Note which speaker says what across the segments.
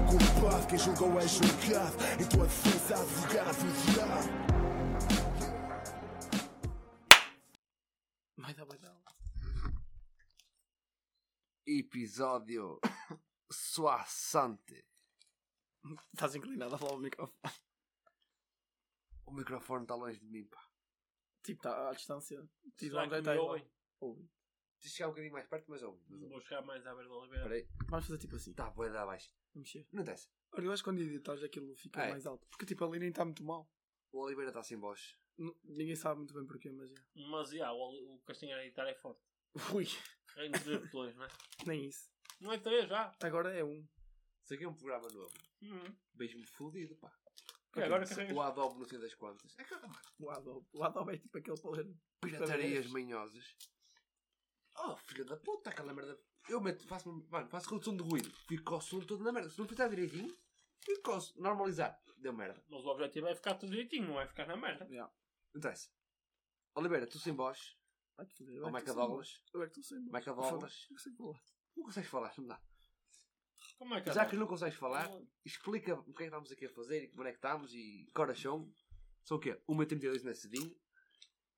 Speaker 1: julgado, quem julgou é julgado. Em tua defesa, advogado, advogado.
Speaker 2: Vai dar, vai dar.
Speaker 3: Episódio suaçante.
Speaker 2: Estás inclinado a falar o microfone.
Speaker 3: O microfone está longe de mim, pá.
Speaker 2: Tipo, está à distância. Tipo,
Speaker 4: Será
Speaker 2: onde
Speaker 4: que
Speaker 2: é que está
Speaker 4: me
Speaker 2: igual.
Speaker 4: ouvem?
Speaker 2: Ouve.
Speaker 3: Deixa chegar um bocadinho mais perto, mas ouve. Mas ouve.
Speaker 4: Vou chegar mais à beira da Oliveira.
Speaker 3: Peraí. tá
Speaker 2: Vamos fazer tipo assim.
Speaker 3: Está boa da baixo.
Speaker 2: Vamos mexer.
Speaker 3: Não interessa.
Speaker 2: Olha, eu acho que quando editares aquilo fica
Speaker 3: É.
Speaker 2: mais alto. Porque tipo, ali nem está muito mal.
Speaker 3: O Oliveira está sem voz.
Speaker 2: N- Ninguém sabe muito bem porquê, mas é.
Speaker 4: Mas, já, o, o Castanheira editar é forte.
Speaker 2: Ui,
Speaker 4: Reino de botões, não é?
Speaker 2: nem isso.
Speaker 4: Não é três, já.
Speaker 2: Agora é um.
Speaker 3: Isso aqui é um programa novo.
Speaker 4: Uhum.
Speaker 3: Beijo-me fudido, pá.
Speaker 4: E agora carregas.
Speaker 3: O Adobe, no fim das contas. É que-
Speaker 2: O Adobe. O Adobe é tipo aquele para ler.
Speaker 3: Piratarias
Speaker 2: Parabéns.
Speaker 3: manhosas. Oh, filho da puta, aquela merda. Eu meto, faço, mano, faço redução de ruído. Fico o som todo na merda. Se não fizer direitinho, fico ao som- normalizar. Deu merda.
Speaker 4: Mas o objetivo é ficar tudo direitinho, não é ficar na merda.
Speaker 3: Não interessa. Oliveira, tu sem voz.
Speaker 2: Vai-te foder.
Speaker 3: Ou
Speaker 2: eu é que
Speaker 3: Michael
Speaker 2: estou sem
Speaker 3: Douglas.
Speaker 2: voz. Eu é que estou sem voz.
Speaker 3: Michael
Speaker 2: Foda-se,
Speaker 3: Douglas.
Speaker 2: eu sei falar.
Speaker 3: Não consegues falar, não dá.
Speaker 4: Como é que
Speaker 3: Já que não consegues falar, explica o que é que estamos aqui a fazer e como é que estamos e coração. São o quê? 1h32 na cedinho.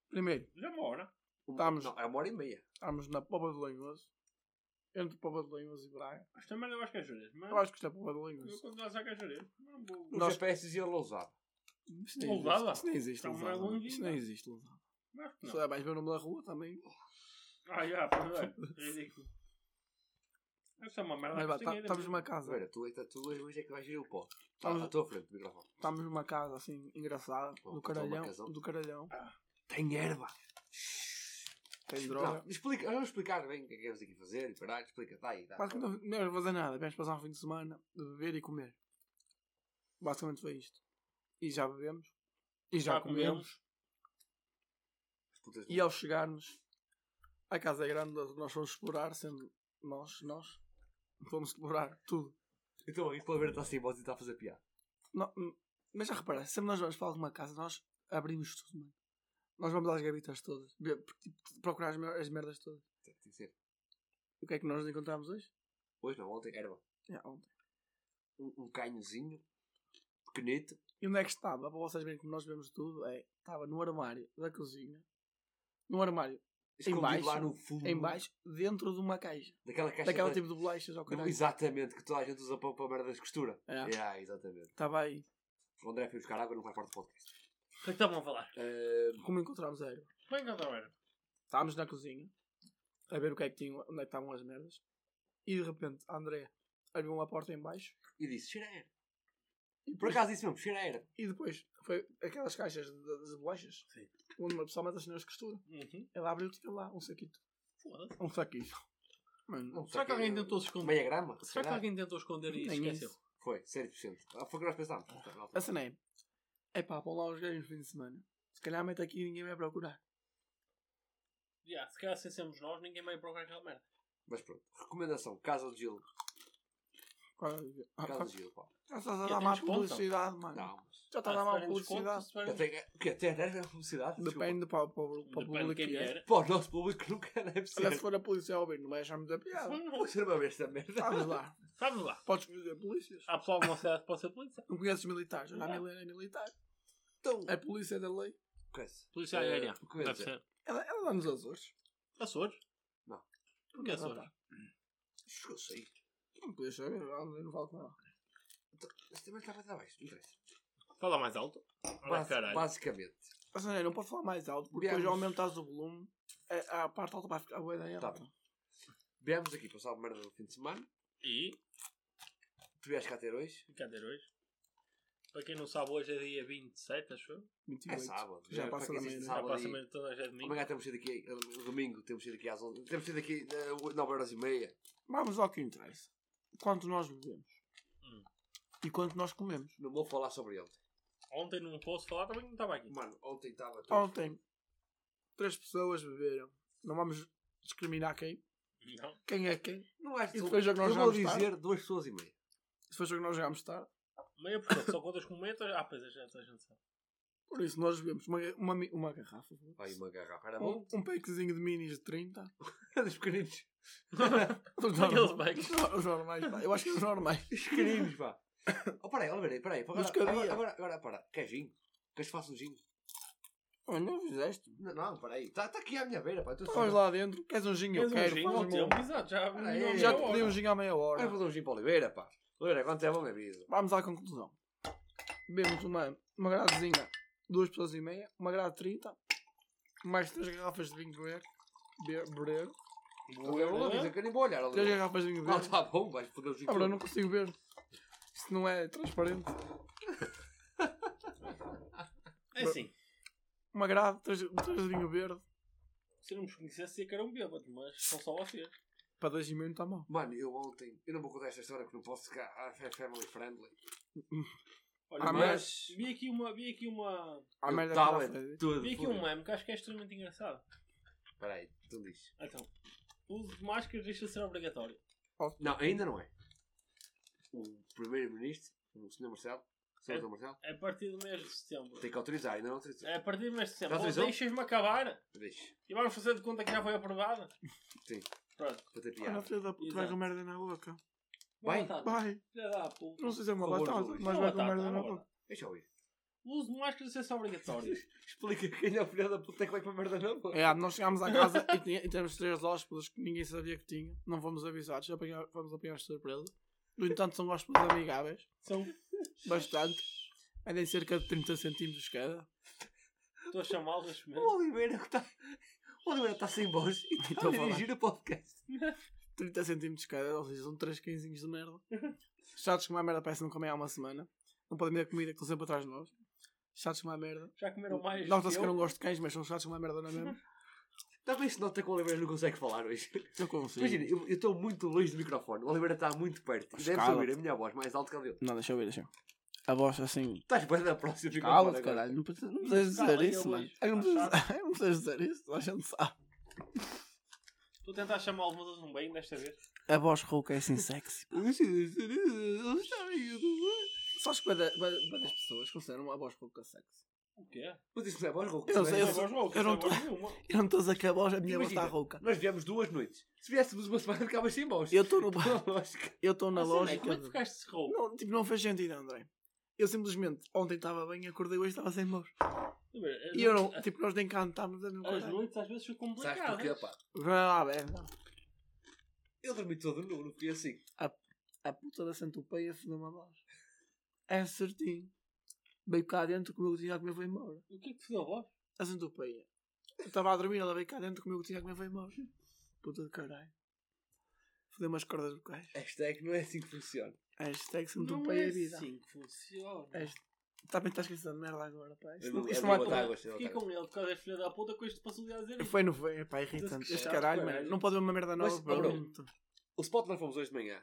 Speaker 2: Primeiro,
Speaker 4: Já é uma hora.
Speaker 3: Uma-
Speaker 2: Estamos.
Speaker 3: Não, é uma hora e meia.
Speaker 2: estamos na Pova de Lenhoso. Entre Pova de Lenhoso e Braga.
Speaker 4: Esta merda eu acho que é jurês. Mas
Speaker 2: Eu acho que isto é Pova de
Speaker 4: eu
Speaker 2: Lenhoso.
Speaker 4: quando lá saco é jurês. Não vou.
Speaker 3: Os
Speaker 2: Nós-
Speaker 3: GPS e a lousada.
Speaker 2: Isto nem
Speaker 4: Lousada?
Speaker 2: existe. Isto nem existe.
Speaker 4: Então,
Speaker 2: Lousada.
Speaker 4: é longe
Speaker 2: Isto
Speaker 4: ainda.
Speaker 2: nem existe. Lousada.
Speaker 4: Acho que não.
Speaker 2: Só é mais ver o nome da rua também.
Speaker 4: Ah, já, pois é. Ridículo. Essa é uma merda.
Speaker 2: Mas vá, tá-
Speaker 4: Castanheira,
Speaker 2: estamos
Speaker 4: mas-
Speaker 2: numa casa.
Speaker 3: Olha, tu, é- tu hoje é que vais vir o pó.
Speaker 2: Estamos-
Speaker 3: Estamos à tua frente, microfone.
Speaker 2: Estamos numa casa assim engraçada.
Speaker 3: Bom,
Speaker 2: Do
Speaker 3: então uma
Speaker 2: caralhão.
Speaker 3: casão.
Speaker 2: Do caralhão.
Speaker 3: Tem erva.
Speaker 2: Tem droga.
Speaker 3: Não, explica, vamos explicar bem o que é que vamos aqui fazer e parar, explica, tá aí, tá.
Speaker 2: Quase que não não vamos fazer nada. Vamos passar um fim de semana de beber e comer. Basicamente foi isto. E já bebemos. E já,
Speaker 4: Já
Speaker 2: comemos.
Speaker 4: comemos.
Speaker 3: Putas do-
Speaker 2: E ao chegarmos à Casa é Grande, nós fomos explorar, sendo nós, nós, fomos explorar tudo.
Speaker 3: Então, aqui pela ver está assim, você está a fazer piada.
Speaker 2: Não, hum, mas já repara, sempre nós vamos para alguma casa, nós abrimos tudo, mano. Nós vamos às gavetas todas, ver- tipo, procurar as, mer- as merdas todas.
Speaker 3: Tem que ser.
Speaker 2: E o que é que nós encontramos hoje?
Speaker 3: Hoje não, ontem, erva.
Speaker 2: É, ontem.
Speaker 3: Um, um canhozinho, pequenito,
Speaker 2: E onde é que estava? Para vocês verem como nós vemos tudo, é, estava no armário da cozinha, no armário,
Speaker 3: escondido
Speaker 2: baixo,
Speaker 3: lá no fundo.
Speaker 4: Uhum.
Speaker 2: em baixo, dentro de uma caixa.
Speaker 3: Daquela caixa.
Speaker 2: Daquela
Speaker 3: da-
Speaker 2: tipo de bolachas ao
Speaker 3: Não,
Speaker 2: caralho.
Speaker 3: Exatamente, que toda a gente usa para, para merda de costura.
Speaker 2: É.
Speaker 3: Yeah, exatamente.
Speaker 2: Estava aí.
Speaker 3: O André foi buscar água, não faz parte do podcast.
Speaker 4: O que é que estavam a falar?
Speaker 3: Eh,
Speaker 2: Como encontramos a erva?
Speaker 4: Como é que estavam a ver?
Speaker 2: Estávamos na cozinha a ver o que é que tinha, onde é que estavam as merdas. E de repente a André abriu uma porta em baixo
Speaker 3: e disse, cheira a erva.
Speaker 2: e
Speaker 3: Por
Speaker 2: depois,
Speaker 3: acaso disse mesmo, cheira a erva.
Speaker 2: e depois foi aquelas caixas de, de, de bolachas
Speaker 4: Sim.
Speaker 2: onde uma pessoa mete as senhoras de costura.
Speaker 4: Uhum.
Speaker 2: Ela abriu e tinha lá um saquito.
Speaker 4: Foda-se.
Speaker 2: Um saquinho. Mano,
Speaker 3: Não,
Speaker 4: Será que alguém
Speaker 3: eh,
Speaker 4: tentou se esconder?
Speaker 3: Meia grama?
Speaker 4: Será que
Speaker 3: Será?
Speaker 4: alguém tentou esconder e
Speaker 2: Nem
Speaker 4: esqueceu?
Speaker 2: isso.
Speaker 3: Foi, 7%. Ah, Foi o que nós pensámos.
Speaker 2: a cena é: é pá, vão lá os gajos no fim de semana. Se calhar mete aqui e ninguém vai procurar.
Speaker 4: Já, se calhar sem sermos nós, ninguém vai procurar aquela merda.
Speaker 3: Mas pronto, recomendação: Casa do Gil.
Speaker 2: Quase. Ah,
Speaker 3: Casa do
Speaker 2: quase.
Speaker 3: Gil, pá.
Speaker 2: Já estás a
Speaker 4: E
Speaker 2: dar
Speaker 4: até
Speaker 2: má
Speaker 4: desconto.
Speaker 2: publicidade, mano.
Speaker 3: Não, mas.
Speaker 2: Já estás Tá a dar
Speaker 4: Ah, se
Speaker 2: má
Speaker 4: tiverem desconto,
Speaker 2: publicidade.
Speaker 4: se tiverem-
Speaker 3: Eu tenho, o quê? Tem a publicidade? Desculpa.
Speaker 2: Depende para, para, o- para o
Speaker 4: Depende de
Speaker 2: público
Speaker 4: quem
Speaker 2: que é.
Speaker 4: era.
Speaker 3: Pá, o nosso público nunca é deve
Speaker 2: Olha, se
Speaker 3: ser.
Speaker 2: for a polícia a ouvir, não vai achar muita piada.
Speaker 4: Hum,
Speaker 3: Vou ser uma vez esta merda.
Speaker 2: Sabes lá,
Speaker 4: Sabe lá.
Speaker 2: podes fazer polícias.
Speaker 4: Há pessoal na cidade que pode ser polícia.
Speaker 2: Não conheces militares,
Speaker 4: Ah.
Speaker 2: olha, a Milena é militar.
Speaker 3: Então,
Speaker 2: A polícia é da lei.
Speaker 3: coisa.
Speaker 4: Polícia
Speaker 3: Eh,
Speaker 4: aérea.
Speaker 3: o que eu ia
Speaker 4: Deve
Speaker 3: dizer?
Speaker 4: ser.
Speaker 2: Ela, ela dá nos Açores.
Speaker 4: Açores?
Speaker 3: Não.
Speaker 4: Porquê
Speaker 2: Ela
Speaker 4: Açores?
Speaker 2: dá.
Speaker 3: Acho que eu sei.
Speaker 2: Não podias saber, ela não, eu não falo com ela.
Speaker 3: Esta merda estava abaixo, não interessa.
Speaker 4: Fala mais alto. Olha,
Speaker 3: Basi-
Speaker 4: caralho.
Speaker 3: Basicamente.
Speaker 2: Mas Assim, não, não pode falar mais alto, porque
Speaker 3: Viemos.
Speaker 2: depois aumentas o volume, a, a parte alta vai ficar boa ideia.
Speaker 3: Tá bem. Viemos aqui passar uma merda no fim de semana.
Speaker 4: E,
Speaker 3: Tu vieste cá ter hoje.
Speaker 4: brincadeira hoje. Para quem não sabe, hoje é dia 27, acho eu.
Speaker 2: 28.
Speaker 3: É sábado.
Speaker 2: Já
Speaker 3: para
Speaker 2: passa
Speaker 3: quem
Speaker 2: da
Speaker 3: existe
Speaker 2: meia-noite.
Speaker 4: Já
Speaker 3: sábado
Speaker 4: passa
Speaker 3: aí.
Speaker 4: mesmo toda a gente de mim.
Speaker 3: Amanhã temos sido aqui, eh, domingo, temos sido aqui às 11. Temos sido aqui eh, 9 horas e meia.
Speaker 2: Vamos ao que interessa. Quanto nós bebemos
Speaker 4: Hum.
Speaker 2: e quanto nós comemos.
Speaker 3: Não vou falar sobre ontem.
Speaker 4: Ontem não posso falar, também não estava aqui.
Speaker 3: Mano, ontem estava tudo.
Speaker 2: Ontem, três pessoas beberam. Não vamos discriminar quem.
Speaker 4: Não.
Speaker 2: Quem é quem?
Speaker 3: Não acho
Speaker 2: E depois é que nós
Speaker 3: Eu vou
Speaker 2: vamos
Speaker 3: dizer duas pessoas e meia.
Speaker 2: Se foi o que nós jogámos tarde.
Speaker 4: Meia porque só contas com meia. toda- Ah, pois é, já toda a gente sabe.
Speaker 2: Por isso, nós bebemos uma, uma, mi- uma garrafa.
Speaker 3: Vai uma garrafa. Era bom.
Speaker 2: Um, um packzinho de minis de 30.
Speaker 3: Dos pequeninos.
Speaker 2: Os
Speaker 4: Aqueles
Speaker 2: normais.
Speaker 4: packs.
Speaker 2: Os normais, pá. Eu acho que os normais.
Speaker 3: Os pequeninos, pá. Oh, peraí, olha, peraí, peraí. Agora,
Speaker 2: Mas que
Speaker 3: agora,
Speaker 2: havia?
Speaker 3: agora, agora, para. Queres gin? Queres que faça um gin?
Speaker 2: Ah, não fizeste.
Speaker 3: Não, não, peraí. Está tá aqui à minha beira, pá. Tu
Speaker 2: Estavas lá dentro. Queres um gin? Eu
Speaker 4: Queres um
Speaker 2: quero.
Speaker 4: gin?
Speaker 2: faz
Speaker 4: Não
Speaker 2: um
Speaker 4: temos, exato. Já,
Speaker 3: Olha aí,
Speaker 2: bom.
Speaker 3: gin?
Speaker 2: Já
Speaker 4: meia
Speaker 2: te
Speaker 4: hora.
Speaker 2: pedi um gin há meia
Speaker 3: Agora vou
Speaker 2: hora.
Speaker 3: fazer um gin para Oliveira, pá. Oliveira, quanto é bom é brisa.
Speaker 2: Vamos à conclusão. Bebemos uma, uma gradezinha, duas pessoas e meia, uma grade 30, mais três garrafas de vinho verde, be- beber,
Speaker 3: Vou eu
Speaker 4: é?
Speaker 3: não que eu nem vou olhar ali.
Speaker 2: três garrafas de vinho
Speaker 3: Não,
Speaker 2: verde.
Speaker 3: está bom, vais foder o gin.
Speaker 2: Ah, bro, eu
Speaker 3: todo.
Speaker 2: não consigo ver. Isto não é transparente.
Speaker 4: É assim.
Speaker 2: Uma grade, três, três de vinho verde,
Speaker 4: Se não me conhecesse, ia que era um bêbado, mas são só vocês.
Speaker 2: para dois e meio não está mal.
Speaker 3: Mano, eu ontem, eu não vou contar esta história porque não posso ficar ah, é family friendly.
Speaker 4: Olha,
Speaker 2: Ah,
Speaker 4: mas... Vi aqui uma... Vi aqui uma...
Speaker 3: Ah,
Speaker 2: Há merda que
Speaker 3: estava
Speaker 2: dá para fazer.
Speaker 3: tudo.
Speaker 4: Vi aqui um meme que acho que é extremamente engraçado.
Speaker 3: Peraí, tu diz.
Speaker 4: Então. O uso de máscara deixa de ser obrigatório.
Speaker 3: Não, ainda não é. O primeiro-ministro, o senhor Marcelo, o senhor
Speaker 4: É.
Speaker 3: Dr. Marcelo,
Speaker 4: A partir do mês de setembro.
Speaker 3: tem que autorizar, ainda não autorizou.
Speaker 4: É, A partir do mês de
Speaker 3: Já
Speaker 4: setembro. Ou
Speaker 3: autorizou?
Speaker 4: Deixas-me acabar.
Speaker 3: Deixa,
Speaker 4: E vamos fazer de conta que já foi aprovada.
Speaker 3: Sim.
Speaker 4: Pronto.
Speaker 3: para ter
Speaker 2: Olha,
Speaker 3: piada.
Speaker 2: filha da puta, vai com
Speaker 4: Exato.
Speaker 2: merda na boca.
Speaker 3: Vai.
Speaker 4: Boa tarde.
Speaker 2: Vai.
Speaker 4: Filha da puta.
Speaker 2: Não sei se é uma
Speaker 3: Por favor,
Speaker 2: batata,
Speaker 3: Luís.
Speaker 2: mas
Speaker 4: Não,
Speaker 2: vai com
Speaker 4: batata,
Speaker 2: merda
Speaker 4: não, é
Speaker 2: na
Speaker 4: batata.
Speaker 2: boca.
Speaker 3: Deixa eu ouvir.
Speaker 4: O uso de máscara deixa de ser obrigatório.
Speaker 3: Explica quem é o filho da puta que vai para a merda não, pô.
Speaker 2: É, nós chegámos à casa e, tinha- e temos três hóspedes que ninguém sabia que tinha. Não fomos avisados, já apanhar, fomos apanhar de surpresa. No entanto, são hóspedes amigáveis,
Speaker 4: São...
Speaker 2: bastante. Andem cerca de 30 centímetros cada.
Speaker 4: Estou a chamá-los neste
Speaker 3: O
Speaker 4: momento.
Speaker 3: Oliveira que está... O Oliveira está sem voz e está
Speaker 2: Estou
Speaker 3: a
Speaker 2: a falar.
Speaker 3: dirigir o podcast.
Speaker 2: 30 centímetros cada, ou seja, são 3 quinzinhos de merda. Chatos como a merda parece que não comem há uma semana. Não podem ver a comida que estão sempre atrás de nós. Chatos como a merda.
Speaker 4: Já comeram mais
Speaker 2: Nota-se
Speaker 4: que
Speaker 2: que eu
Speaker 4: eu?
Speaker 2: não gosto de cães, mas são chatos como a merda, não é mesmo?
Speaker 3: Também Tá se nota que o Oliveira não consegue falar hoje.
Speaker 2: Eu consigo.
Speaker 3: Imagina, eu eu estou muito longe do microfone. O Oliveira está muito perto. E Deves
Speaker 2: Escala-te.
Speaker 3: ouvir a minha voz mais alto que a dele.
Speaker 2: Não, deixa eu ver, deixa eu ver. A voz assim.
Speaker 3: Estás bem da próxima do microfone
Speaker 2: Cala-te,
Speaker 3: agora.
Speaker 2: caralho. Não precisas não precisas dizer
Speaker 4: Cala-te,
Speaker 2: isso, mano.
Speaker 4: Luís.
Speaker 2: Eu Tá não precisas- eu não precisas dizer isso, a gente sabe.
Speaker 4: Estou a tentar chamá-los, mas eles não um bem desta vez.
Speaker 2: A voz rouca é assim sexy. Só que várias pessoas consideram a voz rouca sexy.
Speaker 4: O quê?
Speaker 3: Mas isso não é voz rouca.
Speaker 2: Eu não
Speaker 3: isso
Speaker 2: sei,
Speaker 3: é
Speaker 2: eu
Speaker 3: voz
Speaker 2: sou-
Speaker 3: rouca.
Speaker 4: louca,
Speaker 2: eu não
Speaker 4: não é voz nenhuma.
Speaker 2: Eu não estou a dizer que a voz, a minha voz
Speaker 3: Imagina,
Speaker 2: está rouca.
Speaker 3: Nós viemos duas noites. Se viéssemos uma semana, ficavas sem voz.
Speaker 2: Eu estou no
Speaker 3: Não há lógica.
Speaker 2: Eu estou na
Speaker 4: Mas, André,
Speaker 2: lógica.
Speaker 4: Como é que
Speaker 2: de-
Speaker 4: ficaste rouco?
Speaker 2: Não, tipo, não faz sentido, André. Eu simplesmente, ontem estava bem, acordei hoje estava sem voz. E eu não, tipo, nós nem cantámos a mesma
Speaker 4: As
Speaker 2: coisa.
Speaker 4: noites às vezes são
Speaker 3: Sabes porquê,
Speaker 4: complicadas.
Speaker 3: pá?
Speaker 2: Vai lá, merda.
Speaker 3: Eu dormi todo nu, não fui assim.
Speaker 2: A puta da centopeia fodeu-me a voz. É certinho. Veio cá dentro, comeu o que tinha a comer, foi embora.
Speaker 4: O que é que fudeu a voz?
Speaker 2: A centopeia. Eu estava a dormir, ela veio cá dentro, comeu o que tinha a comer, foi embora. Puta de caralho. Fodeu-me as cordas vocais.
Speaker 3: Hashtag não é assim que funciona.
Speaker 2: Hashtag
Speaker 4: Não
Speaker 2: centopeia
Speaker 4: é
Speaker 2: é vida. É.
Speaker 4: assim que funciona.
Speaker 2: Hasht- Também estás esquecendo tá de merda agora, pá. Isto
Speaker 3: Eu
Speaker 2: não,
Speaker 3: dou-
Speaker 2: isto não
Speaker 3: eu dou
Speaker 2: é
Speaker 3: outra água,
Speaker 4: Fiquei
Speaker 3: eu
Speaker 4: Fiquei
Speaker 3: dou
Speaker 4: com ele por causa da filha da puta com isto passou o dia a dizer.
Speaker 2: Foi no veio, pá, irritante. Este caralho, mano. Não pode ver uma merda nova, Tipo,
Speaker 3: Mas, olha,
Speaker 2: pronto.
Speaker 3: O spot nós fomos hoje de manhã.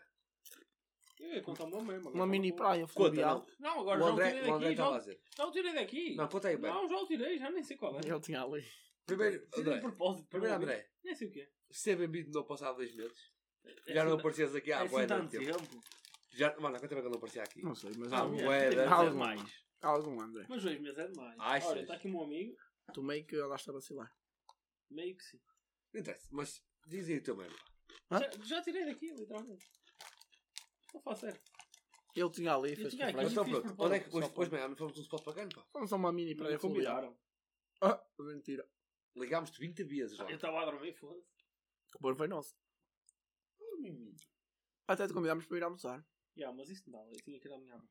Speaker 4: Eu ia contar uma mesma.
Speaker 2: Uma mini praia
Speaker 3: Conta,
Speaker 2: fluvial.
Speaker 4: Não,
Speaker 3: não.
Speaker 4: agora
Speaker 3: O
Speaker 4: já o
Speaker 3: André,
Speaker 4: tirei
Speaker 3: o André
Speaker 4: daqui.
Speaker 3: estava a
Speaker 4: Já,
Speaker 3: dizer.
Speaker 4: já o tirei daqui.
Speaker 3: Não, conta aí, bem.
Speaker 4: Não, já o tirei, já nem sei qual é.
Speaker 2: Ele tinha ali.
Speaker 3: Primeiro,
Speaker 4: Tirei de
Speaker 3: André.
Speaker 4: propósito.
Speaker 3: Primeiro,
Speaker 4: para não ver.
Speaker 3: André.
Speaker 4: Nem sei o que é.
Speaker 3: Seja bem-vindo no passado dois meses.
Speaker 4: É
Speaker 3: Já
Speaker 4: assim
Speaker 3: não
Speaker 4: ta-
Speaker 3: aparecias aqui
Speaker 4: é
Speaker 3: há
Speaker 4: assim
Speaker 3: boa
Speaker 4: tanto
Speaker 3: tempo.
Speaker 4: tempo.
Speaker 3: Já, mano, quanto tempo é que eu não aparecia aqui?
Speaker 2: Não sei, mas
Speaker 3: Ah,
Speaker 2: há
Speaker 4: Dois
Speaker 2: algum.
Speaker 3: ué,
Speaker 4: meses
Speaker 3: deve
Speaker 4: é
Speaker 2: ser.
Speaker 4: demais.
Speaker 2: há algum, André.
Speaker 4: Mas dois meses é demais.
Speaker 3: Achas?
Speaker 4: Olha, está aqui o meu amigo.
Speaker 2: Tomei que ela está a vacilar.
Speaker 4: Meio que sim.
Speaker 3: Não interessa, mas diz aí o teu mano.
Speaker 2: Hã?
Speaker 4: Já, já tirei daqui, literalmente. Não faço certo.
Speaker 2: Ele tinha ali e
Speaker 4: Eu
Speaker 2: fez
Speaker 4: tinha
Speaker 2: com frase.
Speaker 4: aqui.
Speaker 3: Mas então
Speaker 4: fiz
Speaker 3: pronto,
Speaker 4: propósito,
Speaker 3: onde é que hoje,
Speaker 4: só
Speaker 3: hoje manhã não fomos num spot bacana, pá?
Speaker 2: Vamos a uma mini praia
Speaker 4: Me
Speaker 2: fluvial.
Speaker 4: convidaram.
Speaker 2: Ah, mentira.
Speaker 3: Ligámos-te 20 vezes lá.
Speaker 4: Ah, Eu estava a dormir, foda-se.
Speaker 2: O bolo foi nosso. Até te convidámos para ir almoçar.
Speaker 4: Ya, mas isso não dá, eu tinha que ir à minha avó.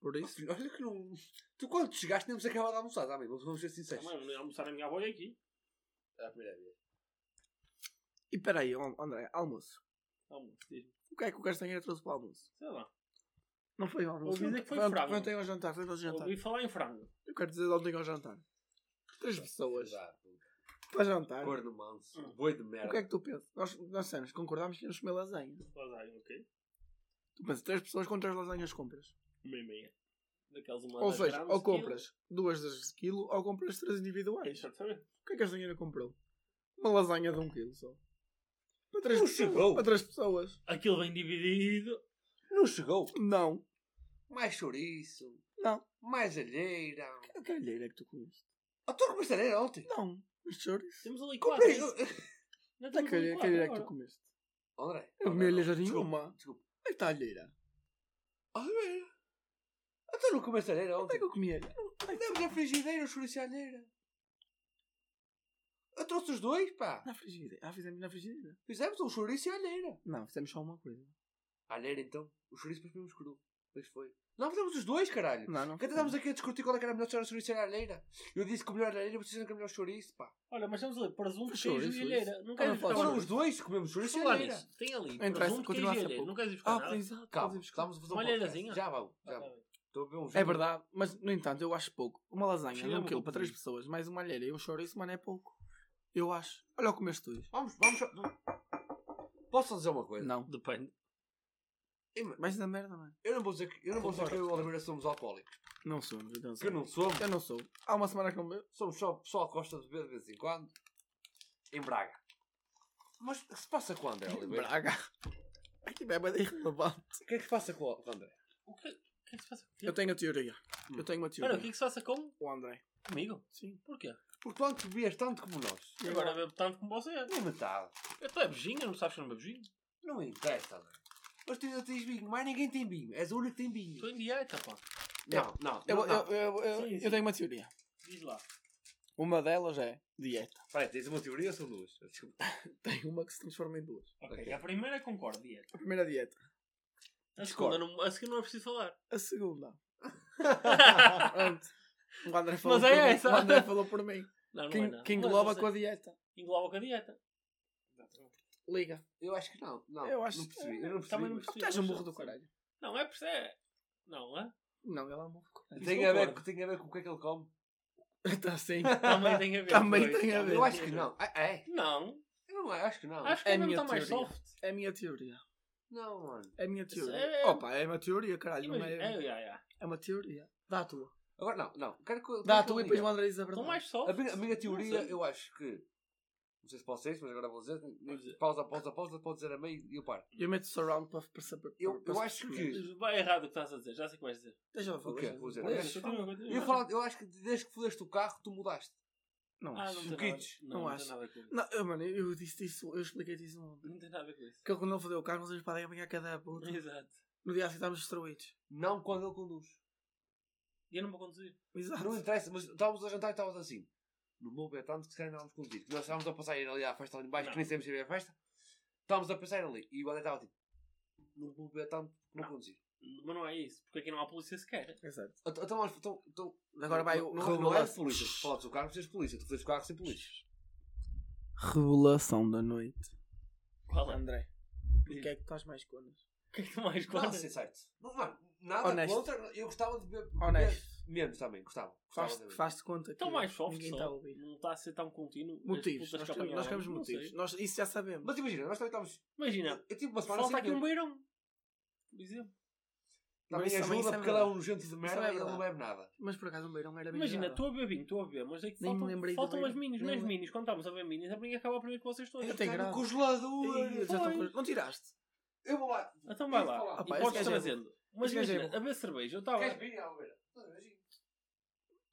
Speaker 2: Por isso.
Speaker 3: Olha que não. Tu quando chegaste, nem nos acabado de almoçar, tá, amigo? Vamos ser
Speaker 4: Ah,
Speaker 3: sinceros.
Speaker 4: mãe, não ia almoçar a minha avó e aqui.
Speaker 3: Era é a primeira vez.
Speaker 2: E peraí, ó, André, almoço.
Speaker 4: Almoço, diz-me.
Speaker 2: O que é que o castanheira trouxe para o almoço?
Speaker 4: Sei lá.
Speaker 2: Não foi o almoço.
Speaker 4: Ouvi dizer que foi
Speaker 2: ontem-
Speaker 4: frango.
Speaker 2: Foi ontem ao jantar, foi ontem ao jantar.
Speaker 4: Ouvi falar em frango.
Speaker 2: Eu quero dizer de ontem ao jantar. Três pessoas
Speaker 3: Verdade.
Speaker 2: para jantar. O
Speaker 3: Corno manso. Boi de merda.
Speaker 2: que é que tu pensas? Nós, nós dissemos, concordámos que íamos comer lasanha.
Speaker 4: Lasanha, é, ok?
Speaker 2: Tu pensas, três pessoas com três lasanhas compras.
Speaker 4: Uma e meia. Daquelas uma
Speaker 2: ou
Speaker 4: das
Speaker 2: seja,
Speaker 4: grandes,
Speaker 2: ou
Speaker 4: quilo.
Speaker 2: compras duas das de quilo ou compras três
Speaker 4: É,
Speaker 2: individuais.
Speaker 4: só de saber.
Speaker 2: O que é que a Castanheira comprou? Uma lasanha de um quilo só. Para três,
Speaker 3: Não
Speaker 2: pessoas,
Speaker 3: chegou.
Speaker 2: para três pessoas.
Speaker 4: Aquilo vem dividido.
Speaker 3: Não chegou.
Speaker 2: Não.
Speaker 3: Mais chouriço.
Speaker 2: Não.
Speaker 3: Mais alheira.
Speaker 2: A calheira é que tu comeste.
Speaker 3: Ah, tu comeste alheira ontem?
Speaker 2: Não. Os chouriços.
Speaker 4: Temos ali quatro.
Speaker 3: Comprei.
Speaker 4: Não
Speaker 2: A
Speaker 4: temos ali
Speaker 2: calheira, a
Speaker 4: quatro
Speaker 2: calheira é que tu
Speaker 4: agora.
Speaker 2: comeste.
Speaker 3: André.
Speaker 2: Eu comi é
Speaker 3: André,
Speaker 2: alheira
Speaker 3: não. Desculpa, Ah, é
Speaker 2: nenhuma.
Speaker 3: Desculpa.
Speaker 2: A talheira.
Speaker 3: Oliveira, eu Ah, não comi alheira
Speaker 2: Onde é
Speaker 3: ontem.
Speaker 2: que eu comia?
Speaker 3: Demos na frigideira, eu chorei alheira. Eu trouxe os dois, pá.
Speaker 2: Na frigideira. Ah, fizemos na frigideira.
Speaker 3: Fizemos um chouriço e alheira.
Speaker 2: Não, fizemos só uma coisa.
Speaker 3: Alheira, então. O chouriço depois comemos cru. Depois foi. Não, fizemos os dois, caralho.
Speaker 2: Não, não.
Speaker 3: Porque estávamos aqui a discutir qual é que era melhor, se era o chouriço ou era a alheira. Eu disse que o melhor era a alheira, vocês disseram que era melhor o chouriço, pá.
Speaker 4: Olha, mas estamos a ler presunto,
Speaker 2: Fechou
Speaker 4: queijo
Speaker 2: isso,
Speaker 4: e alheira. Não queres ir
Speaker 2: Olha,
Speaker 4: buscar
Speaker 2: fala
Speaker 3: Foram
Speaker 4: nada.
Speaker 3: os dois que comemos chouriço e
Speaker 4: Falar
Speaker 3: alheira.
Speaker 4: nisso, Tem ali
Speaker 2: é Não interessa,
Speaker 4: presunto, queijo
Speaker 2: continua a
Speaker 4: e
Speaker 2: ser
Speaker 4: alheira.
Speaker 2: pouco.
Speaker 4: Não queres ir buscar
Speaker 2: Ah,
Speaker 4: nada.
Speaker 2: pois, exato.
Speaker 3: Calma,
Speaker 2: podes ir buscar.
Speaker 3: estávamos a fazer um
Speaker 4: Uma
Speaker 3: podcast.
Speaker 4: alheirazinha?
Speaker 3: Já, vamos. Já.
Speaker 4: Ah, tá bem.
Speaker 3: Estou a ver um
Speaker 2: É
Speaker 3: jogo.
Speaker 2: verdade, mas no entanto eu acho pouco. Uma lasanha
Speaker 4: Chega
Speaker 2: de um
Speaker 4: uma
Speaker 2: quilo para três
Speaker 4: conclusão.
Speaker 2: pessoas, mais uma alheira e um chouriço, mano, é pouco. Eu acho. Olha o que comeste dois.
Speaker 3: Vamos, vamos. Posso só dizer uma coisa?
Speaker 2: Não.
Speaker 4: Depende.
Speaker 2: Mais da merda, mano.
Speaker 3: Eu não vou dizer que eu não vou dizer que eu e o Oliveira somos alcoólicos.
Speaker 2: Não somos, eu não
Speaker 3: Que
Speaker 2: sou.
Speaker 3: eu não somos.
Speaker 2: Eu não sou. Há uma semana que não bebo.
Speaker 3: Somos só pessoal que gosta de beber de vez em quando. Em Braga. Mas o que se passa com o André, Oliveira?
Speaker 2: Braga. Aqui bebe é irrelevante.
Speaker 3: O que é que se passa com o André?
Speaker 4: O que, o que é que se passa
Speaker 2: Eu
Speaker 4: comigo?
Speaker 2: tenho a teoria. Eu tenho uma
Speaker 4: Olha,
Speaker 2: teoria.
Speaker 4: o que é que se passa com...
Speaker 2: O André.
Speaker 4: comigo?
Speaker 2: Sim.
Speaker 4: Porquê?
Speaker 3: Porque tu antes bebias tanto como nós.
Speaker 4: E agora bebo tanto como você.
Speaker 3: Nem metade.
Speaker 4: Eu estou é beijinho, não sabes que eu não bebo beijinho?
Speaker 3: Não interessa, André. Mas tu ainda tens vinho. Mais ninguém tem vinho. És o único que tem vinho.
Speaker 4: Estou em dieta, pá.
Speaker 3: Não, não.
Speaker 2: Eu,
Speaker 3: não, não.
Speaker 2: eu, eu, eu,
Speaker 4: Sim, sim.
Speaker 2: eu tenho uma teoria.
Speaker 4: Diz lá.
Speaker 2: Uma delas é dieta.
Speaker 3: Peraí, tens uma teoria ou são duas?
Speaker 2: Tem uma que se transforma em duas.
Speaker 4: Ok,
Speaker 3: Ok.
Speaker 4: a primeira concordo, dieta.
Speaker 2: A primeira é dieta.
Speaker 4: A
Speaker 3: Discordo.
Speaker 4: segunda não, a segunda não é preciso falar.
Speaker 2: A segunda. Pronto. O André falou,
Speaker 4: Mas é
Speaker 2: por, mim.
Speaker 4: essa.
Speaker 2: O André falou por mim.
Speaker 4: não, não
Speaker 2: Que,
Speaker 4: é nada.
Speaker 2: que
Speaker 4: Mas
Speaker 2: engloba
Speaker 4: você-
Speaker 2: com a dieta.
Speaker 4: Engloba com a dieta.
Speaker 2: Liga.
Speaker 3: Eu acho que não. Não,
Speaker 2: Eu acho
Speaker 3: não
Speaker 2: que- é,
Speaker 3: percebi. Eu não percebi.
Speaker 4: Também não
Speaker 3: mas-
Speaker 4: percebi.
Speaker 2: Tu és um burro do
Speaker 4: Sim.
Speaker 2: caralho.
Speaker 4: Não, é por ser... Não, é?
Speaker 2: Não, ele é um burro do caralho.
Speaker 3: Tem a, ver, tem a ver com o que é que ele come?
Speaker 2: Está assim.
Speaker 4: Também tem a ver.
Speaker 2: Também
Speaker 4: pois.
Speaker 2: tem a ver.
Speaker 3: Eu acho que não. Ah, é?
Speaker 4: Não.
Speaker 3: Eu não acho que não.
Speaker 4: Acho que
Speaker 2: É
Speaker 4: é
Speaker 2: a
Speaker 4: mesmo
Speaker 2: minha
Speaker 4: está mais
Speaker 2: teoria.
Speaker 4: soft.
Speaker 2: É a minha teoria.
Speaker 3: Não, mano.
Speaker 2: É a minha
Speaker 4: Isso
Speaker 2: teoria.
Speaker 4: é-
Speaker 2: Opa, é uma teoria, caralho. Não
Speaker 4: Imagina,
Speaker 2: é,
Speaker 4: é, é, é. é
Speaker 2: é uma teoria. Dá a tua.
Speaker 3: Agora não, não. Quero
Speaker 2: Dá
Speaker 3: que,
Speaker 2: a
Speaker 3: quero que
Speaker 2: tua e
Speaker 3: eu
Speaker 2: depois o
Speaker 3: diga.
Speaker 2: André diz a
Speaker 4: Estão
Speaker 2: verdade.
Speaker 4: mais soft.
Speaker 3: A minha, a minha teoria,
Speaker 4: sei.
Speaker 3: eu acho que. Não sei se posso dizer, mas agora vou dizer. Pausa, pausa, pausa, pode dizer a meio e eu paro.
Speaker 2: Eu meto surround para para saber. é.
Speaker 3: Eu,
Speaker 2: para-
Speaker 3: eu
Speaker 2: para-
Speaker 3: acho que.
Speaker 4: Vai é errado o que estás a dizer, já sei o que vais dizer.
Speaker 2: Deixa eu falar.
Speaker 3: O quê? Vou dizer,
Speaker 2: Deixa eu
Speaker 3: Mas-
Speaker 2: falar.
Speaker 4: Continua, continua.
Speaker 3: Eu, ia falar, eu acho que desde que fudeste o carro, tu mudaste.
Speaker 2: Não
Speaker 4: Ah,
Speaker 2: acho.
Speaker 4: não
Speaker 3: Um
Speaker 4: tem nada.
Speaker 3: kit.
Speaker 4: Não,
Speaker 2: Não
Speaker 4: não
Speaker 2: acho.
Speaker 4: tem nada a ver com isso.
Speaker 2: Não, eu, mano, eu disse isso, eu expliquei-te isso ontem.
Speaker 4: Não tem nada a ver com isso.
Speaker 2: Que ele, quando ele fodeu o carro, nós íamos para a apanhar cada puta.
Speaker 4: Exato.
Speaker 2: No dia assim estávamos destruídos.
Speaker 3: Não quando ele conduz.
Speaker 4: E eu não vou conduzir.
Speaker 2: Exato.
Speaker 3: Não interessa, mas estávamos a jantar e estávamos assim. No meu pé, tanto que se calhar andávamos conduzir. Que nós estávamos a passar ir ali à festa ali embaixo,
Speaker 4: Não.
Speaker 3: que nem sabemos se havia festa. Estávamos a passar ali. E o André estava tipo. No meu pé, tanto que não
Speaker 4: Não.
Speaker 3: conduzir.
Speaker 4: Mas não é isso, porque aqui não há polícia sequer.
Speaker 2: Exato.
Speaker 3: Então, então, nós- então, então
Speaker 2: Agora vai o.
Speaker 3: Não, não, não é de
Speaker 2: revelação.
Speaker 3: polícia. Tu falas do carro, precisas de polícia. Tu fazes o carro sem polícia.
Speaker 2: Revelação da noite.
Speaker 4: Qual é?
Speaker 2: André, o
Speaker 4: Diz.
Speaker 2: que é que estás mais contas?
Speaker 4: O que é que tu mais
Speaker 3: Claro,
Speaker 4: gostas?
Speaker 3: sem certo. Não, mano, nada
Speaker 2: Honesto.
Speaker 3: contra. Eu gostava de beber.
Speaker 2: Honesto.
Speaker 3: beber Menos também, gostava. gostava de
Speaker 2: Faz-te
Speaker 3: beber.
Speaker 2: faz-te conta que
Speaker 4: Estão mais soft
Speaker 2: ninguém
Speaker 4: só.
Speaker 2: está a ouvir.
Speaker 4: Não está a ser tão contínuo. as
Speaker 2: Motivos. Nós,
Speaker 4: putas que
Speaker 2: temos- nós
Speaker 4: apanharam,
Speaker 2: queremos
Speaker 4: não
Speaker 2: motivos.
Speaker 4: sei.
Speaker 2: Nós, isso já sabemos.
Speaker 3: Mas imagina, nós também estávamos.
Speaker 4: Imagina,
Speaker 3: Eu tive uma semana
Speaker 4: falta
Speaker 3: sem
Speaker 4: aqui um
Speaker 3: beber.
Speaker 4: beirão. Por exemplo.
Speaker 2: Mas
Speaker 3: Também
Speaker 2: isso também- isso
Speaker 3: ajuda
Speaker 2: é
Speaker 3: porque ele é
Speaker 2: verdade.
Speaker 3: um gente de
Speaker 2: Isso
Speaker 3: merda
Speaker 2: é
Speaker 3: e ele não
Speaker 2: verdade.
Speaker 3: bebe nada.
Speaker 2: Mas por acaso um beirão era bem
Speaker 4: Imagina,
Speaker 2: gelado.
Speaker 4: estou a ver vinho, estou a ver, mas é que
Speaker 2: Nem me
Speaker 4: faltam,
Speaker 2: lembrei do
Speaker 4: faltam
Speaker 2: vinho.
Speaker 4: as minis,
Speaker 2: Nem
Speaker 4: mas
Speaker 2: me-
Speaker 4: minis, quando estávamos a ver minis, é a briga acaba primeiro que vocês todos.
Speaker 2: Não tem
Speaker 3: Está no
Speaker 2: grau. Ih,
Speaker 3: congelador.
Speaker 2: já
Speaker 4: Foi.
Speaker 2: estou com- Não tiraste?
Speaker 3: Eu vou lá.
Speaker 4: Então vai
Speaker 3: Eu vou
Speaker 4: lá,
Speaker 3: falar.
Speaker 2: Ah, pá,
Speaker 4: e
Speaker 2: esse
Speaker 4: podes
Speaker 2: gajo é
Speaker 4: trazendo. Mas
Speaker 2: Esse gajo é
Speaker 4: imagina,
Speaker 2: burro.
Speaker 4: a ver cerveja, eu estava.
Speaker 3: Queres vir, Alberto?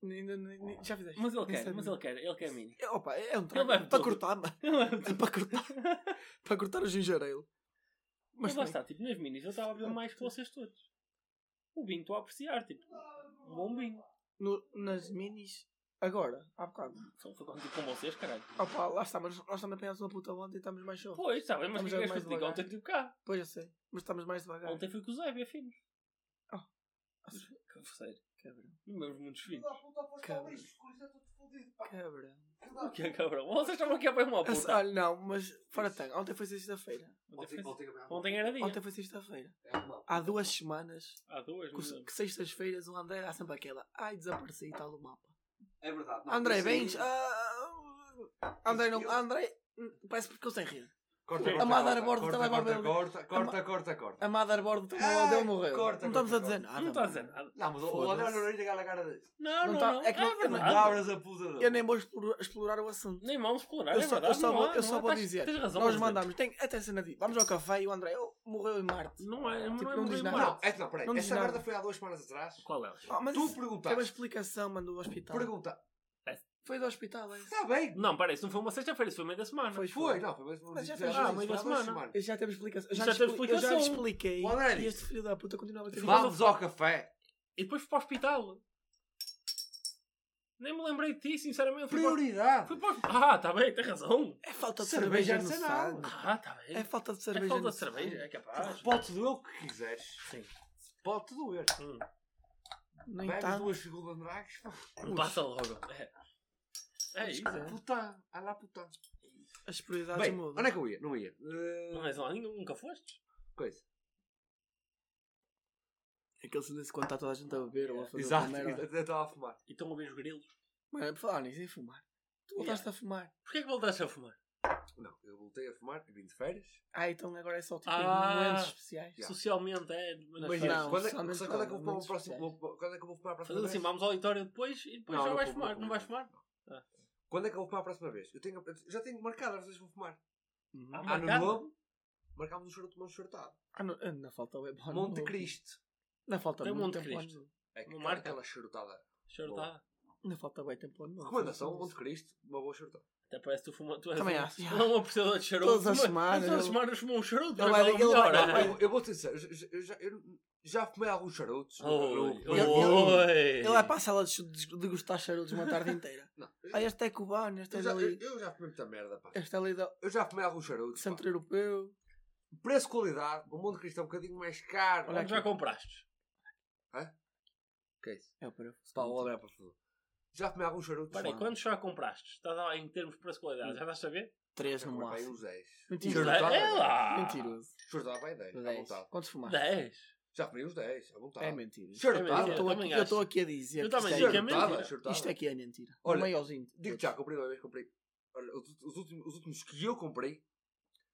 Speaker 2: Ainda nem- nem- Já fizeste.
Speaker 4: Mas ele
Speaker 2: Nem
Speaker 4: quer,
Speaker 2: sabia.
Speaker 4: mas ele quer, ele quer mini.
Speaker 2: É, Opa, é um trago.
Speaker 4: bebe
Speaker 2: Para
Speaker 4: tudo.
Speaker 2: cortar, mano. Para cortar. Para cortar o ginger ale.
Speaker 4: Mas
Speaker 2: Mas
Speaker 4: lá
Speaker 2: também-
Speaker 4: está, tipo, nas minis eu estava a ver mais que vocês todos. O vinho estou a apreciar, tipo, um bom vinho.
Speaker 2: no- nas minis. Agora, há bocado.
Speaker 4: Só foi quando estive com vocês, caralho.
Speaker 2: Opa, lá está, mas nós também apanhámos uma puta ontem e estamos mais só.
Speaker 4: Pois, sabem, mas o
Speaker 2: Estamos
Speaker 4: que é
Speaker 2: a
Speaker 4: que
Speaker 2: mais
Speaker 4: eu te digo?
Speaker 2: devagar.
Speaker 4: Ontem estive cá.
Speaker 2: Pois eu sei. Mas estamos mais devagar.
Speaker 4: Ontem fui com o Zé, ver filhos.
Speaker 2: Ah.
Speaker 4: Sério,
Speaker 2: Cabrão.
Speaker 4: não vemos muitos filhos.
Speaker 2: Cabra.
Speaker 3: é
Speaker 2: Cabrão.
Speaker 4: O que é, cabrão? Vocês estavam aqui a apanhar uma
Speaker 2: Essa-
Speaker 4: puta.
Speaker 2: Olha, não, mas fora de tanga, ontem foi sexta-feira.
Speaker 4: Ontem foi- Ontem era dia.
Speaker 2: Ontem foi sexta-feira.
Speaker 3: é
Speaker 2: Há duas semanas
Speaker 4: Há duas,
Speaker 2: que,
Speaker 4: não
Speaker 2: os-
Speaker 4: lembro.
Speaker 2: que sextas-feiras o André dá sempre aquela. Ai, desapareci e tal do mapa.
Speaker 3: É verdade. não,
Speaker 4: assim.
Speaker 2: André,
Speaker 3: isso aí-
Speaker 2: vens? Ah, André, não. André, hum, parece porque eu sem rede.
Speaker 3: Corta,
Speaker 4: A
Speaker 3: corta,
Speaker 2: motherboard
Speaker 3: corta,
Speaker 2: do telemóvel dele.
Speaker 3: Corta, corta, corta, corta, corta.
Speaker 2: A motherboard do telemóvel dele
Speaker 3: Ah,
Speaker 2: morreu.
Speaker 3: corta,
Speaker 2: Ah, não estamos
Speaker 3: corta,
Speaker 2: a dizer
Speaker 3: corta.
Speaker 2: nada.
Speaker 4: Não está a
Speaker 2: mano.
Speaker 4: dizer nada.
Speaker 3: Não, mas o
Speaker 2: Foda-se.
Speaker 3: André olhou aquela cara dele.
Speaker 4: Não,
Speaker 2: Não
Speaker 4: não,
Speaker 2: tá-
Speaker 4: não.
Speaker 2: é que
Speaker 4: Ah,
Speaker 2: não- eu não-
Speaker 4: verdade.
Speaker 3: Abras a puta
Speaker 2: Eu
Speaker 3: dele.
Speaker 2: nem vou explora- explorar o assunto.
Speaker 4: Nem vamos explorar.
Speaker 2: Eu
Speaker 4: é
Speaker 2: só- eu
Speaker 4: verdade,
Speaker 2: só
Speaker 4: não
Speaker 2: vou-
Speaker 4: há,
Speaker 2: eu
Speaker 4: não
Speaker 2: só
Speaker 4: há.
Speaker 2: vou
Speaker 4: Tás-
Speaker 2: dizer,
Speaker 4: Tens razão. é?
Speaker 2: Nós
Speaker 4: Zé.
Speaker 2: mandamos, tem até cena de. Vamos ao café e o André oh, morreu em Marte.
Speaker 4: Não é, não
Speaker 2: Tipo,
Speaker 4: é
Speaker 2: não
Speaker 4: muito
Speaker 2: diz
Speaker 4: bem
Speaker 2: nada.
Speaker 4: barato.
Speaker 3: Não, é que não, peraí.
Speaker 2: Não diz
Speaker 3: Essa
Speaker 2: nada.
Speaker 3: merda foi há duas semanas atrás.
Speaker 4: Qual é?
Speaker 2: Ah, mas
Speaker 3: Tu
Speaker 2: isso- Tem uma
Speaker 3: perguntaste.
Speaker 2: explicação, mano, do hospital.
Speaker 3: Pergunta.
Speaker 2: Foi do hospital, é isso?
Speaker 3: Está bem.
Speaker 4: Não, peraí, isso não foi uma sexta-feira, isso foi meio da semana.
Speaker 2: Foi,
Speaker 3: Foi, não, foi mais uma
Speaker 2: Mas já
Speaker 3: dizia-
Speaker 2: fez-
Speaker 3: Ah,
Speaker 2: ah,
Speaker 3: mas há
Speaker 4: mas uma
Speaker 3: duas
Speaker 4: semana.
Speaker 3: semanas.
Speaker 2: Eu já teve explicação. Eu já,
Speaker 4: Já
Speaker 2: lhe
Speaker 4: teve
Speaker 2: expli- eu já lhe
Speaker 4: explicação.
Speaker 2: expliquei.
Speaker 3: O André
Speaker 2: E
Speaker 3: disse.
Speaker 2: este filho da puta continuava a ter
Speaker 3: Vamos ao café.
Speaker 4: E depois fui para o hospital. Nem me lembrei de ti, sinceramente. Fui para o-
Speaker 3: Prioridade.
Speaker 4: fui para o hospital. Ah, está bem, tem razão.
Speaker 2: É falta de
Speaker 3: Cerveja
Speaker 2: cerveja,
Speaker 3: artesanal.
Speaker 2: no sangue.
Speaker 4: Ah, está bem.
Speaker 2: É falta de cerveja
Speaker 4: É falta
Speaker 2: no
Speaker 4: de cerveja, é capaz.
Speaker 3: Pode doer o que quiseres.
Speaker 4: Sim.
Speaker 3: Pode doer.
Speaker 4: Hum,
Speaker 2: sangue. No
Speaker 3: Bebes
Speaker 2: entanto,
Speaker 3: duas segundas drags.
Speaker 4: passa logo. É, é isso.
Speaker 2: Pois é.
Speaker 3: Puta, a lá puta.
Speaker 2: as prioridades
Speaker 3: Bem,
Speaker 2: mudam.
Speaker 3: onde é que eu ia? Não ia. Eh,
Speaker 4: Não vais lá nenhum, nunca foste?
Speaker 3: coisa.
Speaker 2: Aquele silêncio quando está toda a gente a beber ou a fazer
Speaker 3: Exato,
Speaker 2: alguma merda.
Speaker 3: eu estava a fumar.
Speaker 4: E estão a ver os grilos.
Speaker 2: Mano, é por falar nisso, em fumar. Tu voltaste a fumar.
Speaker 4: Porquê é que voltaste a fumar?
Speaker 3: Não, eu voltei a fumar, vim de férias.
Speaker 2: Ah, então agora é só tipo
Speaker 4: Ah.
Speaker 2: em momentos especiais.
Speaker 3: Yeah.
Speaker 4: Socialmente, é. nas
Speaker 3: Mas
Speaker 4: festas.
Speaker 2: não,
Speaker 3: quando, é,
Speaker 2: somente
Speaker 3: só quando é que eu
Speaker 2: não,
Speaker 3: vou para o
Speaker 2: muito
Speaker 3: próximo.
Speaker 2: especiais.
Speaker 3: vou- Quando é que eu vou fumar a próxima
Speaker 4: Fazendo assim,
Speaker 3: vez?
Speaker 4: vamos ao auditório depois e depois
Speaker 3: Não,
Speaker 4: já
Speaker 3: não
Speaker 4: vais
Speaker 3: vou,
Speaker 4: fumar.
Speaker 3: não
Speaker 4: Não vais fumar?
Speaker 3: Quando é que eu vou fumar a próxima vez? Eu tenho, eu já tenho marcado as vezes que vou fumar.
Speaker 2: Uhum.
Speaker 4: Ah,
Speaker 3: Ano
Speaker 4: marcado?
Speaker 3: novo, marcámos um charuto, tomamos um charutado.
Speaker 2: Ah, não, na falta o Ebon.
Speaker 3: Monte Cristo.
Speaker 2: Na falta
Speaker 4: Tem
Speaker 2: muito
Speaker 4: Monte
Speaker 2: tempo ao
Speaker 4: Cristo.
Speaker 2: ano.
Speaker 3: É
Speaker 4: Uma
Speaker 3: que
Speaker 4: marca.
Speaker 3: marca aquela charutada.
Speaker 4: Cheiro
Speaker 3: Boa.
Speaker 4: tá.
Speaker 2: Na falta bem tempo ao ano.
Speaker 3: Recomendação, Monte Cristo, uma boa charutada.
Speaker 4: Até parece que tu fuma. Tu és
Speaker 2: Também
Speaker 4: um,
Speaker 2: acho.
Speaker 4: é um apreciador de charuto.
Speaker 2: Todas as
Speaker 4: Fuma-
Speaker 2: semanas,
Speaker 4: Todas as
Speaker 2: eu-
Speaker 4: semanas fumou um charuto.
Speaker 2: Ele
Speaker 4: não
Speaker 2: vai
Speaker 4: é
Speaker 2: daquele-
Speaker 4: melhor,
Speaker 2: vai-
Speaker 4: é?
Speaker 2: vai-
Speaker 3: Eu, eu vou te dizer, eu- eu já, eu já fumei alguns charutos.
Speaker 4: Oi,
Speaker 3: Eu- eu-
Speaker 4: oi.
Speaker 2: Ele vai para a sala de de degustar charutos uma tarde inteira.
Speaker 3: Não,
Speaker 2: Ah, este é cubano, este é
Speaker 3: eu, já, eu,
Speaker 2: ali.
Speaker 3: eu já fumei muita merda, pá.
Speaker 2: Este é ali do
Speaker 3: Eu já fumei alguns charutos. pá.
Speaker 2: centro europeu.
Speaker 3: Preço-qualidade, o Monte Cristo é um bocadinho mais caro.
Speaker 4: Onde já compraste?
Speaker 3: Que é isso?
Speaker 2: É o parafuso.
Speaker 3: Pá, o olhar para fogo. Já fumei alguns charutos.
Speaker 4: Peraí,
Speaker 3: Pá,
Speaker 4: quantos já compraste? Está lá em termos de preço-qualidade, já estás a ver?
Speaker 2: Três
Speaker 3: já
Speaker 2: no
Speaker 3: comprei aí
Speaker 2: máximo.
Speaker 3: uns 10.
Speaker 2: Mentira.
Speaker 3: Charutada,
Speaker 4: É
Speaker 2: Ah,
Speaker 4: lá!
Speaker 2: Mentiroso. é
Speaker 3: Charutada vai 10, à
Speaker 2: Dez.
Speaker 3: vontade.
Speaker 2: Quantos fumaste?
Speaker 4: 10.
Speaker 3: Já fumei uns 10, à vontade.
Speaker 2: É mentira. Eu
Speaker 4: É mentira.
Speaker 3: Charutada.
Speaker 2: estou
Speaker 4: também
Speaker 2: aqui, eu
Speaker 4: acho.
Speaker 2: tô aqui a dizer.
Speaker 4: Eu
Speaker 2: que
Speaker 4: também,
Speaker 2: isto,
Speaker 4: que é mentira.
Speaker 3: Charutada,
Speaker 2: é,
Speaker 3: charutada.
Speaker 2: isto aqui é mentira.
Speaker 3: Olha,
Speaker 2: Olha, Meiozinho.
Speaker 3: Digo já, comprei uma vez, comprei. Olha, os, os últimos, os últimos que eu comprei,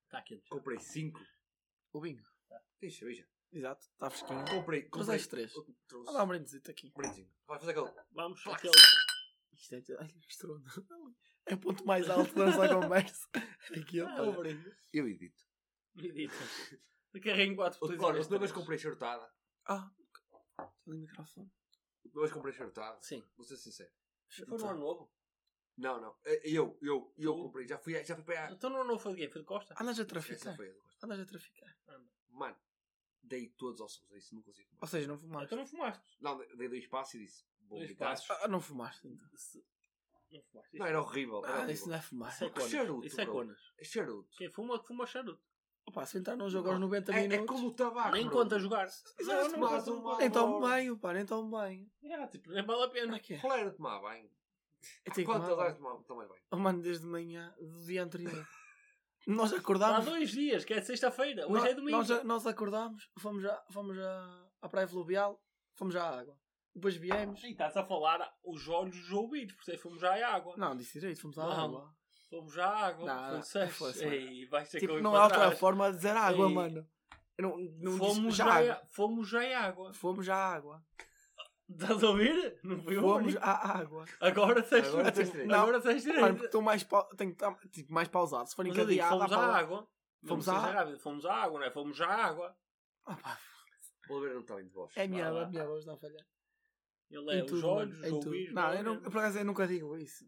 Speaker 4: Está Tá aqui.
Speaker 3: comprei 5.
Speaker 2: O vinho.
Speaker 3: Deixa, veja.
Speaker 2: Exato. Está fresquinho.
Speaker 3: Comprei, comprei.
Speaker 2: Trouxeste três.
Speaker 3: Eu Trouxe.
Speaker 2: Vou dar um brindezito aqui.
Speaker 3: Brindinho. Vai fazer aquele.
Speaker 4: Vamos,
Speaker 3: Claro.
Speaker 4: aquele.
Speaker 2: Isto é... Ai, que estrondo. É o ponto mais alto da nossa conversa. Aqui
Speaker 4: Ah,
Speaker 2: ele.
Speaker 3: Eu edito.
Speaker 4: Medita. De carrinho 4
Speaker 3: Outra- Olha, a última vez comprei charutada.
Speaker 2: Ah. Ali o microfone.
Speaker 3: A última vez comprei charutada.
Speaker 4: Sim.
Speaker 3: Vou ser sincero.
Speaker 4: Foi no ano novo.
Speaker 3: Não, não. Eh, Eu, eu, eu
Speaker 4: Tu?
Speaker 3: comprei. Já fui, já fui
Speaker 2: Ah.
Speaker 3: para a.
Speaker 4: Então no ano novo foi de quê? Foi de Costa?
Speaker 2: Andas a
Speaker 3: Essa
Speaker 2: traficar.
Speaker 3: foi a do Costa.
Speaker 2: Andas a traficar.
Speaker 3: Mano, dei todos aos sons. é Isso não consigo.
Speaker 2: Ou seja, não fumaste.
Speaker 4: Então não fumaste.
Speaker 3: Não, dei dois passos e disse. Vou
Speaker 4: Dois
Speaker 3: ligar.
Speaker 4: passos.
Speaker 2: Ah, não fumaste então.
Speaker 4: Se- Não fumaste.
Speaker 3: Não, era horrível. Era
Speaker 2: Ah,
Speaker 3: horrível.
Speaker 2: isso não é fumar.
Speaker 4: Isso é
Speaker 3: Que
Speaker 4: conas.
Speaker 3: charuto,
Speaker 4: Isso é
Speaker 3: bro.
Speaker 4: conas.
Speaker 3: É charuto.
Speaker 4: Quem fuma, fuma charuto.
Speaker 2: Opa, se entrar num jogo aos
Speaker 3: Não,
Speaker 2: 90
Speaker 3: É, é
Speaker 2: minutos.
Speaker 3: como o tabaco.
Speaker 4: nem
Speaker 3: bro.
Speaker 4: conta jogar.
Speaker 2: Ah, Exato,
Speaker 4: Não, não
Speaker 3: mas
Speaker 4: conta
Speaker 3: um
Speaker 4: jogar.
Speaker 2: Nem tão
Speaker 3: Agora.
Speaker 2: bem, pá, nem tão bem.
Speaker 4: É, tipo, nem vale a pena.
Speaker 2: Como é que é?
Speaker 3: Qual era de tomar banho?
Speaker 2: Eu tenho que
Speaker 3: Quantas
Speaker 2: tomar
Speaker 3: horas
Speaker 2: banho.
Speaker 3: tomava tomar banho?
Speaker 2: Oh, mano, desde de manhã, do dia anterior. Nós
Speaker 4: Há
Speaker 2: acordámos.
Speaker 4: dois dias, que é sexta-feira. Hoje
Speaker 2: nós,
Speaker 4: é domingo.
Speaker 2: Nós, nós acordámos, fomos, à, fomos à, à praia fluvial, fomos à água. Depois viemos.
Speaker 4: E estás a falar os olhos dos ouvidos, porque fomos já à água.
Speaker 2: Não, disse direito, fomos à
Speaker 4: Não.
Speaker 2: água.
Speaker 4: Fomos já à água.
Speaker 2: Não,
Speaker 4: foi
Speaker 2: não,
Speaker 4: sexta.
Speaker 2: foi sexta.
Speaker 4: Ei, vais ter
Speaker 2: Tipo,
Speaker 4: que
Speaker 2: não há outra
Speaker 4: atrás.
Speaker 2: forma de dizer água,
Speaker 4: Ei.
Speaker 2: mano. Eu não, não disse-
Speaker 4: Fomos
Speaker 2: já
Speaker 4: já,
Speaker 2: água.
Speaker 4: à- fomos já à água.
Speaker 2: Fomos já à água.
Speaker 4: Estás a ouvir? Não foi
Speaker 2: Fomos
Speaker 4: eu.
Speaker 2: à água.
Speaker 4: Agora tens
Speaker 3: Agora
Speaker 4: direito.
Speaker 3: tens direito.
Speaker 4: Agora tens
Speaker 2: Mano, porque
Speaker 4: direito.
Speaker 2: estou mais pau- tenho que estar tipo, mais pausado. Se for
Speaker 4: Mas eu digo,
Speaker 2: encadeado,
Speaker 4: fomos
Speaker 2: à
Speaker 4: à
Speaker 2: palavra-
Speaker 4: água. Não
Speaker 2: Fomos
Speaker 4: seja
Speaker 2: à-
Speaker 4: rápido, Fomos à água, não é? Fomos já à água.
Speaker 2: Ah, pá,
Speaker 3: Vou ver não está bem de voz.
Speaker 2: É a minha,
Speaker 4: Vá lá.
Speaker 2: a minha voz não falha.
Speaker 4: Ele é
Speaker 2: Em
Speaker 4: os
Speaker 2: tudo,
Speaker 4: olhos,
Speaker 2: mano, em
Speaker 4: os
Speaker 2: tudo.
Speaker 4: ouvidos.
Speaker 2: Não,
Speaker 4: olha.
Speaker 2: eu não, por acaso eu nunca digo isso.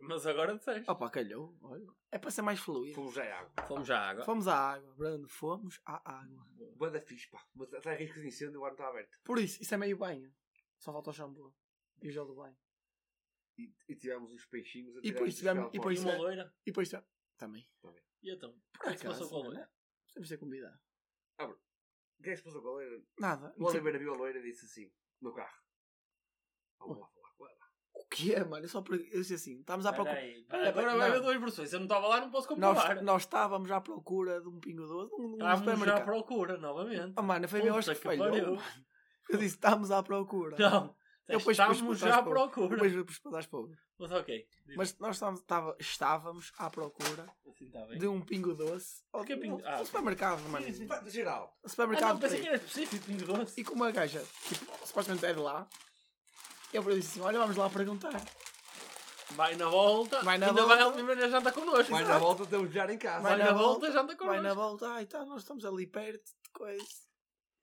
Speaker 4: Mas agora disseste.
Speaker 2: Opa, calhou, olha. É para ser mais fluido.
Speaker 3: Fomos já à água.
Speaker 4: Fomos à água.
Speaker 2: Fomos à água, Bruno, fomos à água.
Speaker 3: Banda fixe, pá. Mas Está a risco de incêndio, o ar não está aberto.
Speaker 2: Por isso, isso é meio banho. Só falta o shampoo e o gel do banho.
Speaker 3: E, e tivemos uns peixinhos a
Speaker 2: E
Speaker 3: tirar
Speaker 2: depois
Speaker 3: uns
Speaker 2: tivemos-
Speaker 3: pela
Speaker 2: e depois-
Speaker 4: E
Speaker 3: fora.
Speaker 4: uma loira.
Speaker 2: E depois tá- também.
Speaker 4: E então? O
Speaker 2: Por
Speaker 4: que é que se passou
Speaker 2: acaso,
Speaker 4: com a
Speaker 2: olha,
Speaker 4: loira?
Speaker 2: temos de ser convidado.
Speaker 3: Quem é que se passou com a loira?
Speaker 2: Nada.
Speaker 3: O
Speaker 4: Tipo
Speaker 2: não sei-
Speaker 3: Oliveira viu a loira e disse assim, no carro.
Speaker 4: Oh.
Speaker 3: Vamos lá falar com ela.
Speaker 2: O que é, mano? Eu só per- eu disse assim, estamos à procura.
Speaker 4: Peraí, peraí, Agora
Speaker 2: Não.
Speaker 4: vai haver duas versões. Eu não estava lá, não posso comprovar.
Speaker 2: Nós, nós estávamos à procura de um pingo doce, de um, de um
Speaker 4: Estávamos já à
Speaker 2: supermercado.
Speaker 4: procura, novamente.
Speaker 2: Oh, mano, foi meu
Speaker 4: Puta
Speaker 2: acho que
Speaker 4: que pariu.
Speaker 2: falhou. mano. Eu disse, estamos à procura.
Speaker 4: Não.
Speaker 2: Eu depois
Speaker 4: Estávamos
Speaker 2: pus por
Speaker 4: já à
Speaker 2: trás para
Speaker 4: procura.
Speaker 2: Depois vou para as pobres.
Speaker 4: Mas ok. Diz-
Speaker 2: Mas nós estávamos, estava- estávamos à procura
Speaker 4: Assim está bem.
Speaker 2: de um pingo doce. Ou
Speaker 4: Que pingo-
Speaker 2: um,
Speaker 4: ah.
Speaker 2: um supermercado, mano.
Speaker 4: Sim, sim.
Speaker 3: Pá, Geral.
Speaker 2: Um
Speaker 4: Ah,
Speaker 2: Supermercado.
Speaker 4: não, pensei que
Speaker 2: por aí.
Speaker 4: era específico, Pingo Doce.
Speaker 2: E com uma gaja, tipo, supostamente é de lá. Eu disse assim: olha, vamos lá perguntar.
Speaker 4: Vai na volta.
Speaker 2: Vai na
Speaker 4: ainda
Speaker 2: volta.
Speaker 4: Vai, ao- ainda janta connosco.
Speaker 3: Mas na volta estamos já em casa.
Speaker 4: Vai
Speaker 2: Vai
Speaker 4: na,
Speaker 2: na
Speaker 4: volta, janta
Speaker 2: Vai na
Speaker 4: connosco.
Speaker 2: volta, ai tá, nós estamos ali perto de coisa.